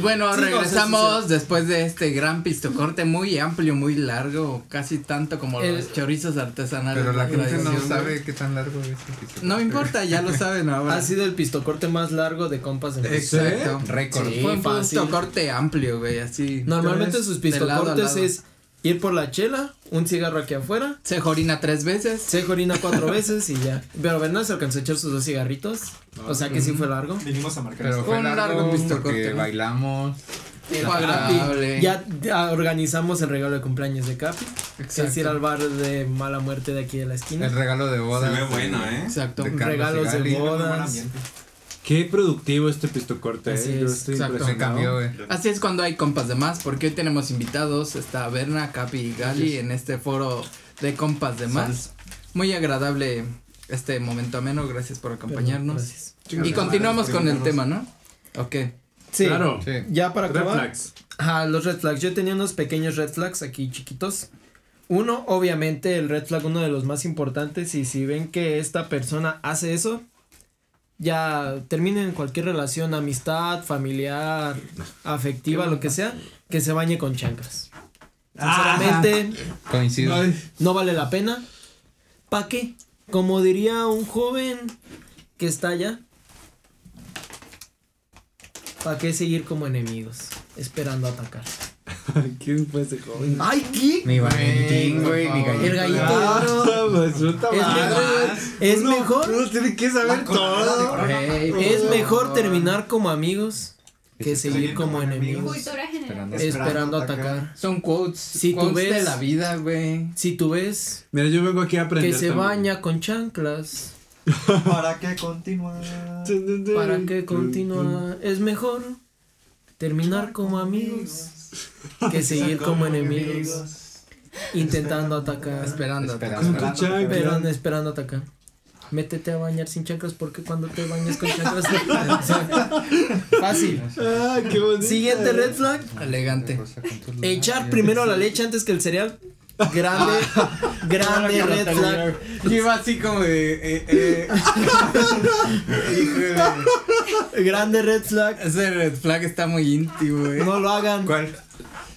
Speaker 6: Bueno,
Speaker 2: Sí, no,
Speaker 6: pues regresamos
Speaker 2: sí, sí,
Speaker 6: después de este gran pistocorte muy amplio, muy largo, casi tanto como
Speaker 2: El-
Speaker 6: los chorizos artesanales.
Speaker 4: Pero la
Speaker 6: de
Speaker 4: gente no
Speaker 6: tradición, güey.
Speaker 4: sabe qué tan largo es el pisto
Speaker 6: No
Speaker 4: corte.
Speaker 6: me importa, ya lo saben ahora.
Speaker 2: Ha sido el pistocorte más largo de compas de México.
Speaker 6: Exacto.
Speaker 4: Récord.
Speaker 2: Sí,
Speaker 6: Fue un
Speaker 2: fácil.
Speaker 6: pistocorte amplio, güey, así.
Speaker 2: Normalmente
Speaker 6: Tres,
Speaker 2: sus
Speaker 6: de lado a
Speaker 2: pistocortes
Speaker 6: lado.
Speaker 2: es ir por la chela, un cigarro aquí afuera,
Speaker 6: Se jorina tres veces.
Speaker 2: se orina cuatro veces y ya. Pero Bernal se alcanzó a echar sus dos cigarritos, o sea que sí fue largo.
Speaker 3: Vinimos a marcar
Speaker 4: Pero
Speaker 3: esto.
Speaker 4: fue
Speaker 6: Un largo
Speaker 4: largo
Speaker 6: pisto
Speaker 4: porque
Speaker 6: corte, ¿no?
Speaker 4: bailamos.
Speaker 6: Fue agradable.
Speaker 2: Ya, ya organizamos el regalo de cumpleaños de Capi, que es ir al bar de mala muerte de aquí de la esquina.
Speaker 4: El regalo de
Speaker 5: Se
Speaker 4: boda.
Speaker 5: ve bueno, ¿eh?
Speaker 6: Exacto.
Speaker 4: de Carlos
Speaker 2: Regalos de
Speaker 4: Sigali.
Speaker 3: Muy buen
Speaker 2: bodas.
Speaker 3: ambiente.
Speaker 1: Qué productivo este pisto corte.
Speaker 2: Así
Speaker 1: eh. Yo
Speaker 2: es,
Speaker 1: estoy
Speaker 6: exacto.
Speaker 4: Se
Speaker 1: impresionado.
Speaker 4: cambió, güey.
Speaker 6: Así es cuando hay compas de más, porque hoy tenemos invitados, está Berna, Capi y Gali en este foro de compas de más. Muy agradable este momento ameno, gracias por acompañarnos.
Speaker 2: Gracias.
Speaker 6: Y continuamos con el tema, ¿no? Ok.
Speaker 2: Sí,
Speaker 1: Claro.
Speaker 4: Sí.
Speaker 2: ya para
Speaker 1: Red
Speaker 2: acabar.
Speaker 1: flags.
Speaker 2: Ajá, los red flags. Yo tenía unos pequeños red flags aquí chiquitos. Uno, obviamente, el red flag, uno de los más importantes. Y si ven que esta persona hace eso, ya terminen cualquier relación, amistad, familiar, afectiva, lo que sea, que se bañe con chanclas. Sinceramente,
Speaker 4: Coincido.
Speaker 2: no vale la pena. ¿Pa' qué? Como diría un joven que está allá. ¿Para qué seguir como enemigos? Esperando atacar.
Speaker 1: <laughs> ¿Quién fue ese joven?
Speaker 2: ¡Ay, qué!
Speaker 4: Ni Valentín, güey, ni
Speaker 2: El
Speaker 4: gallito.
Speaker 2: gallito de oro.
Speaker 1: pues, puta
Speaker 2: Es
Speaker 1: madre.
Speaker 2: mejor, es
Speaker 1: Uno-
Speaker 2: mejor,
Speaker 1: Uno tiene que saber todo.
Speaker 2: es mejor terminar como amigos que seguir como enemigos
Speaker 7: Cultura general.
Speaker 2: esperando atacar.
Speaker 6: Son quotes,
Speaker 2: Si tú
Speaker 6: quotes de
Speaker 2: ves-
Speaker 6: la vida, güey.
Speaker 2: Si tú ves
Speaker 1: Mira, yo vengo aquí a aprender.
Speaker 2: que se
Speaker 1: también.
Speaker 2: baña con chanclas,
Speaker 3: ¿Para qué continuar?
Speaker 2: ¿para qué continuar? Es mejor terminar como amigos que seguir como enemigos intentando atacar,
Speaker 6: Esperando.
Speaker 4: Ah, Esperando.
Speaker 1: Con tu
Speaker 3: Esperando,
Speaker 1: chancla.
Speaker 2: pero no esperando atacar. Métete a bañar sin chanclas porque cuando te bañas con chanclas <laughs> fácil.
Speaker 1: Ah, qué bonito.
Speaker 2: Siguiente red flag.
Speaker 6: Elegante.
Speaker 2: Echar primero la leche antes que el cereal. Grande, grande red flag.
Speaker 6: Yo <laughs> iba así como de. Eh,
Speaker 4: <laughs>
Speaker 6: eh.
Speaker 2: Grande red flag.
Speaker 6: Ese red flag está muy íntimo, güey.
Speaker 2: No lo hagan.
Speaker 4: ¿Cuál?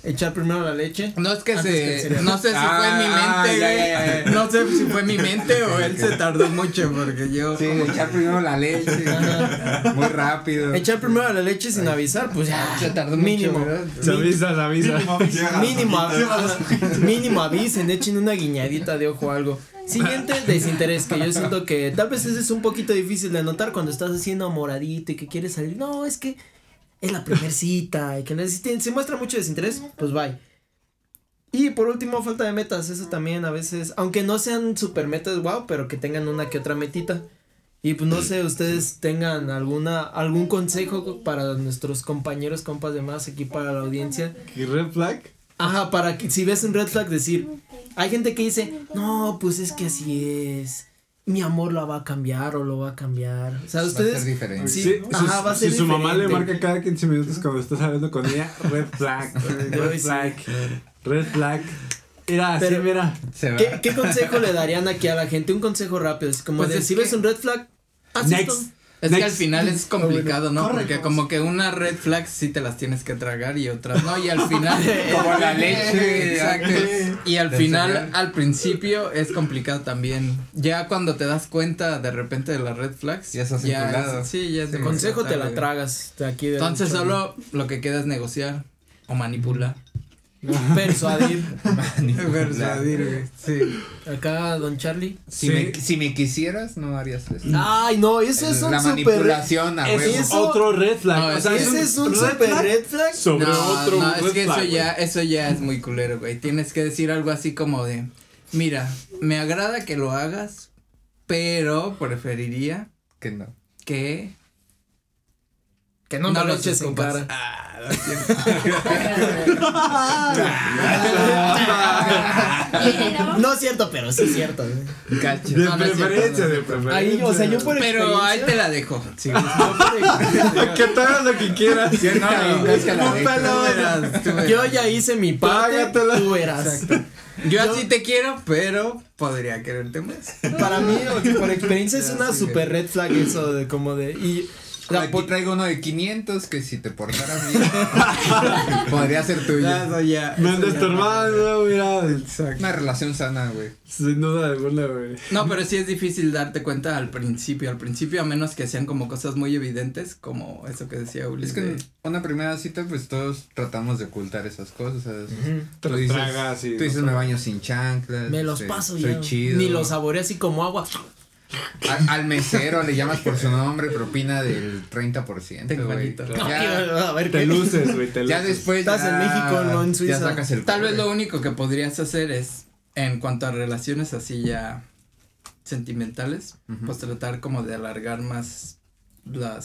Speaker 2: Echar primero la
Speaker 6: <laughs>
Speaker 2: leche.
Speaker 6: No es que
Speaker 2: Antes que el
Speaker 6: se.
Speaker 2: cereal.
Speaker 6: no sé si
Speaker 4: Ah,
Speaker 6: fue en mi
Speaker 4: ah,
Speaker 6: mente,
Speaker 4: ya,
Speaker 6: güey.
Speaker 4: ya, ya.
Speaker 6: No sé si fue en mi mente o él se tardó mucho porque yo.
Speaker 4: Sí, echar primero la leche. <laughs>
Speaker 2: Ajá. <laughs>
Speaker 4: Muy rápido.
Speaker 2: Echar primero la leche sin avisar, pues ya.
Speaker 6: Se tardó
Speaker 2: mínimo.
Speaker 6: mucho. ¿verdad?
Speaker 1: Se avisa, se avisa.
Speaker 2: Mínimo, ajá, mínimo avisen, echen una guiñadita de ojo o algo. Siguiente, desinterés, que yo siento que tal vez ese es un poquito difícil de notar cuando estás así enamoradito y que quieres salir. No, es que es la primer cita y que necesiten, se muestra mucho desinterés, pues bye. Y por último, falta de metas, eso también a veces, aunque no sean super metas, wow, pero que tengan una que otra metita. Y pues no sé, ustedes tengan alguna, algún consejo para nuestros compañeros, compas de más aquí para la audiencia
Speaker 1: ¿Y red flag?
Speaker 2: Ajá, para que si ves un red flag decir, hay gente que dice, no, pues es que así es, mi amor la va a cambiar o lo va a cambiar. O sea,
Speaker 4: Va a ser
Speaker 2: ustedes,
Speaker 4: diferente.
Speaker 2: Sí,
Speaker 1: Si-
Speaker 2: ajá,
Speaker 1: si-
Speaker 2: va a ser
Speaker 1: Si su mamá le
Speaker 2: diferente.
Speaker 1: marca cada
Speaker 2: <laughs>
Speaker 1: 15 minutos cuando estás hablando con ella, red flag. Red
Speaker 2: sí.
Speaker 1: flag. Red flag. Era así,
Speaker 2: Pero-
Speaker 1: mira.
Speaker 4: Se va.
Speaker 2: ¿Qué, qué consejo le darían aquí a la gente? Un consejo rápido, es como
Speaker 6: Pues
Speaker 2: de,
Speaker 6: es
Speaker 2: si
Speaker 6: que-
Speaker 2: ves un red flag, haz
Speaker 1: Next.
Speaker 2: esto.
Speaker 6: Es que
Speaker 1: Next.
Speaker 6: al final es complicado, ¿no?
Speaker 3: Corre,
Speaker 6: Porque
Speaker 3: vamos.
Speaker 6: como que una red flag sí te las tienes que tragar y otras no. Y al final. <laughs>
Speaker 4: Como la leche.
Speaker 6: Exacto. Y al
Speaker 4: Del
Speaker 6: final,
Speaker 4: cereal.
Speaker 6: al principio es complicado también. Ya cuando te das cuenta de repente de las red flags.
Speaker 4: Ya estás
Speaker 6: es-
Speaker 4: enculado.
Speaker 6: Sí, ya es
Speaker 4: Sí.
Speaker 6: demasiado
Speaker 2: Consejo te la
Speaker 6: tarde.
Speaker 2: tragas de aquí. de-
Speaker 6: Entonces solo lo que queda es negociar o
Speaker 4: <laughs>
Speaker 6: manipular.
Speaker 2: <laughs> Persuadir.
Speaker 6: <laughs> Persuadir, güey. Sí.
Speaker 2: Acá, don Charlie.
Speaker 4: Si,
Speaker 1: Sí.
Speaker 4: me, si me quisieras, no harías eso.
Speaker 2: Ay, no, eso es un
Speaker 4: la
Speaker 2: super...
Speaker 4: manipulación a
Speaker 1: Ese
Speaker 4: huevo.
Speaker 1: es
Speaker 2: Eso-
Speaker 1: otro red flag.
Speaker 6: No,
Speaker 1: o sea,
Speaker 2: Ese es un
Speaker 1: red
Speaker 2: super
Speaker 1: flag
Speaker 2: red
Speaker 1: <laughs>
Speaker 2: flag. <laughs>
Speaker 1: sobre
Speaker 6: no,
Speaker 1: otro
Speaker 6: no, es
Speaker 1: red
Speaker 6: que eso
Speaker 1: flag, güey.
Speaker 6: ya, eso ya es muy culero, güey. Tienes que decir algo así como de, mira, me agrada que lo hagas, pero preferiría
Speaker 4: Que no.
Speaker 6: que
Speaker 2: Que no, me lo eches en
Speaker 6: compas".
Speaker 2: cara.
Speaker 6: Ah,
Speaker 7: <laughs> Pero,
Speaker 2: No es cierto, pero sí es cierto. ¿eh? güey.
Speaker 4: Cacho.
Speaker 1: De
Speaker 6: No, no es cierto,
Speaker 1: preferencia,
Speaker 6: no, no.
Speaker 1: de preferencia.
Speaker 2: Ahí, o sea,
Speaker 1: <laughs>
Speaker 2: yo por
Speaker 6: pero ahí te
Speaker 2: <laughs> experiencia-
Speaker 6: la dejo. Sí,
Speaker 1: que te hagas lo que quieras.
Speaker 4: <laughs> Sí, no, no, es que la
Speaker 1: Un
Speaker 4: neta.
Speaker 1: pelo.
Speaker 2: Yo ya hice mi parte,
Speaker 1: Págatela.
Speaker 2: tú verás.
Speaker 6: Yo así te quiero, pero podría quererte más.
Speaker 2: Para mí, o sea, por experiencia es
Speaker 6: Ya,
Speaker 2: una
Speaker 6: sí,
Speaker 2: super red flag eso de como de y la
Speaker 4: Aquí
Speaker 2: po-
Speaker 4: traigo uno de 500 que si te portaras bien <laughs> podría ser tuyo.
Speaker 6: Ya, eso ya.
Speaker 1: Me
Speaker 6: eso
Speaker 1: andas
Speaker 6: ya
Speaker 1: hermano, mira.
Speaker 4: Una relación sana, güey.
Speaker 1: Sin duda alguna, güey.
Speaker 6: No, pero sí es difícil darte cuenta al principio, al principio a menos que sean como cosas muy evidentes, como eso que decía Ulises.
Speaker 4: Es que en
Speaker 6: de-
Speaker 4: una primera cita, pues todos tratamos de ocultar esas cosas. ¿sabes?
Speaker 1: Te
Speaker 4: Tú
Speaker 1: lo
Speaker 4: dices-
Speaker 1: tragas y.
Speaker 4: Tú dices, me baño sin chanclas.
Speaker 2: me los
Speaker 4: este,
Speaker 2: paso
Speaker 4: Soy
Speaker 2: ya.
Speaker 4: chido.
Speaker 2: Ni los saboreé así como agua.
Speaker 4: Al, al mesero le llamas por su nombre, propina del 30%.
Speaker 6: Tengo
Speaker 4: güey.
Speaker 6: manito.
Speaker 2: <laughs>
Speaker 4: Ya,
Speaker 2: a ver
Speaker 1: Te
Speaker 2: qué
Speaker 1: luces, güey. Te
Speaker 4: ya
Speaker 1: luces.
Speaker 4: después.
Speaker 2: Estás
Speaker 4: ya-
Speaker 2: en México, no en Suiza.
Speaker 4: Ya sacas el
Speaker 6: Tal vez
Speaker 4: cobre.
Speaker 6: lo único que podrías hacer es, en cuanto a relaciones así ya sentimentales,
Speaker 4: Ujú.
Speaker 6: pues tratar como de alargar más las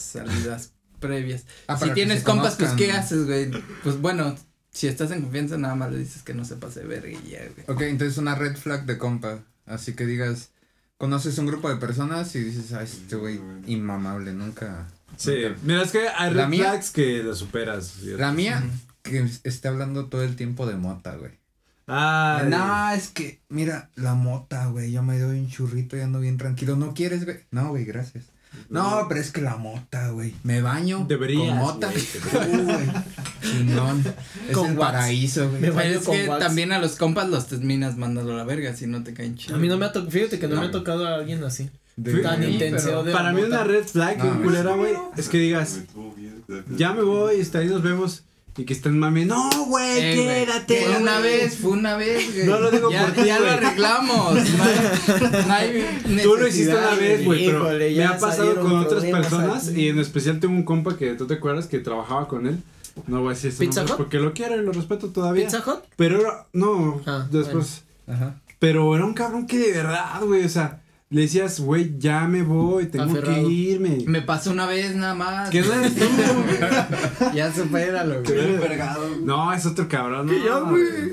Speaker 1: <laughs>
Speaker 6: salidas previas.
Speaker 4: Ah, para
Speaker 6: si
Speaker 4: que
Speaker 6: tienes
Speaker 4: se
Speaker 6: compas, pues ¿qué
Speaker 4: conozcan.
Speaker 6: haces, güey? Pues bueno, si estás en confianza, nada más le dices que no se pase de verga y ya, güey.
Speaker 4: Ok, entonces una red flag de compa. Así que digas, conoces un grupo de personas y dices, ay, este güey, inmamable, nunca.
Speaker 1: Sí. Mira, es que hay
Speaker 4: ¿La
Speaker 1: red
Speaker 4: mía?
Speaker 1: flags que lo superas. ¿sí?
Speaker 4: La mía, que esté hablando todo el tiempo de mota, güey.
Speaker 1: Ay.
Speaker 4: No, es que, mira, la mota, güey, yo me doy un churrito y ando bien tranquilo. ¿No quieres, güey? No, güey, gracias. No, pero es que la mota, güey. Me baño
Speaker 1: Deberías,
Speaker 4: con mota. <laughs>
Speaker 1: güey.
Speaker 4: Uh, güey. Chingón. Es
Speaker 2: Con
Speaker 4: el
Speaker 2: wax.
Speaker 4: paraíso, güey.
Speaker 2: Me
Speaker 6: Pero
Speaker 2: baño
Speaker 6: es
Speaker 2: con
Speaker 6: que
Speaker 2: wax.
Speaker 6: también a los compas los terminas mandando a la verga si no te caen
Speaker 2: A
Speaker 6: chido.
Speaker 2: mí no me ha tocado, fíjate que no,
Speaker 4: No.
Speaker 2: me ha tocado a alguien así.
Speaker 4: De-
Speaker 2: Tan
Speaker 4: Sí,
Speaker 2: intenso
Speaker 4: pero-
Speaker 2: de-
Speaker 1: Para mí una red flag
Speaker 4: No,
Speaker 1: bien
Speaker 4: güey.
Speaker 1: culera, güey, es que digas, ya me voy, está ahí nos vemos y que estén mame, no, güey,
Speaker 6: Eh, güey,
Speaker 1: quédate.
Speaker 6: Fue una
Speaker 1: güey".
Speaker 6: vez, fue una vez, güey.
Speaker 1: No lo digo
Speaker 6: ya,
Speaker 1: por ti,
Speaker 6: Ya lo
Speaker 1: güey. <laughs>
Speaker 6: arreglamos. No hay, no hay
Speaker 1: Tú lo
Speaker 6: necesidad,
Speaker 1: hiciste una vez, güey, pero
Speaker 2: Híjole,
Speaker 1: me
Speaker 2: ya
Speaker 1: ha pasado
Speaker 2: salieron
Speaker 1: con otras
Speaker 2: problemas
Speaker 1: personas
Speaker 2: aquí.
Speaker 1: y en especial tengo un compa que tú te acuerdas que trabajaba con él. No voy a decir su
Speaker 2: ¿Pizza
Speaker 1: nombre
Speaker 2: Hut?
Speaker 1: porque lo quiero y lo respeto todavía.
Speaker 2: ¿Pizza Hut?
Speaker 1: Pero era, no,
Speaker 2: Ah,
Speaker 1: después.
Speaker 4: Ajá.
Speaker 1: Pero era un cabrón que de verdad, güey, o sea, le decías, güey, ya me voy, tengo
Speaker 2: Aferrado.
Speaker 1: que irme.
Speaker 6: Me pasó una vez nada más. <laughs>
Speaker 1: ¿Qué no eres tú?
Speaker 6: ya supéralo,
Speaker 1: Te
Speaker 6: güey.
Speaker 1: hubiera vergado. No, es otro cabrón. No,
Speaker 2: ya, güey.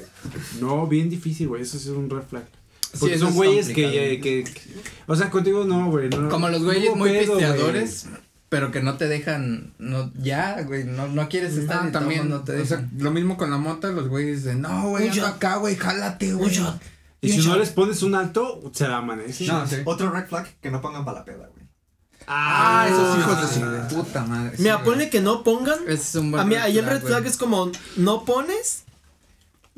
Speaker 1: No, bien difícil, güey. Eso sí es un red flag.
Speaker 6: Sí,
Speaker 1: Porque
Speaker 6: eso
Speaker 1: son
Speaker 6: es
Speaker 1: güeyes que, eh, que,
Speaker 6: complicado.
Speaker 1: que- O sea, contigo no, güey. no-
Speaker 6: Como los
Speaker 1: no
Speaker 6: güeyes
Speaker 1: hubo
Speaker 6: muy
Speaker 1: pedo, güey.
Speaker 6: pisteadores, pero que no te dejan. No, ya, güey. No, no quieres estar
Speaker 4: Ah,
Speaker 6: ni
Speaker 4: también,
Speaker 6: tomando, no te
Speaker 4: o sea,
Speaker 6: dejan.
Speaker 4: lo mismo con la mota, los güeyes de, no, güey,
Speaker 2: Un
Speaker 4: ando
Speaker 2: shot.
Speaker 4: acá, güey, jálate, güey.
Speaker 2: shot.
Speaker 1: Y si no les pones un alto, se la amanece.
Speaker 4: No, sí.
Speaker 3: Otro red flag que no pongan para la peda, güey.
Speaker 4: Ah, esos
Speaker 1: sí,
Speaker 4: hijos de
Speaker 1: sí,
Speaker 4: su
Speaker 1: güey.
Speaker 4: puta madre.
Speaker 2: Mira,
Speaker 4: sí,
Speaker 2: ponle que no pongan.
Speaker 6: Ese es un buen
Speaker 2: A mí ahí el red
Speaker 6: güey.
Speaker 2: flag es como no pones.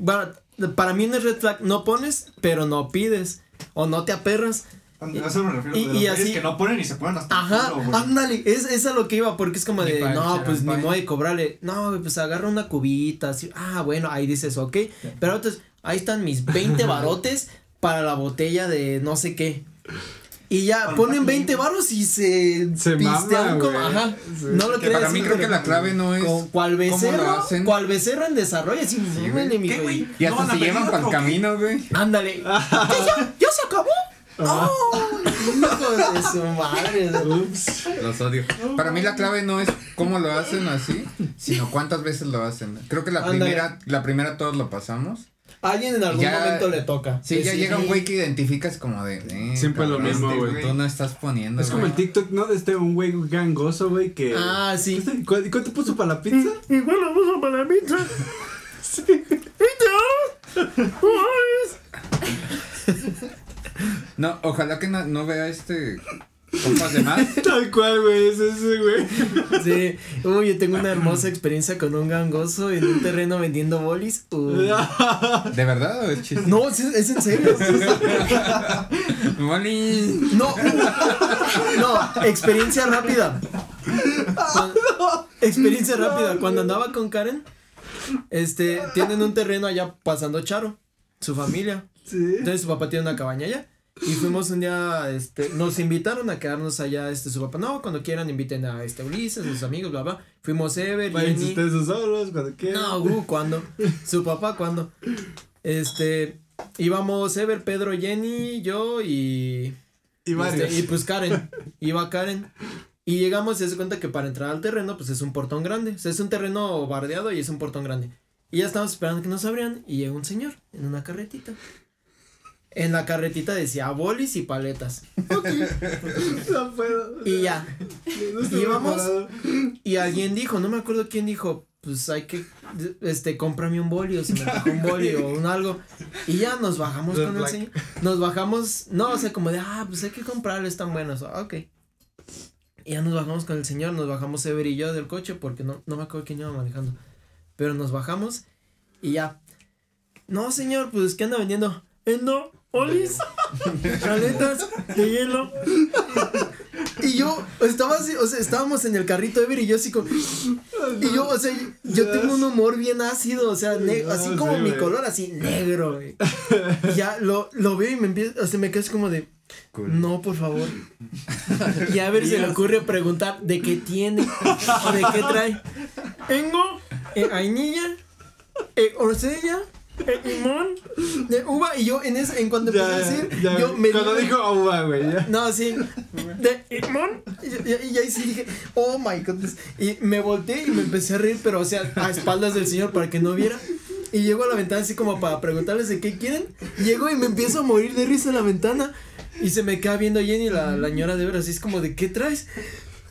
Speaker 2: Para, para mí no es red flag, no pones, pero no pides o no te aperras.
Speaker 3: A eso me refiero.
Speaker 2: Y-
Speaker 3: de los
Speaker 2: y
Speaker 3: güeyes
Speaker 2: así-
Speaker 3: que no ponen y se ponen hasta el
Speaker 2: Ajá,
Speaker 3: culo, güey.
Speaker 2: ándale, es, es a lo que iba, porque es como
Speaker 6: Ni
Speaker 2: de,
Speaker 6: pa'
Speaker 2: no,
Speaker 6: echar
Speaker 2: pues ni
Speaker 6: pa'".
Speaker 2: modo de cobrarle, no, güey, pues agarra una cubita, así, ah, bueno, ahí dices, ok, pero entonces, ahí están mis
Speaker 1: <laughs>
Speaker 2: 20 barotes para la botella de no sé qué. Y ya
Speaker 3: Para
Speaker 2: ponen
Speaker 3: la
Speaker 2: 20 baros y se,
Speaker 1: Se mama,
Speaker 2: pistean como,
Speaker 1: güey.
Speaker 2: ajá,
Speaker 1: Sí.
Speaker 2: no lo
Speaker 4: Que para
Speaker 2: crees.
Speaker 4: mí
Speaker 2: sí,
Speaker 4: creo que
Speaker 2: pero-
Speaker 4: la clave no es
Speaker 2: Con cual
Speaker 4: Pues, lo
Speaker 2: becerro,
Speaker 4: hacen?
Speaker 2: cual becerro en desarrollo, así, "Mámele, mi
Speaker 3: ¿Qué,
Speaker 2: güey".
Speaker 3: güey?
Speaker 4: Y
Speaker 3: ¿No
Speaker 4: hasta
Speaker 3: van a
Speaker 4: se
Speaker 3: pedir
Speaker 4: llevan para el
Speaker 3: otro, qué?
Speaker 4: camino, güey.
Speaker 2: Ándale.
Speaker 4: <laughs>
Speaker 2: ¿Qué, ya? ¿Ya se acabó?
Speaker 4: Ah.
Speaker 2: ¡Oh! Hijo de su madre.
Speaker 1: Ups.
Speaker 4: Los odio. Para mí la clave no es cómo lo hacen así, sino cuántas veces lo hacen. Creo que la
Speaker 2: Ándale.
Speaker 4: primera, la primera todos lo pasamos.
Speaker 2: Alguien en algún
Speaker 4: Ya-
Speaker 2: momento le toca.
Speaker 4: Sí, ya
Speaker 2: Decir,
Speaker 4: llega un
Speaker 2: "Ey,
Speaker 4: güey que identificas como de. eh,
Speaker 1: Siempre lo mismo,
Speaker 4: este,
Speaker 1: güey.
Speaker 4: Tú no estás poniendo.
Speaker 1: Es como el
Speaker 4: güey.
Speaker 1: TikTok, ¿no? De este un güey gangoso, güey, que.
Speaker 2: Ah, sí.
Speaker 1: ¿Cuánto- cu- ¿Cuánto puso para la pizza?
Speaker 2: Igual lo uso para la mitad. Sí. Y te amo. Ay,
Speaker 4: No, ojalá que no, no vea este compas
Speaker 2: <laughs>
Speaker 4: de más.
Speaker 1: Tal cual, güey, es ese, güey.
Speaker 2: <laughs> Sí, uy, yo tengo una hermosa experiencia con un gangoso en un terreno vendiendo bolis.
Speaker 4: <laughs>
Speaker 2: Uy.
Speaker 4: ¿De verdad o es chiste?
Speaker 2: No, es, es en serio.
Speaker 4: Molly.
Speaker 2: No, no, experiencia rápida. Cuan- Experiencia rápida. Cuando andaba con Karen, este, tienen un terreno allá pasando Charo, su familia. Entonces su papá tiene una cabaña allá. Y fuimos un día, este, nos invitaron a quedarnos allá, este, su papá, no, cuando quieran inviten a este Ulises, sus amigos, bla, bla. Fuimos Ever,
Speaker 1: Váyanse
Speaker 2: Jenny.
Speaker 1: ustedes solos cuando quieran.
Speaker 2: Pues No, uh, ¿cuándo? Su papá, ¿cuándo? Este, íbamos Ever, Pedro, Jenny, yo y...
Speaker 1: y varios.
Speaker 2: este, y pues Karen, iba Karen. Y llegamos y se cuenta que para entrar al terreno, pues es un portón grande. O sea, es un terreno bardeado y es un portón grande. Y ya estábamos esperando que nos abrían y llega un señor en una carretita. En la carretita decía bolis y paletas.
Speaker 1: <laughs> no puedo.
Speaker 2: Y ya,
Speaker 1: No estoy
Speaker 2: y vamos-
Speaker 1: preparado.
Speaker 2: Y alguien dijo, no me acuerdo quién dijo, pues hay que, este, cómprame un boli o se me antojó un boli o un algo. Y ya nos bajamos
Speaker 1: Red
Speaker 2: con el
Speaker 1: flag.
Speaker 2: señor. Nos bajamos, no, o sea, como de, ah, pues hay que comprarlo, están buenos, ah, ok. Y ya nos bajamos con el señor, nos bajamos Ever y yo del coche porque no, no me acuerdo quién iba manejando. Pero nos bajamos y ya. No, señor, pues, ¿qué anda vendiendo? Eh, no, olis, caletas de hielo. Y yo estaba así, o sea, estábamos en el carrito de Ever y yo así como. Y yo, o sea, yo tengo un humor bien ácido, o sea, ne-
Speaker 1: Ah,
Speaker 2: así
Speaker 1: sí,
Speaker 2: como mi
Speaker 1: güey.
Speaker 2: color, así negro, güey. Y ya lo, lo veo y me empieza, o sea, me quedo así como de. No, por
Speaker 1: <laughs>
Speaker 2: favor. Y a ver, se le ocurre preguntar de qué tiene o de qué trae. Tengo eh, vainilla, eh, orcella, eh, limón, de uva. Y yo, en, ese, en cuanto empecé
Speaker 1: Ya,
Speaker 2: a decir,
Speaker 1: ya,
Speaker 2: yo me
Speaker 1: Cuando dijo agua, güey, ya.
Speaker 2: no, sí. De Imón. Y, y- y ahí sí dije, oh my goodness. Y me volteé y me empecé a reír, pero o sea, a espaldas del señor para que no viera. Y llego a la ventana así como para preguntarles de qué quieren. Llego y me empiezo a morir de risa en la ventana. Y se me queda viendo Jenny, la, la señora de veras, así es como de qué traes.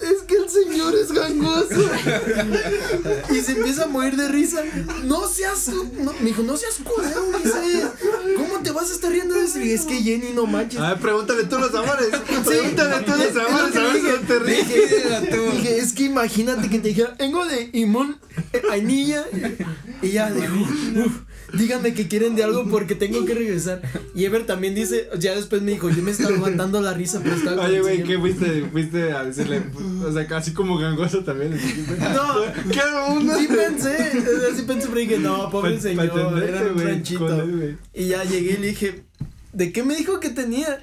Speaker 2: Es que el señor es gangoso. y se empieza a morir de risa. No seas. No, me dijo, no seas culero, Ulises. ¿Cómo te vas a estar riendo de eso? Y es que Jenny, no manches.
Speaker 1: A ver, pregúntale tú los sabores. Pregúntale tú los
Speaker 2: Es lo
Speaker 1: sabores,
Speaker 2: que
Speaker 1: a ver
Speaker 2: dije.
Speaker 1: si te ríes.
Speaker 2: Dije, dije, es que imagínate que te dijera, tengo de imón, eh, vainilla. Y ya dijo, "Uf, díganme que quieren de algo porque tengo que regresar. Y Ever también dice, ya después me dijo, yo me estaba aguantando la risa, pero estaba con
Speaker 1: Oye,
Speaker 2: el
Speaker 1: güey,
Speaker 2: señor".
Speaker 1: ¿qué fuiste, fuiste a decirle? O sea, así como gangoso también.
Speaker 2: No,
Speaker 1: ¿Qué onda?
Speaker 2: sí pensé, o sea, sí pensé, pero dije, no, pobre
Speaker 1: Pa-
Speaker 2: señor,
Speaker 1: pa' atenderte,
Speaker 2: era un
Speaker 1: güey, con
Speaker 2: ranchito.
Speaker 1: él, güey.
Speaker 2: Y ya llegué y le dije, ¿de qué me dijo que tenía?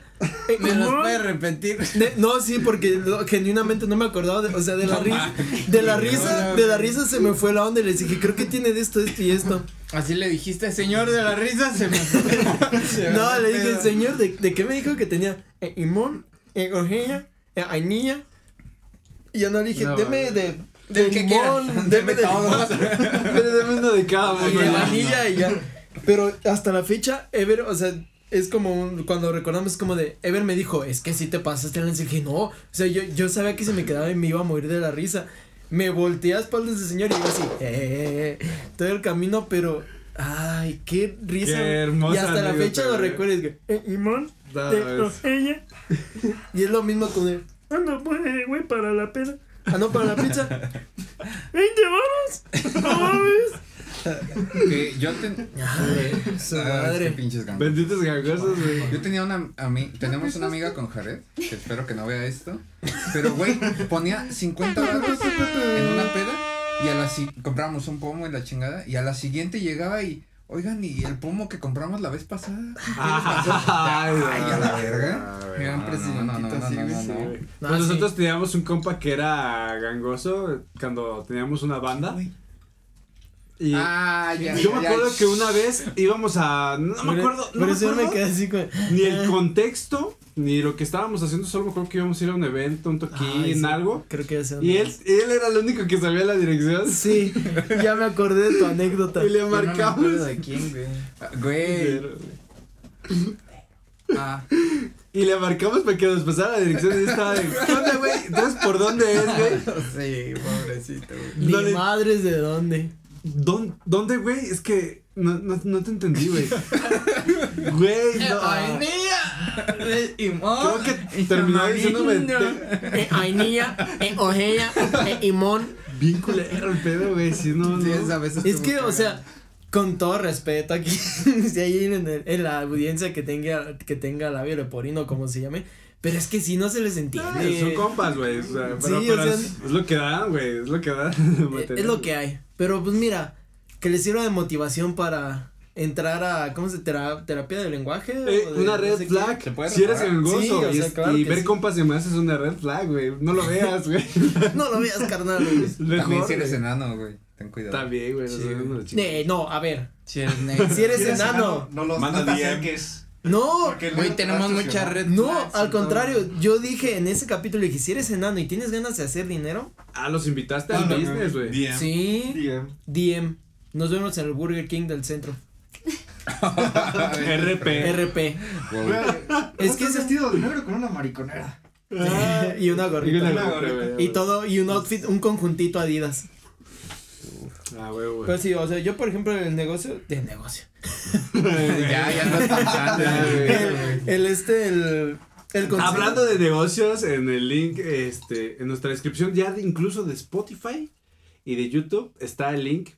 Speaker 2: Eh,
Speaker 6: Me los
Speaker 2: "Imón".
Speaker 6: puede arrepentir.
Speaker 2: De- no, sí, porque lo- genuinamente no me acordaba, de, o sea, de la risa, de la risa, de la risa se me fue la onda y les dije, creo que tiene de esto, esto y esto.
Speaker 6: Así le dijiste, señor de la risa, <laughs> se me. se me
Speaker 2: No,
Speaker 6: fue
Speaker 2: le
Speaker 6: el
Speaker 2: dije,
Speaker 6: pedo.
Speaker 2: señor, ¿de, de qué me dijo que tenía? Eh, imón, eh, orgeña, eh, anilla. Y yo no le dije,
Speaker 6: No,
Speaker 2: deme de, de,
Speaker 6: Del que
Speaker 2: limón,
Speaker 6: quieras,
Speaker 2: deme
Speaker 6: deme
Speaker 2: de
Speaker 6: todos. <laughs>
Speaker 1: Pero dame uno de cada uno.
Speaker 2: y de
Speaker 1: ya.
Speaker 2: vainilla y ya. Pero hasta la fecha, Ever, o sea, es como un- cuando recordamos como de, Ever me dijo, es que si te pasaste, le dije, no, o sea, yo, yo sabía que si me quedaba y me iba a morir de la risa. Me volteé a espaldas del señor y yo así, eh, eh, eh, todo el camino, pero, ay, qué risa.
Speaker 1: Qué
Speaker 2: güey.
Speaker 1: hermosa
Speaker 2: y hasta la
Speaker 1: anécdota,
Speaker 2: fecha lo
Speaker 1: güey.
Speaker 2: recuerdes, güey. Eh, Imón,
Speaker 1: No,
Speaker 2: te-
Speaker 1: es-
Speaker 2: ella. Y es lo mismo con él. Ah, no, pues, eh, güey, para la pena. Ah, no, para la pizza.
Speaker 1: <laughs>
Speaker 2: ¡20 varos! ¡No mames!
Speaker 4: Que yo, ten-
Speaker 2: Ay, su
Speaker 4: Ah, qué
Speaker 1: este
Speaker 2: madre.
Speaker 4: pinches gambas.
Speaker 1: Benditos gangosos, güey.
Speaker 4: Yo tenía una ami- tenemos una amiga con Jared, que espero que no vea esto, pero güey, ponía 50 baros en una peda y a la si comprábamos un pomo y la chingada y a la siguiente llegaba y oigan, y el pomo que compramos la vez pasada, ¿Qué les pasó?" <laughs> Ay, a la verga.
Speaker 6: Me dan
Speaker 4: No, no, no, no,
Speaker 6: presidentito así,
Speaker 4: no,
Speaker 6: güey.
Speaker 1: Sí,
Speaker 4: no, no.
Speaker 1: güey.
Speaker 2: No,
Speaker 1: Pues
Speaker 2: sí.
Speaker 1: nosotros teníamos un compa que era gangoso cuando teníamos una banda. Y
Speaker 4: Ah, ya,
Speaker 1: yo me
Speaker 4: ya,
Speaker 1: acuerdo
Speaker 4: ya.
Speaker 1: que una vez íbamos a. No me acuerdo, no
Speaker 2: Por
Speaker 1: me
Speaker 2: eso yo me
Speaker 1: acuerdo
Speaker 2: quedé así con. "Ah,
Speaker 1: ni el contexto, ni lo que estábamos haciendo, solo me acuerdo que íbamos a ir a un evento, un toquín,
Speaker 2: Ay, sí,
Speaker 1: algo.
Speaker 2: Creo que ya sé dónde
Speaker 1: Y él,
Speaker 2: es.
Speaker 1: él era el único que sabía la dirección.
Speaker 2: Sí, <laughs> ya me acordé de tu anécdota.
Speaker 1: <laughs> Y le
Speaker 6: Yo no me
Speaker 1: marcamos.
Speaker 6: acuerdo de quién, güey.
Speaker 4: Ah, Güey,
Speaker 6: Ah,
Speaker 1: Y le marcamos para que nos pasara la dirección y estaba de, ¿dónde, güey? Entonces, ¿por dónde es, güey?
Speaker 6: sí, pobrecito, güey.
Speaker 2: Ni
Speaker 1: no le-
Speaker 2: madres de dónde.
Speaker 1: ¿Dón- ¿Dónde, güey?
Speaker 2: Eh,
Speaker 1: Es que no, no, no te entendí, güey. Güey, no.
Speaker 6: ¡Vainilla!
Speaker 1: Creo que terminó diciéndome te-
Speaker 8: eh, Ainilla, eh, Ojeya, eh, Imón.
Speaker 1: bien culero el pedo, güey. Si no,
Speaker 4: Sí,
Speaker 1: no.
Speaker 4: esa vez
Speaker 2: Es
Speaker 4: estuvo
Speaker 2: que, o
Speaker 4: cagado.
Speaker 2: sea, con todo respeto aquí, <laughs> si hay alguien en, el- en la audiencia que tenga, que tenga labio leporino, como se llame, pero es que si no se les entiende.
Speaker 1: Son compas, güey. O sea, pero,
Speaker 2: Sí, o
Speaker 1: pero
Speaker 2: sea-
Speaker 1: es, es lo que da, güey. Es lo que da. <laughs>
Speaker 2: Eh, es lo que hay. Pero pues mira, que les sirva de motivación para entrar a, ¿cómo se tera- terapia del lenguaje?
Speaker 1: Eh,
Speaker 2: o de-
Speaker 1: una
Speaker 2: no
Speaker 1: red
Speaker 2: sé qué?
Speaker 1: flag.
Speaker 3: ¿Se puede
Speaker 1: Si eres
Speaker 3: reparar?
Speaker 1: gangoso
Speaker 2: Sí, o
Speaker 1: y,
Speaker 2: sea,
Speaker 1: es-
Speaker 2: claro
Speaker 1: y
Speaker 2: que
Speaker 1: ver
Speaker 2: sí.
Speaker 1: compas de más es una red flag, güey. No lo veas,
Speaker 3: <laughs>
Speaker 1: güey.
Speaker 2: No lo veas,
Speaker 1: <laughs>
Speaker 2: carnal. güey.
Speaker 4: También si eres
Speaker 1: enano.
Speaker 4: enano, güey. Ten cuidado.
Speaker 1: También, güey. no
Speaker 6: Sí,
Speaker 1: sé,
Speaker 6: güey.
Speaker 1: no lo chingues.
Speaker 2: Eh, no, a ver,
Speaker 6: Si eres negro.
Speaker 2: si eres enano.
Speaker 3: No los
Speaker 5: Manda
Speaker 3: no te
Speaker 5: DM.
Speaker 3: acerques.
Speaker 2: No,
Speaker 3: Porque luego
Speaker 6: Güey,
Speaker 3: te
Speaker 6: tenemos
Speaker 3: vas a
Speaker 6: mucha
Speaker 3: estacionar.
Speaker 6: red.
Speaker 2: no, ah,
Speaker 6: flags y
Speaker 2: al
Speaker 6: todo.
Speaker 2: contrario, yo dije en ese capítulo, dije, si eres enano y tienes ganas de hacer dinero,
Speaker 1: Ah, los invitaste
Speaker 3: Ah,
Speaker 1: al
Speaker 3: no,
Speaker 1: business,
Speaker 3: <laughs>
Speaker 1: güey.
Speaker 5: DM.
Speaker 2: sí,
Speaker 3: DM.
Speaker 2: DM, nos vemos en el Burger King del centro,
Speaker 3: ah,
Speaker 1: RP.
Speaker 2: RP,
Speaker 3: Es
Speaker 2: que
Speaker 3: que es
Speaker 2: se-
Speaker 3: vestido de negro con una mariconera.
Speaker 2: <laughs> y una
Speaker 1: Y una
Speaker 2: gorrita,
Speaker 1: gorra, güey.
Speaker 2: y todo, y un outfit, un conjuntito Adidas.
Speaker 1: Ah, güey,
Speaker 2: Pero
Speaker 1: <laughs> güey.
Speaker 2: sí, o sea, yo por ejemplo el negocio, de negocio, <laughs>
Speaker 4: Ya, ya no pensando.
Speaker 1: Ya, güey.
Speaker 2: el, el este, el, el consejo-
Speaker 1: Hablando de negocios, en el link, este, en nuestra descripción, ya de- incluso de Spotify y de YouTube, está el link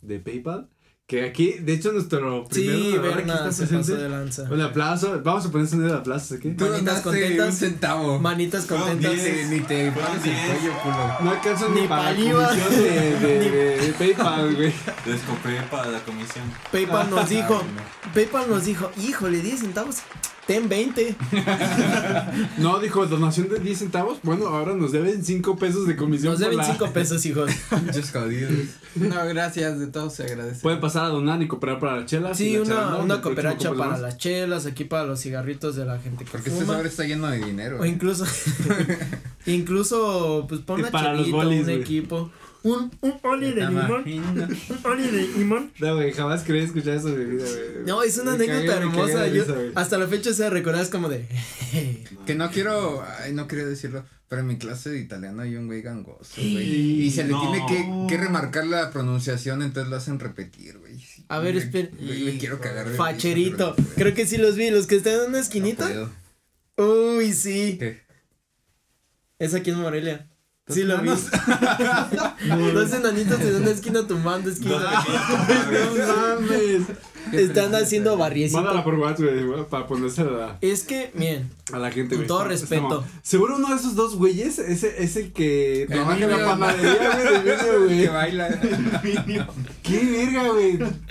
Speaker 1: de PayPal. Que aquí, de hecho, nuestro primer
Speaker 2: Sí,
Speaker 1: donador aquí
Speaker 2: Berna
Speaker 1: está
Speaker 2: se pasó de
Speaker 1: presente.
Speaker 2: lanza.
Speaker 1: Un aplauso. Vamos a poner sonido de aplausos aquí.
Speaker 4: Tú
Speaker 2: Manitas
Speaker 4: donaste
Speaker 2: contentas.
Speaker 4: un centavo.
Speaker 2: Manitas
Speaker 5: Fueron
Speaker 2: contentas.
Speaker 5: diez.
Speaker 4: Sí, ni te
Speaker 5: Fueron
Speaker 4: pares el
Speaker 5: diez.
Speaker 4: cuello, culo.
Speaker 1: No alcanzo
Speaker 2: Ni
Speaker 1: ni para la
Speaker 2: paliva.
Speaker 1: comisión
Speaker 2: <laughs>
Speaker 1: de, de- de- de PayPal, güey.
Speaker 5: Les copié para la comisión.
Speaker 2: PayPal
Speaker 1: <laughs>
Speaker 2: nos dijo, PayPal nos dijo, híjole, 10 centavos, ten
Speaker 1: <laughs>
Speaker 2: 20.
Speaker 1: No, dijo donación de 10 centavos. Bueno, ahora nos deben 5 pesos de comisión.
Speaker 2: Nos
Speaker 1: por
Speaker 2: deben
Speaker 1: la-
Speaker 2: 5 pesos,
Speaker 1: <laughs>
Speaker 2: hijos.
Speaker 4: Muchos jodidos. Pues,
Speaker 6: No, gracias, de todo se agradece.
Speaker 1: Pueden pasar a donar y cooperar para las chelas. y
Speaker 2: Sí,
Speaker 1: Ah, la
Speaker 2: una,
Speaker 1: charandonga,
Speaker 2: una
Speaker 1: el próximo
Speaker 2: cooperacha
Speaker 1: compra
Speaker 2: para
Speaker 1: más.
Speaker 2: las chelas, aquí para los cigarritos de la gente que
Speaker 4: Porque este
Speaker 2: fuma.
Speaker 4: sobre está lleno de dinero.
Speaker 2: O
Speaker 1: <laughs>
Speaker 2: incluso, <laughs> incluso, pues pon
Speaker 1: Y
Speaker 2: una
Speaker 1: para los
Speaker 2: chelita,
Speaker 1: bolis,
Speaker 2: un
Speaker 1: güey.
Speaker 2: equipo.
Speaker 8: Un, un Oli de limón. Un Oli de limón.
Speaker 1: No, güey, jamás creí escuchar eso de mi vida, güey.
Speaker 2: No, es una
Speaker 1: Me
Speaker 2: anécdota
Speaker 1: cagué, me cagué
Speaker 2: hermosa.
Speaker 1: de
Speaker 2: yo-
Speaker 1: risa, güey.
Speaker 2: <laughs> hasta la fecha se recuerda, es como de.
Speaker 4: <laughs> Que no quiero, ay, no quería decirlo, pero en mi clase de italiano hay un güey gangoso, güey. Y se le
Speaker 5: No.
Speaker 4: tiene que, que remarcar la pronunciación, entonces lo hacen repetir, güey. Sí,
Speaker 2: A ver,
Speaker 4: güey,
Speaker 2: espera.
Speaker 4: güey, le quiero cagar. de risa,
Speaker 2: Facherito.
Speaker 4: pero, güey,
Speaker 2: Creo que sí los vi, los que están en una
Speaker 4: no
Speaker 1: pues, <laughs>
Speaker 2: esquinita.
Speaker 4: puedo.
Speaker 2: Uy, sí.
Speaker 4: ¿Qué?
Speaker 2: Es aquí en Morelia. Sí, lo vi. <laughs> Dos enanitos en una esquina tumbando esquina.
Speaker 1: No mames.
Speaker 2: <laughs> Están haciendo
Speaker 1: Mándala
Speaker 2: barriecito.
Speaker 1: por WhatsApp, güey, güey, para ponérsela
Speaker 2: Es que, miren,
Speaker 1: a, a la gente,
Speaker 2: Con
Speaker 1: güey.
Speaker 2: todo
Speaker 1: Está-
Speaker 2: respeto.
Speaker 1: está mal. Seguro uno de esos dos güeyes es, es el que trabaja en la
Speaker 4: niño.
Speaker 1: panadería, güey, de niño, güey.
Speaker 4: Que baila.
Speaker 1: Qué verga, güey. Qué verga,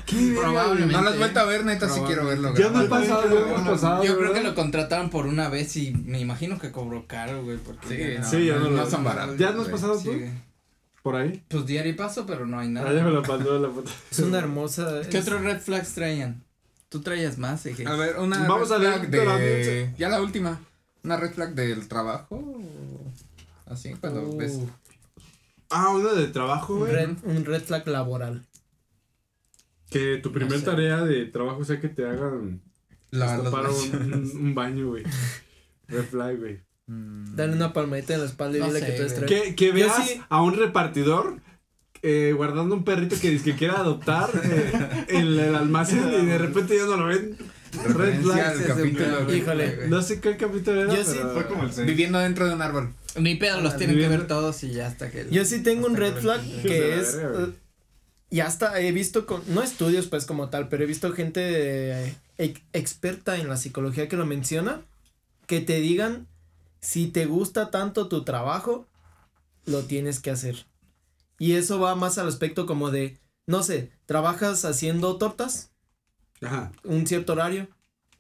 Speaker 1: güey.
Speaker 6: Probablemente.
Speaker 4: No lo has vuelto a ver, neta, sí
Speaker 6: Probable.
Speaker 4: quiero verlo.
Speaker 1: Ya no he
Speaker 4: güey.
Speaker 1: pasado, ya no he pasado.
Speaker 6: Yo creo
Speaker 1: ¿verdad?
Speaker 6: que lo contrataron por una vez y me imagino que cobró caro, güey. Porque
Speaker 4: Sí,
Speaker 6: ya no-
Speaker 1: Sí, ya no,
Speaker 4: No
Speaker 1: lo-
Speaker 4: son baratos,
Speaker 1: ¿Ya no has
Speaker 4: güey.
Speaker 1: pasado
Speaker 6: Sí,
Speaker 1: tú?
Speaker 6: güey.
Speaker 1: Por ahí.
Speaker 6: Pues diario paso, pero no hay nada.
Speaker 1: Ah, ya me lo mandó la puta.
Speaker 2: es una hermosa.
Speaker 6: ¿Qué
Speaker 2: es-
Speaker 6: otros red flags traían? Tú traías más, Eje.
Speaker 4: A ver, una.
Speaker 1: Vamos
Speaker 4: red
Speaker 1: a
Speaker 4: flag
Speaker 1: leer
Speaker 4: de.
Speaker 1: la audiencia.
Speaker 4: Ya la última. Una red flag del trabajo. o Así, cuando
Speaker 2: Uh,
Speaker 4: ves.
Speaker 1: Ah, uno de trabajo,
Speaker 2: un,
Speaker 1: güey.
Speaker 2: red, un red flag laboral.
Speaker 1: Que tu primer
Speaker 6: No sé.
Speaker 1: tarea de trabajo sea que te hagan
Speaker 4: La, los
Speaker 1: tapar
Speaker 4: baños.
Speaker 1: un, un- un baño, güey. Red flag, güey.
Speaker 4: Mm.
Speaker 2: Dale una palmadita en la espalda y
Speaker 6: No
Speaker 2: dile que
Speaker 6: sé,
Speaker 2: tú eres
Speaker 6: güey.
Speaker 2: trans.
Speaker 1: Que, que
Speaker 2: Yo
Speaker 1: veas
Speaker 2: sí-
Speaker 1: a un repartidor eh, guardando un perrito que dice que quiera adoptar eh, en el almacén y de repente ya no lo ven. Red
Speaker 4: Referencia
Speaker 1: flag.
Speaker 4: al capítulo. güey.
Speaker 2: Híjole.
Speaker 1: No sé qué capítulo era.
Speaker 2: Yo sí-
Speaker 1: pero-
Speaker 3: Fue como el 6.
Speaker 4: Viviendo dentro de un árbol.
Speaker 6: Ni pedo, los
Speaker 1: Ah,
Speaker 6: tienen que
Speaker 1: bien.
Speaker 6: ver todos y ya hasta que.
Speaker 2: Yo sí tengo un
Speaker 6: hasta
Speaker 2: red
Speaker 6: que-
Speaker 2: flag
Speaker 1: de
Speaker 2: que
Speaker 1: la
Speaker 2: es.
Speaker 1: verga, güey.
Speaker 2: eh, Y hasta he visto con. No estudios, pues, como tal, pero he visto gente eh, ex- experta en la psicología que lo menciona. Que te digan: si te gusta tanto tu trabajo, lo tienes que hacer. Y eso va más al aspecto como de. No sé, trabajas haciendo tortas
Speaker 1: Ajá.
Speaker 2: un cierto horario.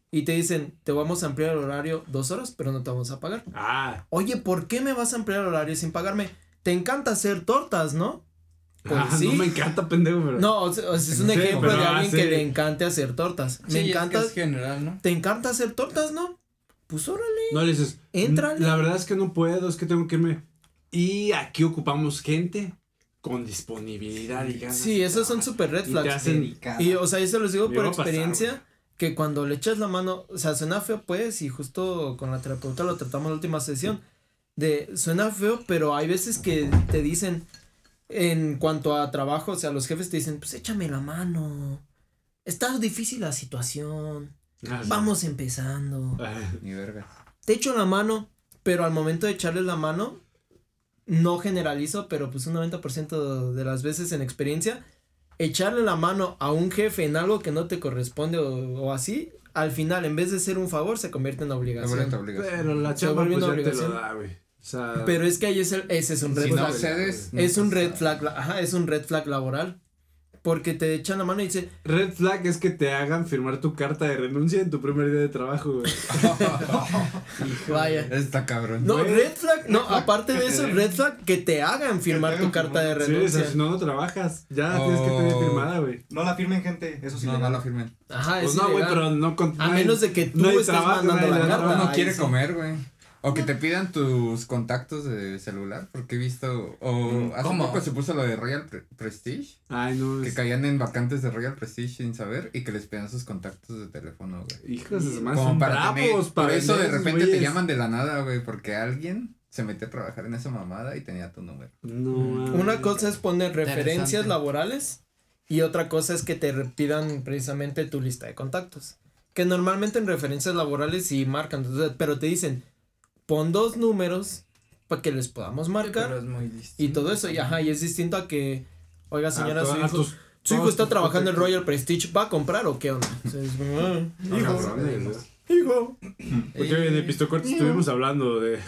Speaker 2: Y te dicen, te vamos a ampliar el horario dos horas, pero no te vamos a pagar.
Speaker 1: Ah.
Speaker 2: Oye, ¿por qué me vas a ampliar el horario sin pagarme? Te encanta hacer tortas, ¿no? Pues
Speaker 1: Ah,
Speaker 2: sí.
Speaker 1: No me encanta, pendejo, pero.
Speaker 2: No, o sea, o sea, es un
Speaker 1: Sí,
Speaker 2: ejemplo
Speaker 1: pero
Speaker 2: de alguien
Speaker 1: hace-
Speaker 2: que le encante hacer tortas.
Speaker 6: Sí,
Speaker 2: me
Speaker 6: es
Speaker 2: encanta,
Speaker 6: que Es general, ¿no?
Speaker 2: te encanta hacer tortas, ¿no? Pues órale.
Speaker 1: No le dices. "Mm,
Speaker 2: Éntrale.
Speaker 1: La verdad es que no puedo, es que tengo que irme. Y aquí ocupamos gente con disponibilidad y ganas.
Speaker 2: Sí, esos son super red
Speaker 1: Y te
Speaker 2: flags.
Speaker 1: hacen.
Speaker 2: Y, o sea, yo se los digo
Speaker 1: Me
Speaker 2: por
Speaker 1: va a pasar,
Speaker 2: experiencia que cuando le echas la mano, o sea, suena feo pues y justo con la terapeuta lo tratamos en la última sesión, de suena feo, pero hay veces que te dicen en cuanto a trabajo, o sea, los jefes te dicen, pues échame la mano, está difícil la situación, Vamos empezando.
Speaker 1: Ah,
Speaker 4: Ni verga.
Speaker 2: Te echo la mano, pero al momento de echarles la mano, no generalizo, pero pues un 90% de las veces en experiencia, echarle la mano a un jefe en algo que no te corresponde o, o así, al final, en vez de ser un favor, se convierte en
Speaker 4: La bonita
Speaker 2: obligación.
Speaker 4: obligación.
Speaker 1: Pero la
Speaker 2: Se
Speaker 1: chamba
Speaker 2: vuelve
Speaker 1: pues,
Speaker 2: una
Speaker 1: ya te lo
Speaker 2: obligación.
Speaker 1: da, güey. O sea,
Speaker 2: Pero es que ahí es el- ese es un red
Speaker 4: Si no
Speaker 2: flag.
Speaker 4: cedes, no
Speaker 2: pues es un
Speaker 4: pasa
Speaker 2: red
Speaker 4: nada.
Speaker 2: flag, la- ajá, es un red flag laboral. Porque te echan la mano y dice,
Speaker 1: red flag es que te hagan firmar tu carta de renuncia en tu primer día de
Speaker 2: <laughs>
Speaker 1: trabajo, güey.
Speaker 2: vaya.
Speaker 4: <laughs> Está cabrón.
Speaker 2: No,
Speaker 1: Güey.
Speaker 2: red flag, no, aparte de eso, red flag que te hagan firmar
Speaker 3: hagan
Speaker 2: tu carta de
Speaker 1: Sí, o
Speaker 2: renuncia.
Speaker 1: sea, si no, no trabajas. Ya tienes que tener
Speaker 4: Oh.
Speaker 1: firmada, güey.
Speaker 3: No la firmen, gente. Eso sí.
Speaker 4: no, no
Speaker 3: legal.
Speaker 4: la firmen.
Speaker 2: Ajá,
Speaker 1: Pues
Speaker 2: es
Speaker 1: no, güey,
Speaker 2: ilegal.
Speaker 1: pero no con-
Speaker 2: Ah, A
Speaker 1: no hay-
Speaker 2: menos de que tú
Speaker 1: no hay
Speaker 2: estés
Speaker 1: trabajo,
Speaker 2: mandando
Speaker 1: no hay
Speaker 2: la
Speaker 1: nada.
Speaker 2: carta.
Speaker 4: Uno
Speaker 2: ahí
Speaker 4: quiere
Speaker 2: sí.
Speaker 4: comer, güey. O que te pidan tus contactos de celular, porque he visto. O hace
Speaker 6: ¿Cómo?
Speaker 4: poco se puso lo de Royal Pre- Prestige,
Speaker 1: Ay, no.
Speaker 4: que
Speaker 1: es-
Speaker 4: caían en vacantes de Royal Prestige sin saber y que les pedían sus contactos de teléfono, güey.
Speaker 1: Hijos de su madre, Pues, son
Speaker 4: Como para tener-
Speaker 1: bravos
Speaker 4: Por
Speaker 1: para
Speaker 4: eso de
Speaker 1: vender,
Speaker 4: repente te
Speaker 1: güeyes.
Speaker 4: llaman de la nada, güey, porque alguien se metió a trabajar en esa mamada y tenía tu número.
Speaker 1: No,
Speaker 2: Una
Speaker 1: mames.
Speaker 2: cosa es poner referencias
Speaker 6: Interesante.
Speaker 2: laborales y otra cosa es que te re- pidan precisamente tu lista de contactos. Que normalmente en referencias laborales sí marcan, o sea, pero te dicen, pon dos números para que les podamos
Speaker 6: Pero
Speaker 2: marcar
Speaker 6: es muy distinto.
Speaker 2: y todo eso. Y, ajá, y es distinto a que, oiga señora,
Speaker 1: A
Speaker 2: su
Speaker 1: to- Ah, a
Speaker 2: hijo,
Speaker 1: tus-
Speaker 2: su hijo
Speaker 1: todos
Speaker 2: está
Speaker 1: tus
Speaker 2: trabajando en
Speaker 1: contactos.
Speaker 2: Royal Prestige, ¿va a comprar o qué onda? O sea, es,
Speaker 1: <laughs>
Speaker 2: "Ah,
Speaker 1: No, cabrones, güey.
Speaker 2: hijo".
Speaker 1: Porque en
Speaker 4: Eh,
Speaker 1: Epistocorte estuvimos hablando de, de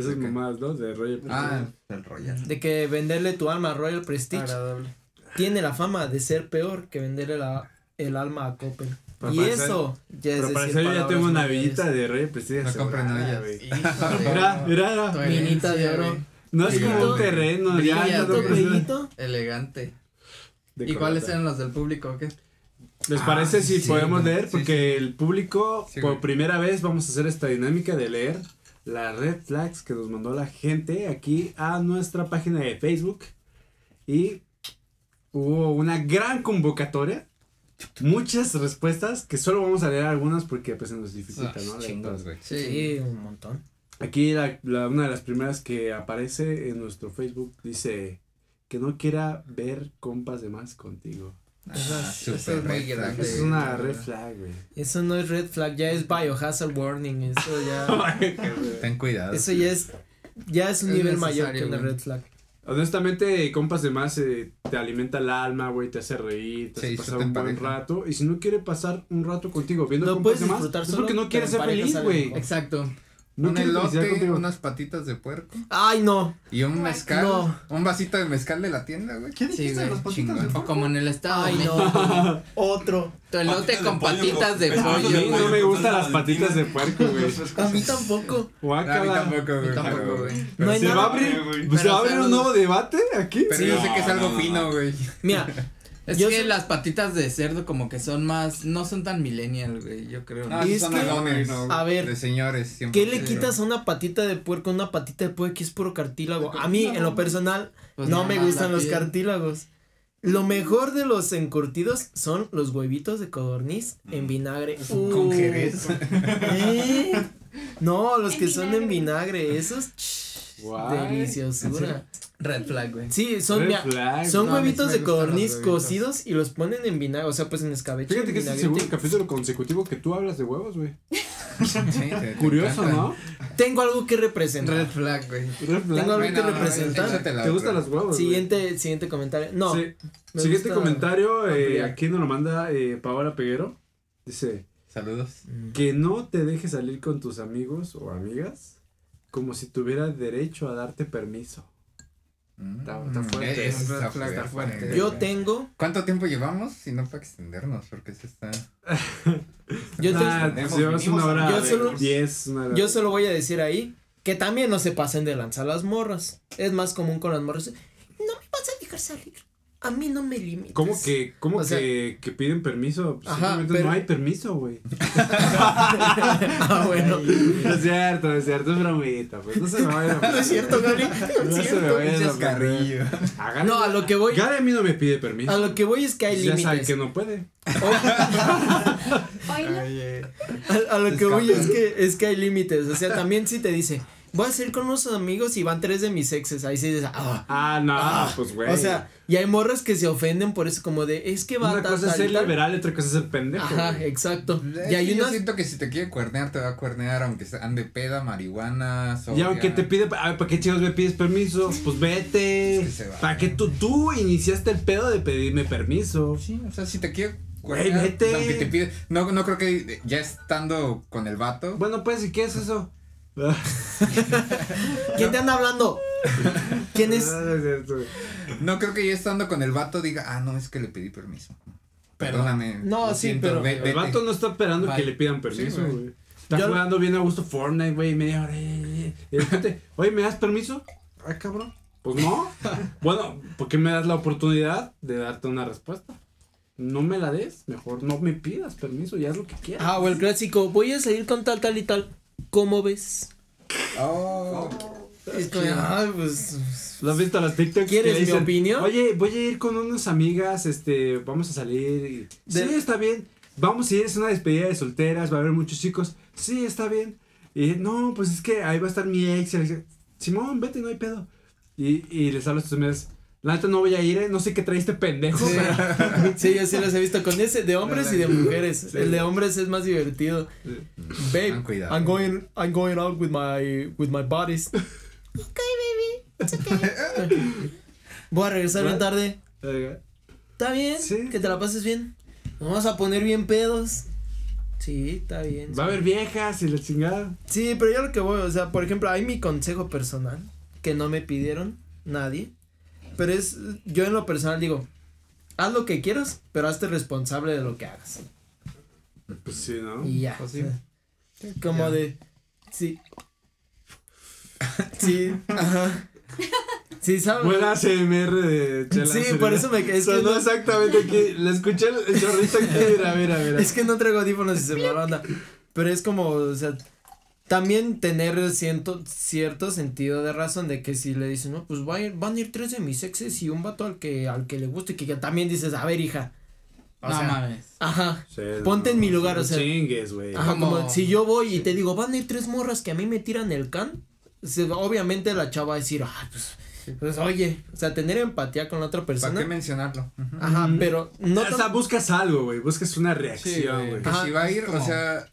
Speaker 1: esas
Speaker 4: ¿De qué?
Speaker 1: mamadas, ¿no? De Roger.
Speaker 4: Ah, el Royal.
Speaker 2: De que venderle tu alma a Royal Prestige
Speaker 6: Agradable.
Speaker 2: tiene la fama de ser peor que venderle la, el alma a Coppel.
Speaker 1: Pero
Speaker 2: y
Speaker 1: para
Speaker 2: eso ya es
Speaker 1: Pero para
Speaker 2: decir
Speaker 1: eso yo ya
Speaker 2: palabras
Speaker 1: tengo una
Speaker 2: mayores.
Speaker 1: villita de Roger Prestige.
Speaker 4: No compren
Speaker 1: asegurada,
Speaker 4: ollas.
Speaker 1: güey.
Speaker 6: Ah,
Speaker 4: <laughs>
Speaker 6: Híjole.
Speaker 1: Mira, mira, mira.
Speaker 6: Tu
Speaker 2: Minita de
Speaker 6: herencia,
Speaker 2: oro.
Speaker 6: güey.
Speaker 1: No es
Speaker 4: Brilla,
Speaker 1: como un
Speaker 4: güey.
Speaker 1: terreno, ya.
Speaker 6: Brilla,
Speaker 1: ya
Speaker 2: ¿Tu
Speaker 1: no
Speaker 6: güey.
Speaker 1: presenta-
Speaker 2: apellito?
Speaker 6: Elegante.
Speaker 1: de
Speaker 6: ¿Y cuáles
Speaker 1: corbata.
Speaker 6: eran los del público? o ¿Qué?
Speaker 1: ¿Les
Speaker 4: Ah,
Speaker 1: parece si
Speaker 4: sí,
Speaker 1: podemos
Speaker 4: güey.
Speaker 1: leer?
Speaker 4: Sí,
Speaker 1: Porque el público,
Speaker 4: Sí,
Speaker 1: por
Speaker 4: güey.
Speaker 1: primera vez, vamos a hacer esta dinámica de leer las red flags que nos mandó la gente aquí a nuestra página de Facebook. Y hubo una gran convocatoria. Muchas respuestas que solo vamos a leer algunas porque pues se nos dificulta, ¿no? Leer todas.
Speaker 4: ah, Chingos, güey.
Speaker 6: Sí.
Speaker 2: Sí, un montón.
Speaker 1: Aquí la, la- una de las primeras que aparece en nuestro Facebook dice que no quiera ver compas de más contigo.
Speaker 4: Ah,
Speaker 6: Eso es
Speaker 4: super
Speaker 6: muy
Speaker 4: red flag.
Speaker 6: grande.
Speaker 1: Esa es
Speaker 6: Sí,
Speaker 1: una eh.
Speaker 6: la
Speaker 1: red
Speaker 6: verdad.
Speaker 1: flag, güey.
Speaker 2: Eso no es red flag, ya es biohazard warning, eso
Speaker 1: <laughs>
Speaker 2: ya
Speaker 4: Ten cuidado.
Speaker 2: eso ya es ya es un
Speaker 6: Es
Speaker 2: nivel mayor que
Speaker 6: necesario,
Speaker 2: una
Speaker 6: güey.
Speaker 2: red flag.
Speaker 1: Honestamente, compas de más eh, te alimenta el alma, güey, te hace reír, te
Speaker 4: Sí,
Speaker 1: hace
Speaker 4: eso
Speaker 1: pasar
Speaker 4: te
Speaker 1: un buen
Speaker 4: empareja.
Speaker 1: rato. Y si no quiere pasar un rato contigo viendo
Speaker 2: Lo
Speaker 1: compas
Speaker 2: puedes
Speaker 1: de más,
Speaker 2: disfrutar
Speaker 1: es
Speaker 2: solo,
Speaker 1: porque no quiere
Speaker 2: pero
Speaker 1: ser
Speaker 2: en pareja
Speaker 1: feliz,
Speaker 2: sale
Speaker 1: güey.
Speaker 2: mejor.
Speaker 6: Exacto.
Speaker 1: No
Speaker 4: un
Speaker 1: quiere felicidad
Speaker 4: elote,
Speaker 1: contigo.
Speaker 4: unas patitas de puerco
Speaker 2: Ay, no.
Speaker 4: y un
Speaker 7: Guau.
Speaker 4: mezcal.
Speaker 2: No.
Speaker 4: Un vasito de mezcal de la tienda, güey.
Speaker 3: ¿Qué dijiste
Speaker 6: Sí,
Speaker 3: de
Speaker 6: güey.
Speaker 3: las patitas
Speaker 4: chingón.
Speaker 3: de
Speaker 6: O
Speaker 3: puerco?
Speaker 6: como en el estado.
Speaker 2: Ay,
Speaker 6: de <laughs>
Speaker 2: no. Otro.
Speaker 6: Tu elote
Speaker 5: Patitas
Speaker 6: con
Speaker 5: de pollo,
Speaker 6: patitas de
Speaker 5: con-
Speaker 1: A mí
Speaker 5: Oye,
Speaker 6: pollo,
Speaker 5: güey,
Speaker 1: no me gustan
Speaker 6: güey.
Speaker 5: entonces
Speaker 1: las
Speaker 5: la
Speaker 1: patitas de
Speaker 5: latina-
Speaker 1: puerco,
Speaker 4: <laughs>
Speaker 1: güey.
Speaker 2: A mí tampoco.
Speaker 4: No, a mí
Speaker 1: Guácala.
Speaker 4: tampoco, güey.
Speaker 6: tampoco,
Speaker 4: pero-
Speaker 6: güey.
Speaker 4: pero
Speaker 2: No hay
Speaker 4: sí-
Speaker 1: ¿Se va a abrir,
Speaker 5: güey.
Speaker 1: ¿se
Speaker 6: Pero
Speaker 1: va a abrir un
Speaker 6: saludos.
Speaker 1: nuevo debate aquí?
Speaker 4: Pero yo sé que es
Speaker 5: No,
Speaker 4: algo
Speaker 5: no, no,
Speaker 4: fino,
Speaker 5: no.
Speaker 4: güey.
Speaker 2: Mira,
Speaker 6: Es
Speaker 2: Yo
Speaker 6: que
Speaker 2: sé-
Speaker 6: las patitas de cerdo como que son más, no son tan millennial, güey, yo creo.
Speaker 1: Ah,
Speaker 4: No,
Speaker 2: Y
Speaker 4: esos
Speaker 2: es
Speaker 4: son
Speaker 2: que-
Speaker 4: adones
Speaker 2: a ver,
Speaker 4: De señores, siempre.
Speaker 2: ¿Qué le quitas a una patita de puerco, una patita de puerco que es puro cartílago? A mí, en lo personal,
Speaker 6: Pues
Speaker 2: no
Speaker 6: nada
Speaker 2: me
Speaker 6: más
Speaker 2: gustan
Speaker 6: la
Speaker 2: los
Speaker 6: piel.
Speaker 2: cartílagos. Lo mejor de los encurtidos son los huevitos de codorniz en vinagre.
Speaker 4: Con
Speaker 2: Uh,
Speaker 4: jerez.
Speaker 2: ¿eh? No, los
Speaker 7: En
Speaker 2: que son en
Speaker 7: vinagre.
Speaker 2: vinagre, esos. ch,
Speaker 1: Guay.
Speaker 2: Deliciosura.
Speaker 6: Red flag, güey.
Speaker 2: Sí, son,
Speaker 1: Red
Speaker 2: mira,
Speaker 1: flag.
Speaker 2: son
Speaker 6: pues, No, a mí sí
Speaker 2: huevitos
Speaker 6: me
Speaker 2: de
Speaker 6: gustan los
Speaker 2: codorniz
Speaker 6: huevitos.
Speaker 2: cocidos y los ponen en vinagre, o sea, pues en escabeche.
Speaker 1: Fíjate
Speaker 2: en
Speaker 1: que este es el
Speaker 2: vinagrete.
Speaker 1: segundo capítulo consecutivo que tú hablas de huevos, güey.
Speaker 4: Sí, te- te
Speaker 1: Curioso,
Speaker 4: encantan.
Speaker 1: ¿no?
Speaker 2: Tengo algo que representar.
Speaker 6: <laughs> Red flag, güey.
Speaker 1: Red flag.
Speaker 2: Tengo algo que
Speaker 4: Bueno, a ver,
Speaker 2: representar.
Speaker 4: échatela
Speaker 1: ¿Te
Speaker 4: otra.
Speaker 1: gustan los huevos? güey?
Speaker 2: Siguiente, siguiente comentario. No.
Speaker 1: Sí.
Speaker 2: me
Speaker 1: Siguiente
Speaker 2: gusta
Speaker 1: comentario, eh,
Speaker 2: ampliar.
Speaker 1: aquí nos lo manda eh, Paola Peguero. Dice,
Speaker 4: Saludos.
Speaker 1: que no te dejes salir con tus amigos o amigas como si tuviera derecho a darte permiso.
Speaker 4: Mm.
Speaker 1: Está- está fuerte.
Speaker 4: Es- está
Speaker 6: Red flag,
Speaker 4: fuerte,
Speaker 6: está fuerte.
Speaker 4: güey.
Speaker 2: Yo tengo.
Speaker 4: ¿Cuánto tiempo llevamos? Si no para extendernos, porque se está.
Speaker 2: Yo, te-
Speaker 1: Ah,
Speaker 3: tenemos,
Speaker 1: si llevas una
Speaker 3: vinimos a
Speaker 1: hora
Speaker 2: hablar de
Speaker 1: solo-
Speaker 2: cursos.
Speaker 1: diez, una hora-
Speaker 2: yo solo voy a decir ahí que también no se pasen de lanza las morras. Es más común con las morras. No me vas a dejar salir. A mí no me limitas.
Speaker 1: ¿Cómo que, cómo
Speaker 2: O sea-
Speaker 1: que, que piden permiso? Pues,
Speaker 2: Ajá,
Speaker 1: simplemente
Speaker 2: pero-
Speaker 1: no hay permiso,
Speaker 2: <laughs>
Speaker 1: güey.
Speaker 2: <laughs> ah, bueno.
Speaker 1: <laughs> No es cierto, no es cierto, es bromita, pues no se me vayan
Speaker 2: <laughs>
Speaker 1: a
Speaker 2: No es cierto, Gaby.
Speaker 1: No
Speaker 2: No es
Speaker 1: se me
Speaker 2: cierto.
Speaker 1: vayan a ofender. A Gary-
Speaker 2: No, a lo que voy.
Speaker 1: Gary a mí no me pide permiso.
Speaker 2: A lo que voy es que hay
Speaker 1: Pues ya sabe
Speaker 2: límites.
Speaker 1: que no puede.
Speaker 7: Oilo.
Speaker 2: <laughs> A, a lo que voy es que, es que hay límites. O sea, también si te dice, voy a salir con unos amigos y van tres de mis exes. Ahí sí dices, ah.
Speaker 1: Ah, no,
Speaker 2: Ah,
Speaker 1: pues güey.
Speaker 2: O sea, y hay morras que se ofenden por eso, como de, es que va
Speaker 1: una
Speaker 2: tal,
Speaker 1: cosa es
Speaker 2: tal y
Speaker 1: ser
Speaker 2: tal".
Speaker 1: liberal y otra cosa es ser pendejo.
Speaker 2: Ajá,
Speaker 1: güey.
Speaker 2: exacto.
Speaker 4: Es
Speaker 2: Y hay
Speaker 4: que Pues, Yo
Speaker 2: unas.
Speaker 4: siento que si te quiere cuernear, te va a cuernear, aunque se- ande peda, marihuana,
Speaker 1: Y
Speaker 4: sobria.
Speaker 1: aunque te pide, a ver, ¿para qué chicos me pides permiso? Pues vete.
Speaker 4: Es que se va.
Speaker 1: ¿Para qué tú, tú iniciaste el pedo de pedirme permiso?
Speaker 4: Pues Sí, o sea, si te quiere
Speaker 1: Güey,
Speaker 4: cuernear,
Speaker 1: vete.
Speaker 4: pues, aunque te pide... No, no creo que eh, ya estando con el vato...
Speaker 1: Bueno, pues, ¿y qué es eso?
Speaker 2: ¿Quién te anda
Speaker 1: <laughs>
Speaker 2: hablando? ¿Quién es?
Speaker 1: Ah, es cierto, güey.
Speaker 4: No creo que ya estando con el vato diga, ah, no, es que le pedí permiso. Perdóname.
Speaker 2: No,
Speaker 4: lo
Speaker 2: sí, pero
Speaker 4: ve- vete".
Speaker 1: El vato no está esperando
Speaker 6: Bye.
Speaker 1: que le pidan permiso,
Speaker 4: Sí, güey.
Speaker 1: güey. Está
Speaker 2: Yo-
Speaker 1: jugando bien a gusto Fortnite, güey, y media hora. eh, eh, eh. Y de repente, oye, ¿me das permiso? Ah, cabrón. Pues no. bueno, ¿por qué me das la oportunidad de darte una respuesta? No me la des, mejor no me pidas permiso y haz lo que quieras.
Speaker 2: Ah, o el clásico, voy a salir con tal, tal y tal. ¿Cómo ves?
Speaker 4: Oh,
Speaker 2: Es como, ay, pues.
Speaker 1: ¿Lo has visto a las TikToks?
Speaker 2: ¿Quieres
Speaker 1: que
Speaker 2: mi opinión?
Speaker 1: Oye, voy a ir con unas amigas, este, vamos a salir. y-
Speaker 2: Del-
Speaker 1: Sí, está bien. Vamos a ir, es una despedida de solteras, va a haber muchos chicos. Sí, está bien. Y no, pues es que ahí va a estar mi ex. y le dije, Simón, vete, no hay pedo. Y, y les hablas a tus amigas. La neta no voy a ir, eh, no sé qué traíste pendejo.
Speaker 2: Sí.
Speaker 1: pero-
Speaker 2: <laughs> Sí, yo sí las he visto con ese de hombres y de mujeres. El de hombres es más divertido.
Speaker 1: Sí.
Speaker 2: Babe,
Speaker 4: Ten cuidado.
Speaker 2: I'm going I'm going out with my with my buddies.
Speaker 7: It's okay.
Speaker 2: Voy a regresar bien
Speaker 1: What?
Speaker 2: tarde.
Speaker 1: Eh,
Speaker 2: ¿Está bien?
Speaker 1: Sí.
Speaker 2: Que te la pases bien. Nos vamos a poner bien pedos. Sí, está bien.
Speaker 1: va a haber viejas y la chingada.
Speaker 2: Sí, pero yo lo que voy, o sea, por ejemplo, hay mi consejo personal, que no me pidieron nadie, pero es, yo en lo personal digo, haz lo que quieras, pero hazte responsable de lo que hagas.
Speaker 1: Pues sí, ¿no?
Speaker 2: Y ya.
Speaker 4: Pues sí.
Speaker 2: o sea, como de, sí. <laughs> sí, ajá. Sí, ¿sabes?
Speaker 1: Fue la ASMR de Chela
Speaker 2: sí,
Speaker 1: Serena.
Speaker 2: por eso me... Es que,
Speaker 1: Sonó
Speaker 2: no,
Speaker 1: exactamente aquí. La escuché el el chorrito aquí. Mira, mira, mira.
Speaker 2: es que no traigo audífonos y se me va la onda, pero es como, o sea... También tener ciento- cierto sentido de razón de que si le dicen, no, pues va a ir- van a ir tres de mis exes y un vato al que, al que le guste, que ya también dices, a ver, hija. O
Speaker 6: No
Speaker 2: sea,
Speaker 6: mames.
Speaker 2: Ajá.
Speaker 1: Sí,
Speaker 2: Ponte
Speaker 1: no,
Speaker 2: en mi lugar,
Speaker 1: no
Speaker 2: o sea.
Speaker 1: Chingues, güey.
Speaker 2: Ajá,
Speaker 6: Como-
Speaker 2: como si yo voy y te digo, van a ir tres morras que a mí me tiran el can, se- obviamente la chava va a decir, ah, pues, pues oye, o sea, tener empatía con la otra
Speaker 4: ¿Para qué
Speaker 2: persona.
Speaker 4: mencionarlo? Ujú.
Speaker 2: Ajá, pero no
Speaker 1: o
Speaker 2: tan-
Speaker 1: sea, buscas algo, güey. Buscas una reacción,
Speaker 6: güey.
Speaker 1: güey.
Speaker 4: Que
Speaker 2: Ajá,
Speaker 4: Pues si va a ir, o
Speaker 6: como-
Speaker 4: sea,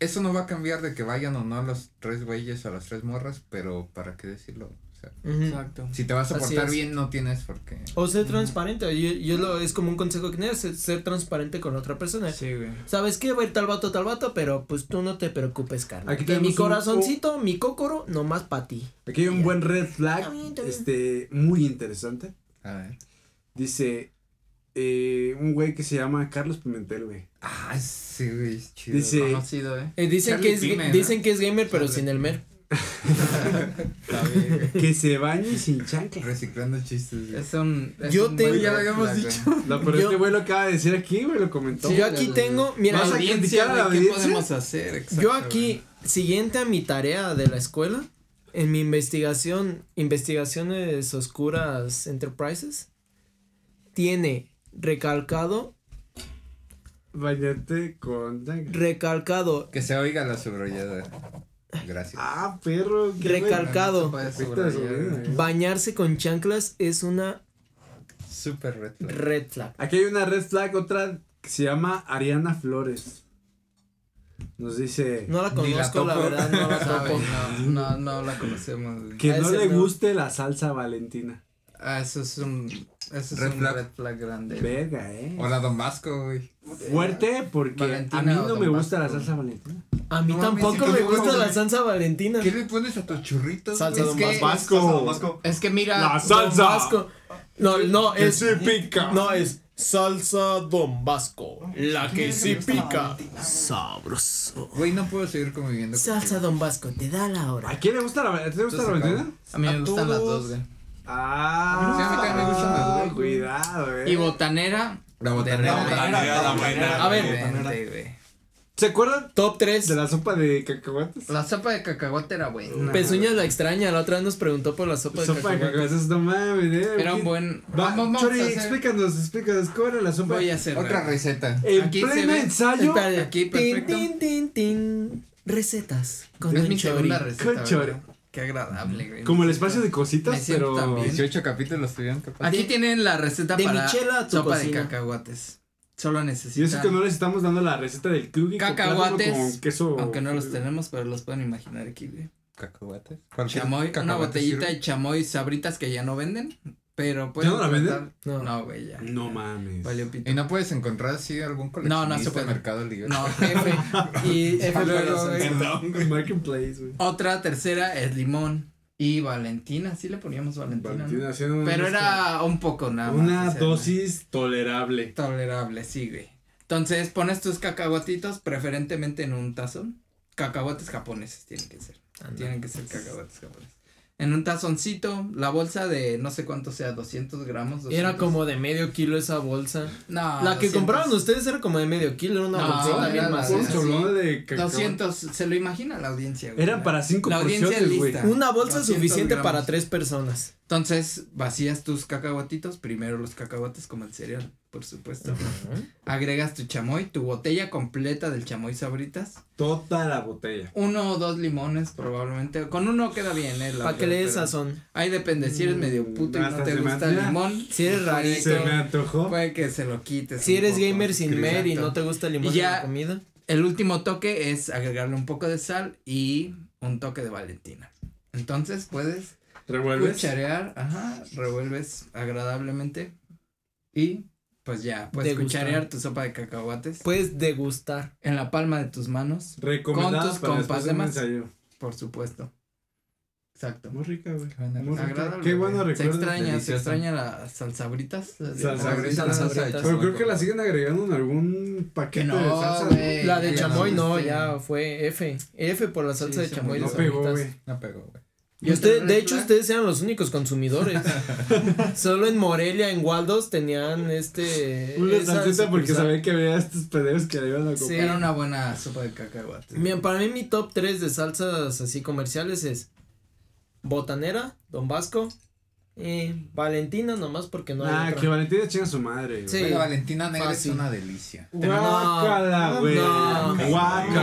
Speaker 4: eso no va a cambiar de que vayan o no los tres güeyes o las tres morras, pero ¿para qué decirlo? O sea,
Speaker 2: Ujú.
Speaker 6: Exacto.
Speaker 4: si te vas a
Speaker 2: Así
Speaker 4: portar
Speaker 2: es.
Speaker 4: bien, no tienes por qué.
Speaker 2: O ser transparente, yo, yo lo, es como un consejo que tienes, ser- ser transparente con la otra persona.
Speaker 6: Sí, güey.
Speaker 2: ¿Sabes qué? Va a ir tal vato, tal vato, pero pues tú no te preocupes, carnal.
Speaker 1: Aquí
Speaker 2: Que
Speaker 1: tenemos
Speaker 2: mi
Speaker 1: un-
Speaker 2: corazoncito, mi cócoro, nomás para ti.
Speaker 1: Aquí hay un buen red flag,
Speaker 2: Está bien, está bien.
Speaker 1: este, muy interesante.
Speaker 4: A ver. <laughs>
Speaker 1: Dice eh, un güey que se llama Carlos Pimentel, güey.
Speaker 4: Ah, sí, güey, es chido.
Speaker 1: Dice- Sí.
Speaker 6: Conocido, eh.
Speaker 2: Eh, dicen,
Speaker 4: Charlie
Speaker 2: que es, ga-
Speaker 4: Pimen, ¿no?
Speaker 2: dicen que es gamer, pero sin el mer.
Speaker 4: Está bien, güey.
Speaker 1: Que se bañe
Speaker 2: <laughs>
Speaker 1: sin chancla.
Speaker 4: Reciclando chistes. güey.
Speaker 6: Es un. es
Speaker 2: Yo
Speaker 6: un
Speaker 2: tengo-
Speaker 6: buen
Speaker 2: Ya lo
Speaker 6: red
Speaker 4: habíamos
Speaker 6: flag,
Speaker 4: dicho.
Speaker 6: güey.
Speaker 1: No, pero
Speaker 2: Yo-
Speaker 1: este güey lo acaba de decir aquí, güey. Lo comentó.
Speaker 6: Sí,
Speaker 2: yo aquí
Speaker 6: la-
Speaker 2: tengo, mira,
Speaker 1: Vas a criticar a la
Speaker 6: güey, ¿Qué
Speaker 1: audiencia?
Speaker 6: podemos hacer? Exacto,
Speaker 2: Yo
Speaker 6: güey.
Speaker 2: aquí, siguiente a mi tarea de la escuela, en mi investigación, investigaciones oscuras enterprises, tiene recalcado,
Speaker 1: Bañate con chancla.
Speaker 2: recalcado,
Speaker 4: Que se oiga la subrollada. Gracias.
Speaker 1: Ah, perro. qué güey.
Speaker 2: Recal- recalcado.
Speaker 6: Pues,
Speaker 4: No se puede
Speaker 1: Perfecto de
Speaker 4: subrayar,
Speaker 1: sobrino,
Speaker 4: güey.
Speaker 1: güey.
Speaker 2: bañarse con chanclas es una
Speaker 4: Súper reto.
Speaker 2: red flag.
Speaker 1: Aquí hay una red flag, otra que se llama Ariana Flores. Nos dice
Speaker 2: No la
Speaker 4: Ni la
Speaker 2: conozco, la,
Speaker 4: topo.
Speaker 2: verdad, <laughs> no la
Speaker 6: <laughs> Sabe,
Speaker 2: topo.
Speaker 6: No, no, no la conocemos. güey.
Speaker 1: que
Speaker 2: a
Speaker 1: no
Speaker 2: ese
Speaker 1: le
Speaker 2: no.
Speaker 1: guste la salsa valentina.
Speaker 6: Ah, eso es un. Eso es
Speaker 4: Red
Speaker 6: un
Speaker 4: flag.
Speaker 6: red flag grande.
Speaker 1: Verga, eh.
Speaker 4: Hola, Don Vasco, güey.
Speaker 1: Fuerte porque
Speaker 6: Valentina
Speaker 1: a mí
Speaker 6: o
Speaker 1: no
Speaker 6: Don
Speaker 1: me gusta la
Speaker 6: Vasco.
Speaker 1: salsa valentina.
Speaker 2: A mí
Speaker 4: No mames,
Speaker 2: tampoco
Speaker 4: ¿y
Speaker 2: me
Speaker 4: tú cómo,
Speaker 2: gusta la
Speaker 4: güey?
Speaker 2: salsa valentina.
Speaker 4: ¿Qué le pones a tus churritos?
Speaker 2: Salsa
Speaker 4: güey?
Speaker 2: Don Vasco.
Speaker 4: Es que-
Speaker 1: Vasco.
Speaker 3: Salsa Don Vasco.
Speaker 6: Es que mira.
Speaker 1: La
Speaker 6: Don
Speaker 1: salsa.
Speaker 6: Vasco,
Speaker 2: No, no, es...
Speaker 1: pica.
Speaker 2: No, es salsa Don Vasco, la que sí pica. Sabroso.
Speaker 4: Güey, no puedo seguir conviviendo.
Speaker 2: Salsa Don Vasco, te da la hora.
Speaker 1: ¿A quién le gusta la, ¿te gusta la
Speaker 4: Entonces,
Speaker 1: valentina?
Speaker 6: A mí me
Speaker 1: A
Speaker 6: gustan las
Speaker 1: todos.
Speaker 6: dos, güey.
Speaker 1: Ah,
Speaker 4: Sí, a mí también me gustan las dos, güey.
Speaker 1: Cuidado, eh.
Speaker 6: Y botanera.
Speaker 4: La
Speaker 6: botanera,
Speaker 4: botanera.
Speaker 6: güey.
Speaker 5: Botanera, la buena.
Speaker 6: A ver,
Speaker 5: Botanera.
Speaker 6: vente, güey.
Speaker 1: ¿Se acuerdan
Speaker 2: Top 3.
Speaker 1: de la sopa de cacahuates?
Speaker 6: La sopa de cacahuate era buena.
Speaker 2: Pezuñas la extraña, la otra vez nos preguntó por la sopa de
Speaker 1: sopa de
Speaker 2: cacahuate.
Speaker 1: cacahuates, no mames, eh.
Speaker 6: Era un buen.
Speaker 1: Va,
Speaker 6: Vamos, vamos
Speaker 1: Chori,
Speaker 6: a hacer-
Speaker 1: explícanos, explícanos, ¿cómo era la sopa?
Speaker 6: Voy a hacer.
Speaker 4: Otra
Speaker 6: güey.
Speaker 4: receta.
Speaker 1: En
Speaker 6: Aquí se
Speaker 1: pleno
Speaker 6: ve-
Speaker 1: ensayo,
Speaker 2: Espérate,
Speaker 6: Aquí,
Speaker 2: tin,
Speaker 6: perfecto.
Speaker 2: tin, tin, tin. Recetas con
Speaker 6: Es
Speaker 2: Don
Speaker 6: mi segunda
Speaker 2: Chori.
Speaker 6: receta.
Speaker 1: Con Chori.
Speaker 6: güey. Qué agradable, güey.
Speaker 1: Como el espacio de cositas,
Speaker 6: Me siento
Speaker 1: pero.
Speaker 6: tan bien.
Speaker 4: 18 capítulos tuvieron que pasar.
Speaker 6: Aquí
Speaker 2: De-
Speaker 6: tienen la receta
Speaker 2: de
Speaker 6: para
Speaker 2: Michela a tu
Speaker 6: sopa de
Speaker 2: cocina.
Speaker 6: cacahuates. Solo
Speaker 1: Y eso
Speaker 6: necesitan.
Speaker 1: que no les estamos dando la receta del kugi con plátano
Speaker 6: Cacahuates,
Speaker 1: con queso.
Speaker 6: Aunque no
Speaker 1: <laughs>
Speaker 6: los tenemos, pero los pueden imaginar aquí, güey.
Speaker 4: Cacahuates. Cualquier
Speaker 6: Chamoy, una
Speaker 4: cacahuate
Speaker 6: botellita
Speaker 4: sirve.
Speaker 6: de chamoy sabritas que ya no venden. Pero pueden.
Speaker 1: no la venden?
Speaker 6: tratar-
Speaker 2: No.
Speaker 6: No, güey, ya.
Speaker 1: No mames.
Speaker 6: Valió pito.
Speaker 4: Y no puedes encontrar así algún
Speaker 6: no
Speaker 4: coleccionista
Speaker 6: se puede.
Speaker 4: en Mercado Libre. <laughs>
Speaker 6: No, F. Y <laughs> F por eso, güey.
Speaker 1: Perdón, güey. Marketplace, güey.
Speaker 6: Otra tercera es limón. Y Valentina, sí le poníamos Valentina. ¿no?
Speaker 1: Valentina haciendo una
Speaker 6: Pero
Speaker 1: mezcla.
Speaker 6: era un poco
Speaker 4: Ah,
Speaker 6: nada más.
Speaker 1: Una
Speaker 6: o sea,
Speaker 1: dosis tolerable.
Speaker 6: Tolerable, sí, güey. Entonces pones tus cacahuatitos preferentemente en un tazón. Cacahuates japoneses tienen que ser. Tienen que ser cacahuates japoneses. En un tazoncito, la bolsa de no sé cuánto sea, 200 gramos.
Speaker 2: Era
Speaker 6: 200.
Speaker 2: como de medio kilo esa bolsa.
Speaker 6: No,
Speaker 2: la que
Speaker 6: 200.
Speaker 2: compraban ustedes era como de medio kilo, era una
Speaker 6: Ah, No,
Speaker 2: bolsita
Speaker 6: era
Speaker 2: bien
Speaker 6: la-
Speaker 2: maciza.
Speaker 1: Estamos
Speaker 6: sí.
Speaker 1: hablando de cacao.
Speaker 6: 200, se lo imagina la audiencia, güey.
Speaker 1: Era para cinco
Speaker 6: La audiencia
Speaker 1: porciones, güey.
Speaker 6: lista.
Speaker 2: Una bolsa
Speaker 6: 200
Speaker 2: suficiente
Speaker 6: gramos.
Speaker 2: para tres personas.
Speaker 6: Entonces vacías tus cacahuatitos, primero los cacahuates como el cereal, por supuesto. Agregas tu chamoy, tu botella completa del chamoy sabritas,
Speaker 1: Toda la botella.
Speaker 6: uno o dos limones probablemente, con uno queda bien, eh. la
Speaker 2: Para que
Speaker 6: verdad,
Speaker 2: le des
Speaker 6: pero-
Speaker 2: sazón.
Speaker 6: Ahí depende, si eres medio puto y no
Speaker 1: Hasta
Speaker 6: te
Speaker 1: se me
Speaker 6: gusta el
Speaker 1: hacía-
Speaker 6: limón,
Speaker 2: Si eres rarito.
Speaker 1: Se me antojó.
Speaker 6: puede que se lo quites.
Speaker 2: Si
Speaker 6: un
Speaker 2: eres
Speaker 6: poco.
Speaker 2: gamer sin mer y
Speaker 6: Exacto.
Speaker 2: no te gusta el limón
Speaker 6: Y ya-
Speaker 2: en la comida.
Speaker 6: El último toque es agregarle un poco de sal y un toque de Valentina. Entonces puedes
Speaker 1: Revuelves.
Speaker 6: cucharear, ajá, revuelves agradablemente y pues ya, puedes
Speaker 2: Degustar. Pues-
Speaker 6: cucharear tu sopa de cacahuates
Speaker 2: Puedes degustar.
Speaker 6: en la palma de tus manos,
Speaker 1: Recomendada
Speaker 6: Con tus
Speaker 1: para después
Speaker 6: compas
Speaker 1: de
Speaker 6: de
Speaker 1: un
Speaker 6: más.
Speaker 1: ensayo.
Speaker 6: por supuesto. Exacto.
Speaker 1: Muy rica, güey.
Speaker 4: buena
Speaker 1: Muy rica.
Speaker 6: Agradable.
Speaker 1: Qué bueno
Speaker 6: güey. Se
Speaker 1: recuerdo.
Speaker 6: extraña, se
Speaker 4: Deliciosa.
Speaker 6: extraña las salsabritas.
Speaker 1: Salsabritas.
Speaker 2: Salsabritas.
Speaker 1: Pero creo que la siguen agregando en algún
Speaker 6: Que
Speaker 1: paquete
Speaker 6: no,
Speaker 1: de salsa.
Speaker 6: güey.
Speaker 2: La de
Speaker 6: Eh, Ya
Speaker 2: chamoy no,
Speaker 6: existe.
Speaker 2: ya fue F. F por la salsa
Speaker 6: Sí,
Speaker 2: de chamoy.
Speaker 6: chamoy
Speaker 1: No
Speaker 2: las
Speaker 6: no
Speaker 1: pegó,
Speaker 2: sabritas.
Speaker 1: güey.
Speaker 4: No pegó, güey.
Speaker 2: Y usted, de hecho, ustedes eran los únicos consumidores.
Speaker 6: <laughs>
Speaker 2: Solo en Morelia, en Waldos, tenían este.
Speaker 1: Una
Speaker 2: esa
Speaker 1: salsita porque
Speaker 2: sucursal.
Speaker 1: sabía que había estos pendejos que le iban a
Speaker 2: Sí.
Speaker 1: comprar.
Speaker 6: Era una buena Ah, sopa de
Speaker 4: Este,
Speaker 6: cacahuates.
Speaker 2: Bien, para mí mi top 3 de salsas así comerciales es Botanera, Don Vasco y Valentina nomás porque no hay
Speaker 1: ah,
Speaker 2: otra.
Speaker 1: que Valentina chinga a su madre. güey.
Speaker 2: Sí.
Speaker 4: La Valentina Negra
Speaker 2: Fácil.
Speaker 4: es una delicia.
Speaker 1: Guácala,
Speaker 2: No,
Speaker 1: güey.
Speaker 2: no,
Speaker 1: Guácala,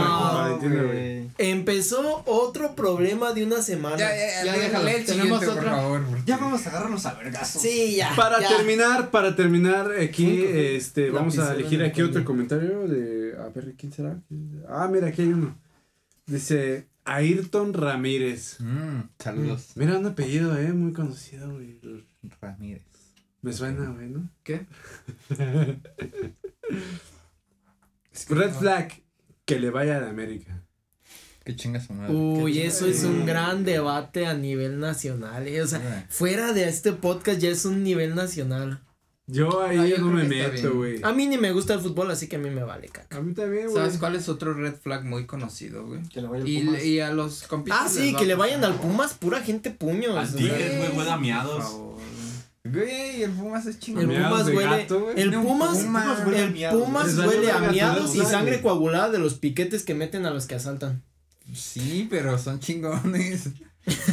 Speaker 2: no,
Speaker 1: con
Speaker 3: Ah,
Speaker 1: Valentina, güey.
Speaker 2: Empezó otro problema de una semana.
Speaker 4: Ya, ya,
Speaker 6: Ya
Speaker 4: ya,
Speaker 6: déjalo.
Speaker 4: déjalo. Tenemos
Speaker 6: Siguiente, por
Speaker 4: por favor. porque-
Speaker 3: Ya vamos a agarrarnos a vergazos.
Speaker 2: Sí, ya.
Speaker 1: Para
Speaker 2: ya.
Speaker 1: terminar, para terminar aquí,
Speaker 2: Cinco.
Speaker 1: este, vamos a
Speaker 2: Lapicero
Speaker 1: elegir
Speaker 2: en el
Speaker 1: aquí otro
Speaker 2: fondo.
Speaker 1: comentario de, a ver, ¿quién será? Ah, mira, aquí hay uno. Dice Ayrton Ramírez.
Speaker 4: Mm, saludos,
Speaker 1: Mira, un apellido, eh, muy conocido, güey.
Speaker 4: Ramírez.
Speaker 1: Me suena, güey, ¿no?
Speaker 6: ¿Qué?
Speaker 1: <laughs> Red Flag, que le vaya a la América.
Speaker 4: Que chinga su madre.
Speaker 2: Uy,
Speaker 4: Qué
Speaker 2: eso
Speaker 4: chinga
Speaker 2: es
Speaker 4: su
Speaker 2: un
Speaker 4: madre.
Speaker 2: gran debate a nivel nacional. eh, O sea,
Speaker 4: Güey.
Speaker 2: fuera de este podcast ya es un nivel nacional.
Speaker 1: Yo ahí
Speaker 6: Ah, yo
Speaker 1: no
Speaker 6: creo
Speaker 1: me
Speaker 6: que está
Speaker 1: meto,
Speaker 6: bien.
Speaker 1: güey.
Speaker 6: Ah,
Speaker 2: A mí ni me gusta el fútbol, así que a mí me vale caca.
Speaker 1: A mí también, güey.
Speaker 6: ¿Sabes cuál es otro red flag muy conocido, güey?
Speaker 3: Que le vaya el
Speaker 6: Y,
Speaker 3: Pumas.
Speaker 6: y a los compitas.
Speaker 2: Ah, sí,
Speaker 6: les va
Speaker 2: que le
Speaker 6: a
Speaker 2: vayan
Speaker 6: pasar,
Speaker 2: al Pumas, pura gente puños.
Speaker 5: Al
Speaker 2: Pues, güey.
Speaker 5: Tigres, güey, huele a
Speaker 6: por
Speaker 5: miados.
Speaker 6: favor.
Speaker 4: Güey, el Pumas es
Speaker 2: El
Speaker 4: chingón.
Speaker 1: Mira. Miados
Speaker 2: Pumas
Speaker 1: de
Speaker 2: huele.
Speaker 1: gato, güey.
Speaker 2: el
Speaker 4: No,
Speaker 2: Pumas,
Speaker 4: Pumas
Speaker 3: huele a
Speaker 2: el
Speaker 3: miados.
Speaker 2: Pumas
Speaker 1: Les vale
Speaker 2: huele a
Speaker 1: verga,
Speaker 2: miados
Speaker 1: todos
Speaker 2: y
Speaker 1: saben.
Speaker 2: sangre coagulada de los piquetes que meten a los que asaltan.
Speaker 4: Sí, pero son chingones.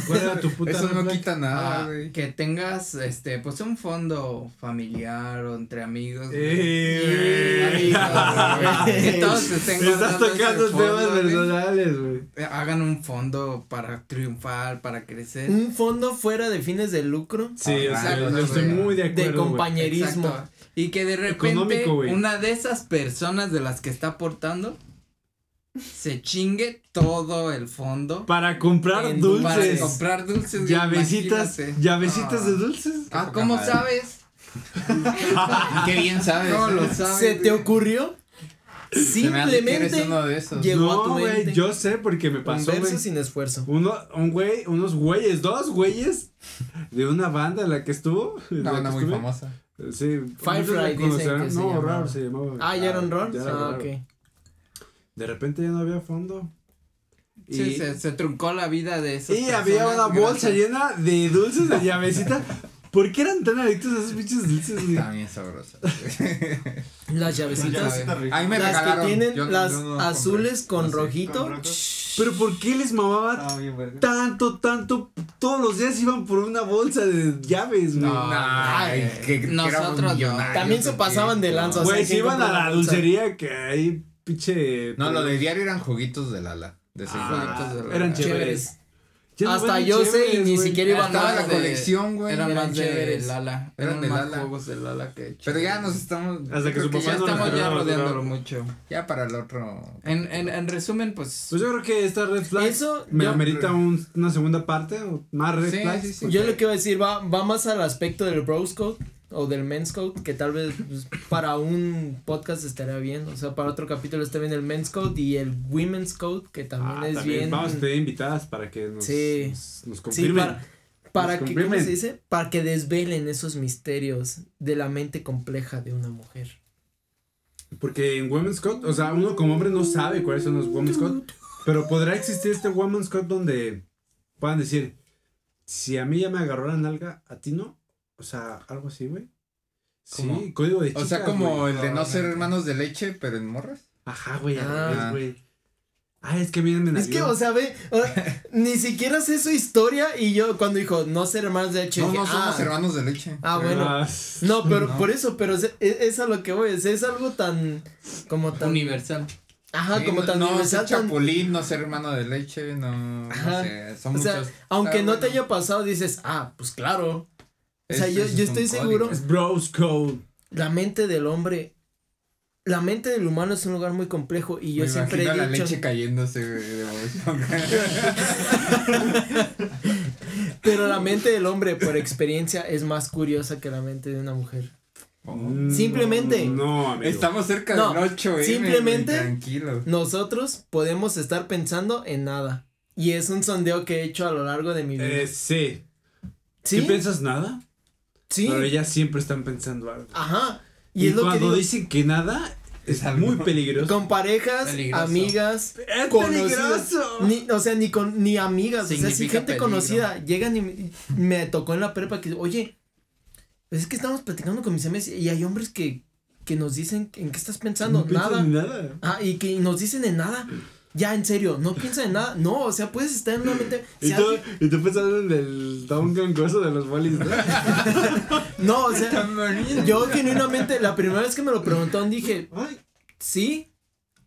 Speaker 1: Fuera tu puta
Speaker 4: eso
Speaker 1: Red
Speaker 4: no
Speaker 1: Flag.
Speaker 4: quita nada,
Speaker 6: Ah,
Speaker 4: güey.
Speaker 6: que tengas, este, pues un fondo familiar o entre amigos. güey.
Speaker 1: Eh,
Speaker 6: <laughs> Amigos,
Speaker 1: <laughs>
Speaker 6: güey. que todos se estén
Speaker 1: güey. Estás
Speaker 6: guardando ese
Speaker 1: tocando
Speaker 6: fondo, ¿eh?
Speaker 1: temas
Speaker 6: güey.
Speaker 1: personales, güey.
Speaker 6: Eh, Hagan un fondo para triunfar, para crecer.
Speaker 2: Un fondo fuera de fines de lucro
Speaker 1: Sí, o sea,
Speaker 4: Exacto,
Speaker 1: yo estoy
Speaker 4: güey.
Speaker 1: muy
Speaker 2: de
Speaker 1: de acuerdo. güey.
Speaker 2: compañerismo.
Speaker 6: Exacto. Y que de repente
Speaker 1: Económico, güey.
Speaker 6: una de esas personas de las que está aportando se chingue todo el fondo
Speaker 1: Para comprar
Speaker 2: En-
Speaker 1: dulces.
Speaker 6: para comprar dulces. güey,
Speaker 1: Llavecitas,
Speaker 6: imagínate.
Speaker 1: llavecitas
Speaker 6: Ah.
Speaker 1: de dulces.
Speaker 6: Ah, ¿cómo sabes?
Speaker 4: Qué bien sabes.
Speaker 6: ¿Cómo lo
Speaker 4: Ah, Se
Speaker 6: sabes?
Speaker 2: ¿Se te
Speaker 6: güey?
Speaker 2: ocurrió?
Speaker 4: me hace que eres
Speaker 2: Simplemente
Speaker 4: uno de esos.
Speaker 2: llegó a tu
Speaker 1: No, güey,
Speaker 2: mente.
Speaker 1: yo sé porque me
Speaker 2: un
Speaker 1: pasó,
Speaker 2: verso
Speaker 1: güey.
Speaker 2: sin esfuerzo.
Speaker 1: Uno, un güey, unos güeyes, dos güeyes de una banda en la que estuvo. en
Speaker 4: Una
Speaker 1: la
Speaker 4: banda
Speaker 1: que
Speaker 4: muy
Speaker 1: estuve.
Speaker 4: famosa.
Speaker 1: Sí.
Speaker 2: Firefly
Speaker 1: muchos la
Speaker 2: dicen que
Speaker 1: conocerán.
Speaker 2: se
Speaker 1: No,
Speaker 2: llamaba.
Speaker 1: Rar se llamaba.
Speaker 2: Ah, ya era un rol.
Speaker 1: ya era
Speaker 2: Ah,
Speaker 1: Rar.
Speaker 2: ok.
Speaker 1: De repente ya no había fondo.
Speaker 6: Sí,
Speaker 1: Y-
Speaker 6: se, se truncó la vida de esos.
Speaker 1: Y había una bolsa llena de dulces de llavecita. ¿Por qué eran tan adictos a esos pinches dulces? güey?
Speaker 4: Está bien sabrosa.
Speaker 2: Las
Speaker 3: Ya,
Speaker 2: llavecitas.
Speaker 3: sí, está rico.
Speaker 4: Ahí me
Speaker 2: Las que
Speaker 4: regalaron.
Speaker 2: tienen
Speaker 4: Yo no-
Speaker 2: las
Speaker 4: yo no compré.
Speaker 2: azules con
Speaker 4: No sé.
Speaker 2: rojito.
Speaker 3: Con rojo.
Speaker 1: Pero ¿por qué les mamaba
Speaker 3: Estaba bien, verga.
Speaker 1: tanto, tanto? Todos los días iban por una bolsa de llaves, güey.
Speaker 6: No,
Speaker 2: Ah,
Speaker 4: Ay,
Speaker 6: güey.
Speaker 4: que, que éramos
Speaker 6: Nosotros no.
Speaker 4: millonarios,
Speaker 2: También se
Speaker 4: ¿o qué?
Speaker 2: pasaban de lanza.
Speaker 1: Güey,
Speaker 2: hay
Speaker 1: si
Speaker 2: quien
Speaker 1: iban a
Speaker 2: compra
Speaker 1: la
Speaker 2: una bolsa.
Speaker 1: dulcería que hay pinche.
Speaker 4: No, lo de diario eran juguitos de Lala. De
Speaker 1: Ah,
Speaker 6: juguitos de
Speaker 1: eran
Speaker 6: Lala.
Speaker 1: chéveres.
Speaker 2: Chéveres.
Speaker 1: Ya no
Speaker 2: Hasta
Speaker 1: venden
Speaker 2: yo sé y
Speaker 1: chéveres,
Speaker 2: ni
Speaker 1: güey.
Speaker 2: siquiera iban
Speaker 4: Estaba
Speaker 2: más
Speaker 4: la
Speaker 2: de-
Speaker 4: colección, güey.
Speaker 6: Eran
Speaker 2: eran
Speaker 6: más de
Speaker 2: chéveres.
Speaker 6: Lala.
Speaker 4: Eran
Speaker 6: Eran
Speaker 4: de
Speaker 6: más
Speaker 4: Lala.
Speaker 6: juegos de Lala que
Speaker 4: Pero ya nos estamos.
Speaker 1: Hasta
Speaker 4: yo
Speaker 1: que
Speaker 4: creo
Speaker 1: su
Speaker 6: ya
Speaker 1: papá no nos
Speaker 6: estamos ya
Speaker 1: dejaron
Speaker 6: rodeándolo
Speaker 1: hablar.
Speaker 6: mucho.
Speaker 4: Ya para el otro.
Speaker 6: En, en, en resumen, pues.
Speaker 1: Pues yo creo que esta red flag
Speaker 2: Eso,
Speaker 1: me
Speaker 2: yo-
Speaker 1: amerita un- una segunda parte o más red
Speaker 6: Sí,
Speaker 1: flags.
Speaker 6: sí, sí.
Speaker 2: Pues Yo lo que iba a decir va, va más al aspecto del bros code o del men's code, que tal vez pues, para un podcast estaría bien, o sea, para otro capítulo está bien el men's code y el women's code, que también
Speaker 1: Ah,
Speaker 2: es
Speaker 1: también.
Speaker 2: bien.
Speaker 1: Vamos a pedir invitadas para que nos,
Speaker 2: Sí.
Speaker 1: nos, nos
Speaker 2: sí,
Speaker 1: confirmen.
Speaker 2: para, para
Speaker 1: Nos
Speaker 2: que, ¿cómo
Speaker 1: confirmen.
Speaker 2: se dice? Para que desvelen esos misterios de la mente compleja de una mujer.
Speaker 1: Porque en Women's Code, o sea, uno como hombre no sabe cuáles son los Women's Code. Pero podrá existir este Women's Code donde puedan decir, si a mí ya me agarró la nalga, a ti no. O sea, algo así, güey. Sí,
Speaker 4: ¿Cómo?
Speaker 1: código de
Speaker 4: O
Speaker 1: chicas,
Speaker 4: sea, como
Speaker 1: güey.
Speaker 4: el de no ser hermanos de leche, pero en morras.
Speaker 1: Ajá, güey,
Speaker 2: Ah.
Speaker 1: ah. güey. Ah, es que vienen en
Speaker 2: Es que,
Speaker 1: avión.
Speaker 2: o sea, ve, o- ni siquiera sé su historia y yo cuando dijo, no ser hermanos de H.
Speaker 4: No,
Speaker 2: dije,
Speaker 4: no somos
Speaker 2: ah,
Speaker 4: hermanos de leche.
Speaker 2: Ah, bueno.
Speaker 1: Ah,
Speaker 2: No, pero por eso, pero es, es- es a lo que voy, es, es algo tan como tan
Speaker 6: Universal.
Speaker 2: ajá,
Speaker 4: Sí,
Speaker 2: Ah, como
Speaker 4: no-
Speaker 2: tan
Speaker 4: no,
Speaker 2: universal,
Speaker 4: ser
Speaker 2: tan-
Speaker 4: chapulín, no ser hermano de leche, no, no
Speaker 2: Ajá.
Speaker 4: sé, son
Speaker 2: o sea,
Speaker 4: muchos.
Speaker 2: aunque
Speaker 4: Está
Speaker 2: no te
Speaker 4: bueno.
Speaker 2: haya pasado dices, ah, pues claro. O sea,
Speaker 4: Ese
Speaker 2: yo,
Speaker 4: es
Speaker 2: yo
Speaker 4: un
Speaker 2: estoy
Speaker 4: código.
Speaker 2: seguro,
Speaker 1: Es Bros Code.
Speaker 2: la mente del hombre, la mente del humano es un lugar muy complejo y yo
Speaker 4: Me
Speaker 2: siempre
Speaker 4: imagino
Speaker 2: he
Speaker 4: la
Speaker 2: dicho,
Speaker 4: leche cayéndose güey, de Bob Esponja.
Speaker 2: pero
Speaker 4: <laughs>
Speaker 2: la mente del hombre por experiencia es más curiosa que la mente de una mujer. Mm, Simplemente.
Speaker 1: No, amigo.
Speaker 4: Estamos cerca
Speaker 2: No,
Speaker 4: del 8, eh, güey.
Speaker 2: simplemente-
Speaker 4: Tranquilo.
Speaker 2: Nosotros podemos estar pensando en nada y es un sondeo que he hecho a lo largo de mi vida.
Speaker 1: Eh, sí.
Speaker 2: sí,
Speaker 1: ¿Sí piensas nada?
Speaker 2: sí.
Speaker 1: Pero ellas siempre están pensando algo.
Speaker 2: Ajá. Y,
Speaker 1: Y,
Speaker 2: es lo que
Speaker 1: cuando
Speaker 2: digo.
Speaker 1: dicen que nada, es,
Speaker 4: Es algo.
Speaker 1: muy peligroso.
Speaker 2: Con parejas,
Speaker 6: Peligroso.
Speaker 2: amigas,
Speaker 1: ¡Es
Speaker 2: conocidas. Ni, o sea, ni con ni amigas, o sea, si
Speaker 6: Significa
Speaker 2: gente
Speaker 6: peligro.
Speaker 2: conocida llegan y me, y me tocó en la prepa que, oye, pues es que estamos platicando con mis amigas y hay hombres que, que nos dicen, ¿en qué estás pensando?
Speaker 1: No piensan
Speaker 2: nada.
Speaker 1: en nada.
Speaker 2: Ah, y que nos dicen en nada. Ya, en serio, no piensa en nada. No, o sea, puedes estar en una mente.
Speaker 1: Y
Speaker 2: si
Speaker 1: tú,
Speaker 2: alguien-
Speaker 1: y tú pensando en el down gangoso de los bolis, ¿no?
Speaker 2: no, o sea, yo genuinamente, la primera vez que me lo preguntaron dije,
Speaker 1: Ay,
Speaker 2: Sí,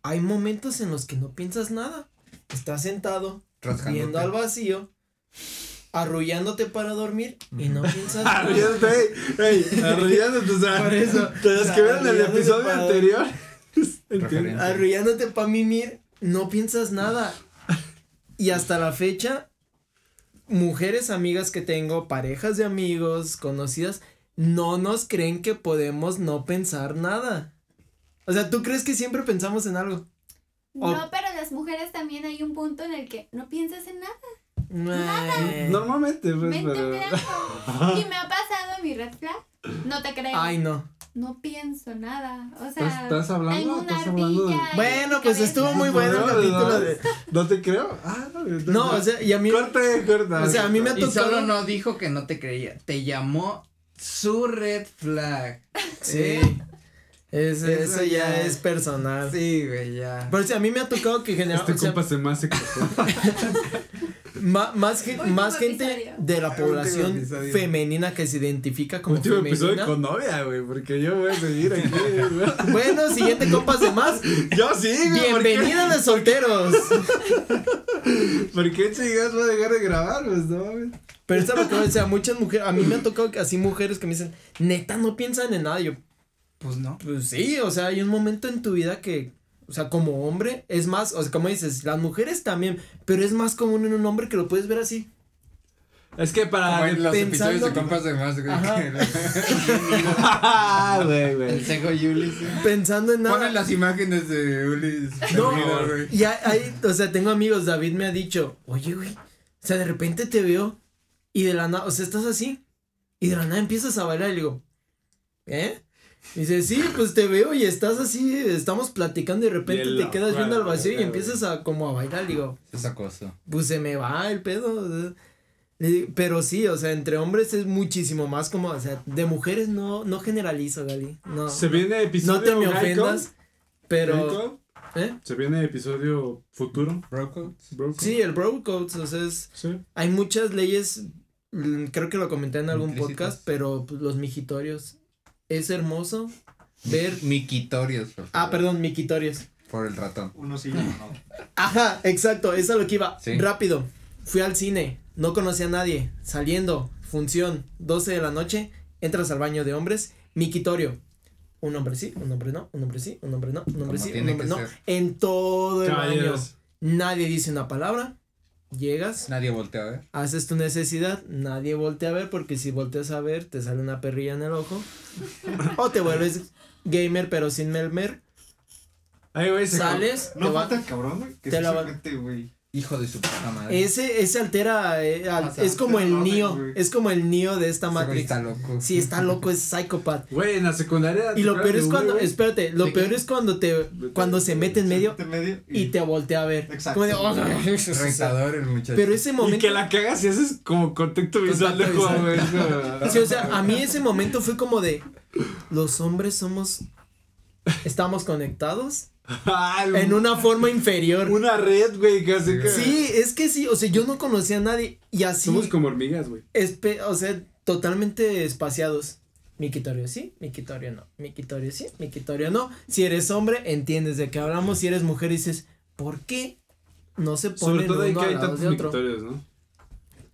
Speaker 2: hay momentos en los que no piensas nada. Estás sentado,
Speaker 4: Rascándote.
Speaker 2: viendo al vacío, arrullándote para dormir y no piensas nada.
Speaker 1: arrodillándote, <laughs> ey, ey, arrodillándote, o sea,
Speaker 2: Por eso,
Speaker 1: te
Speaker 2: o
Speaker 1: las
Speaker 2: sea,
Speaker 1: que vieron <laughs> en el
Speaker 2: arrodillándote
Speaker 1: episodio
Speaker 2: para-
Speaker 1: anterior.
Speaker 4: Referencia.
Speaker 1: ¿Entiendes?
Speaker 2: Arrullándote para mimir, no piensas nada. Y hasta la fecha, mujeres amigas que tengo, parejas de amigos, conocidas, no nos creen que podemos no pensar nada. O sea, ¿tú crees que siempre pensamos en algo?
Speaker 7: No, pero las mujeres también hay un punto en el que no piensas en nada.
Speaker 2: Nah.
Speaker 1: Normalmente, pues,
Speaker 7: Mente en
Speaker 1: pero- <laughs>
Speaker 7: blanco. Y me ha pasado mi red flag. No te creo.
Speaker 2: Ay, no.
Speaker 7: No pienso nada. O
Speaker 1: ¿Estás,
Speaker 7: sea,
Speaker 1: estás
Speaker 7: tengo
Speaker 1: hablando?
Speaker 7: una
Speaker 1: ¿Estás hablando? de-
Speaker 7: ardilla en
Speaker 2: Bueno,
Speaker 7: mi
Speaker 2: pues
Speaker 7: cabeza.
Speaker 2: estuvo muy bueno el
Speaker 1: No,
Speaker 2: capítulo
Speaker 1: no,
Speaker 2: de.
Speaker 1: No te creo. Ah, no, entonces-
Speaker 2: No, o sea, y a mí.
Speaker 1: Corte, corta. Este
Speaker 2: O sea, a mí me ha
Speaker 6: Y solo
Speaker 2: tocado.
Speaker 6: no dijo que no te creía. Te llamó su red flag.
Speaker 2: Sí.
Speaker 6: ¿Eh?
Speaker 2: Eso,
Speaker 6: Eso
Speaker 2: eso ya
Speaker 6: ya.
Speaker 2: es personal.
Speaker 6: Sí, güey, ya.
Speaker 2: Pero sí, a mí me ha tocado que general,
Speaker 1: Este
Speaker 2: o sea,
Speaker 1: compa se me hace
Speaker 2: <laughs>
Speaker 1: cojo.
Speaker 2: ma- más, gen-
Speaker 7: Último
Speaker 2: más gente
Speaker 7: episodio.
Speaker 2: de la población
Speaker 4: episodio.
Speaker 2: femenina que se identifica como
Speaker 1: Último episodio
Speaker 2: femenina.
Speaker 1: con novia, güey, porque yo voy a seguir aquí. güey.
Speaker 2: Bueno, siguiente compas de más.
Speaker 1: yo sí, güey. ¿por qué-
Speaker 2: Bienvenida de solteros.
Speaker 1: ¿Por qué chingados voy a dejar de grabar? Pues no mames.
Speaker 2: Pero esta lo que voy, o sea, muchas mujeres, a mí me ha tocado que así mujeres que me dicen, neta, no piensan en nada. Yo,
Speaker 6: Pues no.
Speaker 2: Pues sí, o sea, hay un momento en tu vida que, o sea, como hombre, es más, o sea, como dices, las mujeres también, pero es más común en un hombre que lo puedes ver así.
Speaker 1: Es que
Speaker 4: Como
Speaker 1: para.
Speaker 4: en los
Speaker 2: pensando-
Speaker 4: episodios de compas de más, güey.
Speaker 2: Ajá. <laughs>
Speaker 1: Ah, <laughs> güey,
Speaker 6: El
Speaker 1: güey.
Speaker 6: cego Yulis. ¿eh?
Speaker 2: Pensando en nada.
Speaker 4: Ponen las imágenes de Ulis.
Speaker 2: No,
Speaker 4: perdido, güey.
Speaker 2: y hay, hay- o sea, tengo amigos, David me ha dicho, oye, güey, o sea, de repente te veo y de la nada, o sea, estás así y de la nada empiezas a bailar y le digo, ¿eh? Y dice, sí, pues te veo y estás así, estamos platicando y de repente
Speaker 1: Bien
Speaker 2: te
Speaker 1: loco,
Speaker 2: quedas viendo al
Speaker 1: güey,
Speaker 2: vacío y
Speaker 1: güey.
Speaker 2: empiezas a como a bailar, digo,
Speaker 4: Es acoso.
Speaker 2: pues se me va el pedo. Le digo, Pero sí, o sea, entre hombres es muchísimo más como, o sea, de mujeres no, no generalizo, Gali. No,
Speaker 1: Se viene episodio.
Speaker 2: no te me
Speaker 1: Geico,
Speaker 2: ofendas, pero...
Speaker 1: Geico.
Speaker 2: ¿eh?
Speaker 1: Se viene episodio futuro.
Speaker 4: Broco.
Speaker 1: bro.
Speaker 2: Sí, el bro code, o sea, es-
Speaker 1: Sí.
Speaker 2: hay muchas leyes, mm, creo que lo comenté en algún
Speaker 4: Implícitas.
Speaker 2: podcast, pero pues, los mijitorios, es hermoso ver...
Speaker 4: Miquitorios, por favor.
Speaker 2: Ah, perdón, miquitorios.
Speaker 4: Por el ratón.
Speaker 3: Uno sí, uno no.
Speaker 2: Ajá, exacto, eso es a lo que iba.
Speaker 4: Sí.
Speaker 2: Rápido, fui al cine, No conocía a nadie. Saliendo, función, 12 de la noche, entras al baño de hombres, miquitorio. Un hombre sí, un hombre no, un hombre sí, un hombre no, un hombre
Speaker 4: Como
Speaker 2: sí, un
Speaker 4: tiene
Speaker 2: hombre
Speaker 4: que
Speaker 2: no.
Speaker 4: ser.
Speaker 2: En todo el
Speaker 1: Caballeros.
Speaker 2: baño. Nadie dice una palabra. Llegas,
Speaker 4: Nadie voltea a ver.
Speaker 2: haces tu necesidad, nadie voltea a ver porque si volteas a ver te sale una perrilla en el ojo. o te vuelves gamer pero sin melmer.
Speaker 1: Ay, güey, se
Speaker 2: Sales,
Speaker 3: No
Speaker 2: te va-
Speaker 3: falta el cabrón, güey. Que
Speaker 2: te
Speaker 3: se
Speaker 2: la va-
Speaker 3: gente, güey.
Speaker 4: Hijo de su puta madre.
Speaker 2: Ese, ese altera, eh, al-
Speaker 6: Pasa.
Speaker 2: es como el
Speaker 3: No,
Speaker 2: Neo,
Speaker 3: güey.
Speaker 2: es como el Neo de esta
Speaker 4: Ese güey
Speaker 2: Matrix.
Speaker 4: está loco.
Speaker 2: Sí, está loco, es
Speaker 1: <laughs>
Speaker 2: psychopath.
Speaker 1: Güey, en la secundaria.
Speaker 2: Y lo
Speaker 1: tocaron
Speaker 2: peor
Speaker 1: de
Speaker 2: es
Speaker 1: uno,
Speaker 2: cuando,
Speaker 1: güey.
Speaker 2: espérate, lo
Speaker 4: ¿De
Speaker 2: peor
Speaker 4: qué?
Speaker 2: es cuando te, cuando se mete en medio
Speaker 3: Gente medio
Speaker 2: y te voltea a ver.
Speaker 3: Exacto.
Speaker 2: Como de, "Oh,
Speaker 4: Retador el muchacho.
Speaker 2: pero ese
Speaker 1: Y que
Speaker 2: momento,
Speaker 1: la cagas y haces como contacto visual de
Speaker 4: Contacto
Speaker 1: juego, güey.
Speaker 2: sí, o sea, a mí ese momento fue como de, los hombres somos, estamos conectados
Speaker 1: Ah, el-
Speaker 2: en una forma inferior.
Speaker 1: Una red, güey, casi que.
Speaker 2: Sí, es que sí, o sea, yo no conocía a nadie y así.
Speaker 1: Somos como hormigas, güey.
Speaker 2: Espe- o sea, totalmente espaciados. Miquitorio sí, miquitorio no. Miquitorio sí, miquitorio no. Si eres hombre, entiendes de qué hablamos. Si eres mujer, dices, ¿por qué no se
Speaker 1: Sobre
Speaker 2: ponen
Speaker 1: todo ahí
Speaker 2: uno
Speaker 1: que
Speaker 2: al
Speaker 1: hay
Speaker 2: lado
Speaker 1: tantos
Speaker 2: de otro?
Speaker 1: miquitorios, ¿no?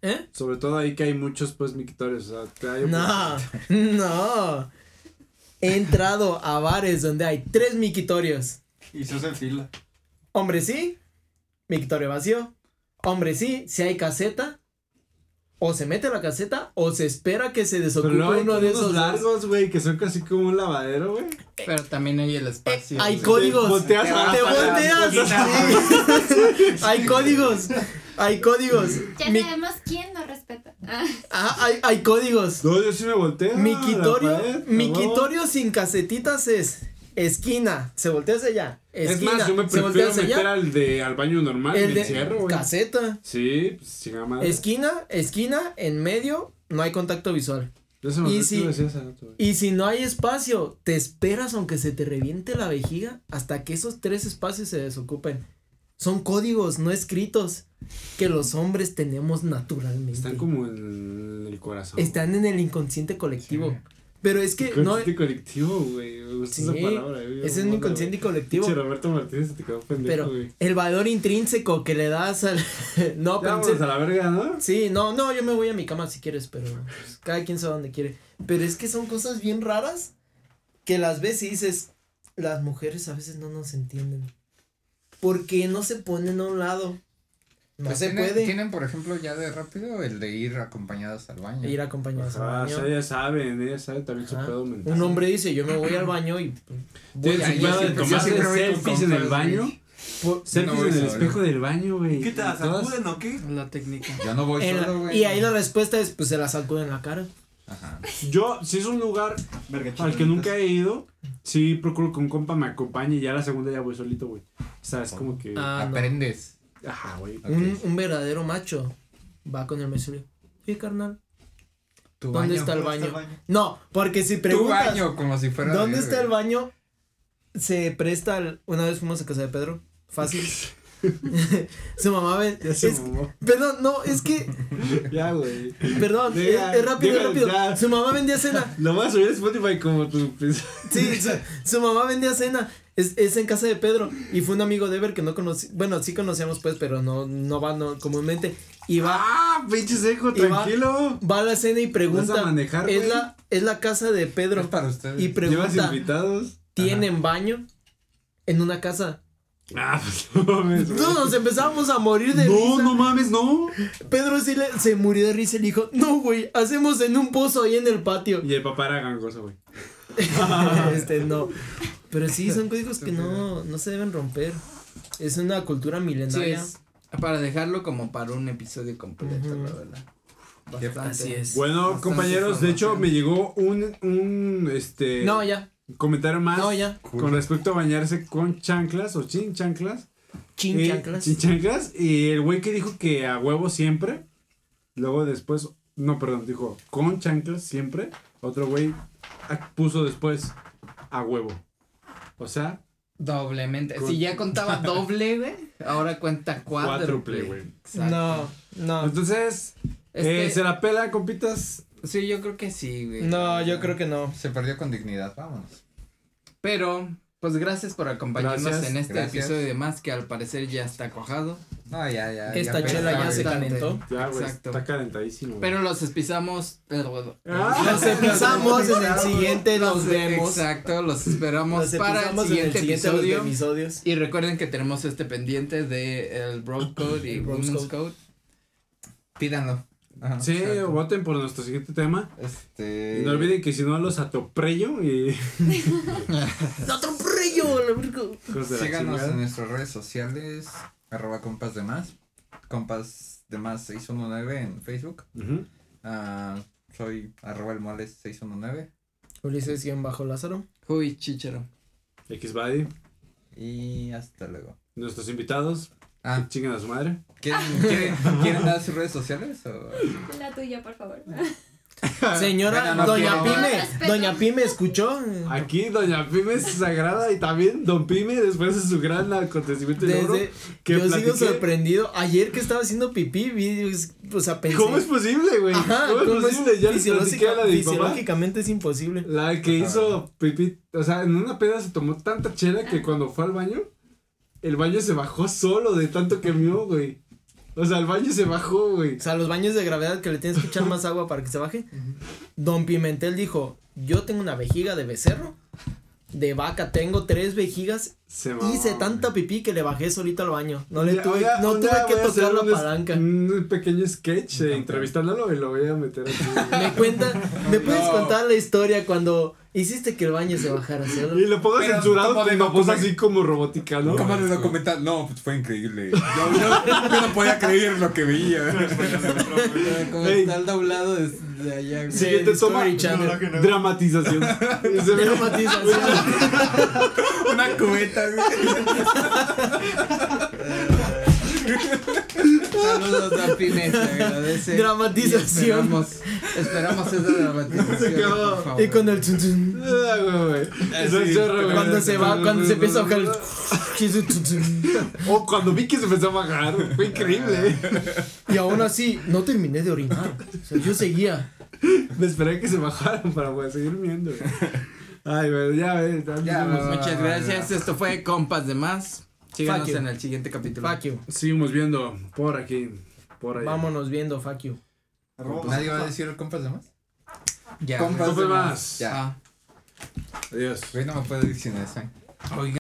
Speaker 2: ¿Eh?
Speaker 1: Sobre todo ahí que hay muchos, pues, miquitorios. O sea, que hay.
Speaker 2: No, no. He entrado a bares donde hay tres miquitorios.
Speaker 3: y se hace fila.
Speaker 2: Hombre sí, miquitorio vacío. Hombre sí, si hay caseta. O se mete a la caseta o se espera que se
Speaker 1: Pero
Speaker 2: desocupe
Speaker 1: luego hay
Speaker 2: uno de
Speaker 1: unos
Speaker 2: esos dos.
Speaker 1: largos, güey, que son casi como un lavadero, güey.
Speaker 6: Pero también hay el espacio.
Speaker 2: hay
Speaker 6: güey.
Speaker 2: códigos.
Speaker 1: Te volteas
Speaker 2: te
Speaker 1: a-
Speaker 2: volteas. Sí. hay códigos. Hay códigos.
Speaker 7: Ya
Speaker 2: Mi-
Speaker 7: sabemos quién no respeta. Ah, <laughs>
Speaker 2: ah, hay, hay códigos.
Speaker 1: <laughs> No, yo sí me volteo. a la pared,
Speaker 2: Miquitorio,
Speaker 1: a huevo.
Speaker 2: miquitorio sin casetitas es esquina. Se voltea hacia allá.
Speaker 1: Es
Speaker 2: Esquina.
Speaker 1: más, yo me
Speaker 2: se voltea
Speaker 1: prefiero
Speaker 2: hacia
Speaker 1: meter
Speaker 2: allá.
Speaker 1: al de al baño normal,
Speaker 2: El
Speaker 1: el
Speaker 2: de
Speaker 1: encierro, güey.
Speaker 2: caseta.
Speaker 1: Sí, pues sin jamás.
Speaker 2: Esquina, esquina, en medio, no hay contacto visual.
Speaker 1: Yo se me
Speaker 2: y
Speaker 1: olvidó que
Speaker 2: sí.
Speaker 1: lo decías al rato, güey.
Speaker 2: Y si no hay espacio, te esperas aunque se te reviente la vejiga hasta que esos tres espacios se desocupen. Son códigos no escritos que los hombres tenemos naturalmente.
Speaker 1: Están como en el corazón.
Speaker 2: Están en el inconsciente colectivo. Pero es que no.
Speaker 1: Inconsciente colectivo, güey. Me gusta
Speaker 2: Sí,
Speaker 1: esa palabra, güey.
Speaker 2: Ese es
Speaker 1: Mamada,
Speaker 2: mi inconsciente
Speaker 1: güey.
Speaker 2: colectivo.
Speaker 1: Pinche Roberto Martínez se te quedó pendejo,
Speaker 2: Pero
Speaker 1: güey.
Speaker 2: el valor intrínseco que le das al. <laughs> no, pero
Speaker 1: Ya
Speaker 2: en
Speaker 1: vámonos
Speaker 2: serio.
Speaker 1: a la verga, ¿no?
Speaker 2: Sí, no, no, yo me voy a mi cama si quieres, pero pues, cada quien sabe dónde quiere. Pero es que son cosas bien raras que las ves y dices, las mujeres a veces no nos entienden. Porque no se ponen a un lado. No
Speaker 4: Pues
Speaker 2: se
Speaker 4: tienen,
Speaker 2: puede
Speaker 4: tienen, por ejemplo, ya de rápido el de ir acompañados al baño.
Speaker 2: ir acompañados al
Speaker 1: Ah, o
Speaker 2: baño.
Speaker 1: sea, ya saben, ellas saben también su
Speaker 2: Pues, Ajá.
Speaker 1: pedo mental.
Speaker 2: Un hombre dice, yo me voy al baño y pues, voy
Speaker 1: Tienen su
Speaker 2: ahí,
Speaker 4: yo
Speaker 1: pedo de
Speaker 4: siempre- yo
Speaker 1: tomarse
Speaker 4: siempre voy con
Speaker 1: selfies en el
Speaker 4: compas,
Speaker 1: baño.
Speaker 4: güey.
Speaker 2: por-
Speaker 1: Selfies
Speaker 4: No voy
Speaker 1: en el
Speaker 4: solo.
Speaker 1: espejo del baño, güey.
Speaker 5: ¿Qué te
Speaker 1: Todas-
Speaker 5: sacuden o qué?
Speaker 6: La técnica.
Speaker 4: Yo no voy
Speaker 2: en la-
Speaker 4: solo, güey.
Speaker 2: y ahí la respuesta es, pues se la sacude en la cara.
Speaker 4: Ajá.
Speaker 1: Yo, si es un lugar
Speaker 3: Verga,
Speaker 1: al que nunca he ido, sí procuro que un compa me acompañe y ya la segunda ya voy solito, güey. O sea, es como que.
Speaker 2: Ah, no.
Speaker 4: Aprendes.
Speaker 1: Ajá, güey.
Speaker 4: Ok.
Speaker 2: Un, un verdadero macho va con el mesero. Sí, carnal.
Speaker 4: Tu
Speaker 2: ¿Dónde
Speaker 4: baño.
Speaker 2: está el
Speaker 3: ¿Dónde
Speaker 2: baño?
Speaker 3: está el baño?
Speaker 2: No, porque si
Speaker 4: Tu
Speaker 2: preguntas
Speaker 4: baño, como si fuera.
Speaker 2: dónde
Speaker 4: de-
Speaker 2: está el baño, se presta al- una vez fuimos a casa de Pedro, fácil.
Speaker 1: <laughs>
Speaker 2: su mamá ve,
Speaker 1: Ya se
Speaker 2: es-
Speaker 1: mamó.
Speaker 2: perdón, no, es que,
Speaker 1: <laughs> Ya, güey.
Speaker 2: perdón, es,
Speaker 1: Diga,
Speaker 2: es rápido, es
Speaker 1: diga,
Speaker 2: rápido.
Speaker 1: ya.
Speaker 2: Su mamá vendía cena.
Speaker 1: Lo voy a subir a Spotify como tu. <laughs>
Speaker 2: Sí, su, su mamá vendía cena. Es, es en casa de Pedro y fue un amigo de Ever que no conocí, bueno, sí conocíamos pues, pero no no va no, comúnmente y va
Speaker 1: ¡Ah! ¡Pinche seco!
Speaker 2: Y va-
Speaker 1: ¡Tranquilo!
Speaker 2: va a la cena y pregunta.
Speaker 1: Vas a manejar,
Speaker 2: es
Speaker 1: güey.
Speaker 2: la, es la casa de
Speaker 4: Es
Speaker 2: Pedro.
Speaker 4: para ustedes.
Speaker 2: Y
Speaker 1: Llevas
Speaker 2: pregunta,
Speaker 1: invitados.
Speaker 2: ¿tienen baño? En una casa.
Speaker 1: Ah, pues no mames. güey.
Speaker 2: No, nos empezamos a morir de
Speaker 1: No,
Speaker 2: risa.
Speaker 1: no mames, no.
Speaker 2: Pedro sí le- se murió de risa y le dijo, no, güey, hacemos en un pozo ahí en el patio. <laughs>
Speaker 1: Y el papá era gangoso, güey.
Speaker 2: este, no. Pero sí, son códigos que no, no se deben romper. Es una cultura
Speaker 6: Sí,
Speaker 2: milenaria.
Speaker 6: es para dejarlo como para un episodio completo,
Speaker 2: Ujú.
Speaker 6: la verdad.
Speaker 2: Así es.
Speaker 1: Bueno,
Speaker 6: Bastante
Speaker 1: compañeros, de hecho
Speaker 6: información.
Speaker 1: me llegó un, un este
Speaker 2: No, ya.
Speaker 1: comentario más
Speaker 2: No, ya.
Speaker 1: con respecto a bañarse con chanclas o sin chanclas.
Speaker 2: Chin,
Speaker 1: Eh,
Speaker 2: chanclas.
Speaker 1: Sin chanclas. Y el güey que dijo que a huevo siempre. Luego después, no, perdón, dijo con chanclas siempre. Otro güey ah, puso después a huevo. O sea,
Speaker 6: Doblemente.
Speaker 1: Con-
Speaker 6: Si ya contaba doble, güey, ahora cuenta cuádruple.
Speaker 1: cuádruple, güey.
Speaker 6: Exacto.
Speaker 2: No, no.
Speaker 1: Entonces,
Speaker 6: Este-
Speaker 1: eh, se la pela, compitas.
Speaker 6: Sí, yo creo que sí, güey.
Speaker 2: No, yo creo que no.
Speaker 4: Se perdió con dignidad, vámonos.
Speaker 6: Pero Pues gracias por acompañarnos
Speaker 1: Gracias,
Speaker 6: en este
Speaker 4: gracias.
Speaker 6: episodio de más que al parecer ya está cuajado.
Speaker 4: No, ya, ya.
Speaker 2: Esta
Speaker 6: pesa
Speaker 2: chela ya se
Speaker 6: bastante.
Speaker 2: calentó.
Speaker 1: Ya, güey,
Speaker 6: Exacto.
Speaker 1: está calentadísimo.
Speaker 6: Pero los espisamos, eh, pero
Speaker 2: <laughs>
Speaker 1: Ah,
Speaker 2: Nos empezamos en el siguiente, nos
Speaker 6: los-
Speaker 2: vemos.
Speaker 6: Exacto, los esperamos
Speaker 2: Nos
Speaker 6: para el
Speaker 2: empezamos en el
Speaker 6: siguiente
Speaker 2: siguiente
Speaker 6: episodio.
Speaker 2: de los episodios.
Speaker 6: Y recuerden que tenemos este pendiente de el
Speaker 2: <coughs>
Speaker 6: Bro Code y
Speaker 2: El Bro
Speaker 6: Women's
Speaker 2: Code.
Speaker 6: Code.
Speaker 4: Pídanlo. Ajá,
Speaker 1: Sí,
Speaker 4: exacto.
Speaker 1: voten por nuestro siguiente tema.
Speaker 4: Este.
Speaker 2: Eh,
Speaker 1: Y no olviden que si no los atoprello y. <laughs>
Speaker 2: ¡Otro brillo! la verga.
Speaker 1: hijos de la
Speaker 4: Síganos
Speaker 1: chingada.
Speaker 4: en nuestras redes sociales. Arroba compas de más. Compas de más 619 en Facebook.
Speaker 1: Ujú.
Speaker 4: Ah, soy arroba el moles 619.
Speaker 2: Ulises guión bajo Lázaro.
Speaker 6: Uy, chichero.
Speaker 1: Xbody,
Speaker 4: Y hasta luego.
Speaker 1: nuestros invitados,
Speaker 4: Ah,
Speaker 1: chingan a su madre.
Speaker 4: ¿quieren, quieren, quieren dar sus redes sociales? O...
Speaker 7: La tuya, por favor.
Speaker 2: Señora,
Speaker 4: Bueno, no
Speaker 2: doña
Speaker 4: quiero.
Speaker 2: Pime,
Speaker 7: Respeto.
Speaker 2: doña Pime escuchó.
Speaker 1: Aquí Doña Pime es sagrada y también Don Pime después de su gran acontecimiento y logro,
Speaker 2: Desde,
Speaker 1: que
Speaker 2: yo sigo
Speaker 1: platiqué.
Speaker 2: sorprendido. Ayer que estaba haciendo pipí, vi, pues, o sea, pensé.
Speaker 1: ¿Cómo es posible, güey?
Speaker 2: Ajá,
Speaker 1: ¿Cómo,
Speaker 2: ¿cómo
Speaker 1: es posible? Ya les platiqué
Speaker 2: fisiológica- Ah.
Speaker 1: a la de mi papá.
Speaker 2: fisiológicamente es imposible.
Speaker 1: La que hizo pipí, o sea, en una peda se tomó tanta chela que cuando fue al baño, el baño se bajó solo de tanto que mió, güey. O sea, el baño se bajó, güey.
Speaker 2: O sea, los baños de gravedad que le tienes que echar más agua para que se baje. Don Pimentel dijo, yo tengo una vejiga de becerro, de vaca, tengo tres vejigas,
Speaker 1: Se mamó,
Speaker 2: hice
Speaker 1: güey.
Speaker 2: tanta pipí que le bajé solito al baño. No le
Speaker 1: Ya,
Speaker 2: tuve,
Speaker 1: ya,
Speaker 2: no
Speaker 1: un
Speaker 2: tuve
Speaker 1: día
Speaker 2: que
Speaker 1: voy a
Speaker 2: tocar
Speaker 1: hacer
Speaker 2: la
Speaker 1: un es-
Speaker 2: palanca.
Speaker 1: Un pequeño sketch eh, entrevistándolo y lo voy a meter
Speaker 2: <laughs>
Speaker 1: aquí. güey.
Speaker 2: Me cuenta, me puedes contar la historia cuando hiciste que el baño se bajara, ¿cierto?
Speaker 1: Y lo pongo
Speaker 4: Pero
Speaker 1: censurado
Speaker 4: como
Speaker 1: con
Speaker 4: de
Speaker 1: una voz
Speaker 4: document-
Speaker 1: así como robótica, ¿no?
Speaker 4: ¿Cómo de documental? No, pues fue increíble. Yo, yo- yo no podía creer lo que veía.
Speaker 6: Como
Speaker 1: Ey.
Speaker 6: está el doblado de, de allá, güey.
Speaker 2: Sí.
Speaker 1: Siguiente toma,
Speaker 2: Discovery
Speaker 1: <laughs>
Speaker 2: Channel. <laughs>
Speaker 1: dramatización. Y se ve-
Speaker 2: Dramatización.
Speaker 4: Una cubeta,
Speaker 6: Saludos a Pines, te agradece.
Speaker 2: Dramatización.
Speaker 6: Y Esperamos, esperamos esa dramatización.
Speaker 1: acabó.
Speaker 6: por favor.
Speaker 2: Y con el tun, tun.
Speaker 1: <laughs> Ah, güey, güey.
Speaker 4: Eh,
Speaker 1: Eso es chorro, güey.
Speaker 2: Cuando se va, cuando se empieza a bajar el. <laughs> y ese tun, tun.
Speaker 1: O oh, cuando vi que se empezó a bajar, fue increíble. eh.
Speaker 2: Y aún así, no terminé de orinar. O sea, yo seguía.
Speaker 1: Me esperé que se bajaran para poder seguir viendo. güey. Ay, bueno, ya ves. Ya,
Speaker 4: Ya,
Speaker 1: seguimos,
Speaker 4: va, va.
Speaker 6: Muchas gracias. Esto fue Compas de Más. Síganos
Speaker 2: Fuck you.
Speaker 6: en el siguiente capítulo.
Speaker 2: Fuck you.
Speaker 1: seguimos viendo por aquí, por allá.
Speaker 2: Vámonos viendo, fuck you.
Speaker 4: ¿Nadie va a decir compas de más?
Speaker 6: Ya.
Speaker 4: Compas
Speaker 1: No fue
Speaker 4: de más.
Speaker 1: más.
Speaker 4: Ya.
Speaker 6: Ah.
Speaker 1: Adiós.
Speaker 4: Güey, no me puedo decir eso.
Speaker 6: Oigan.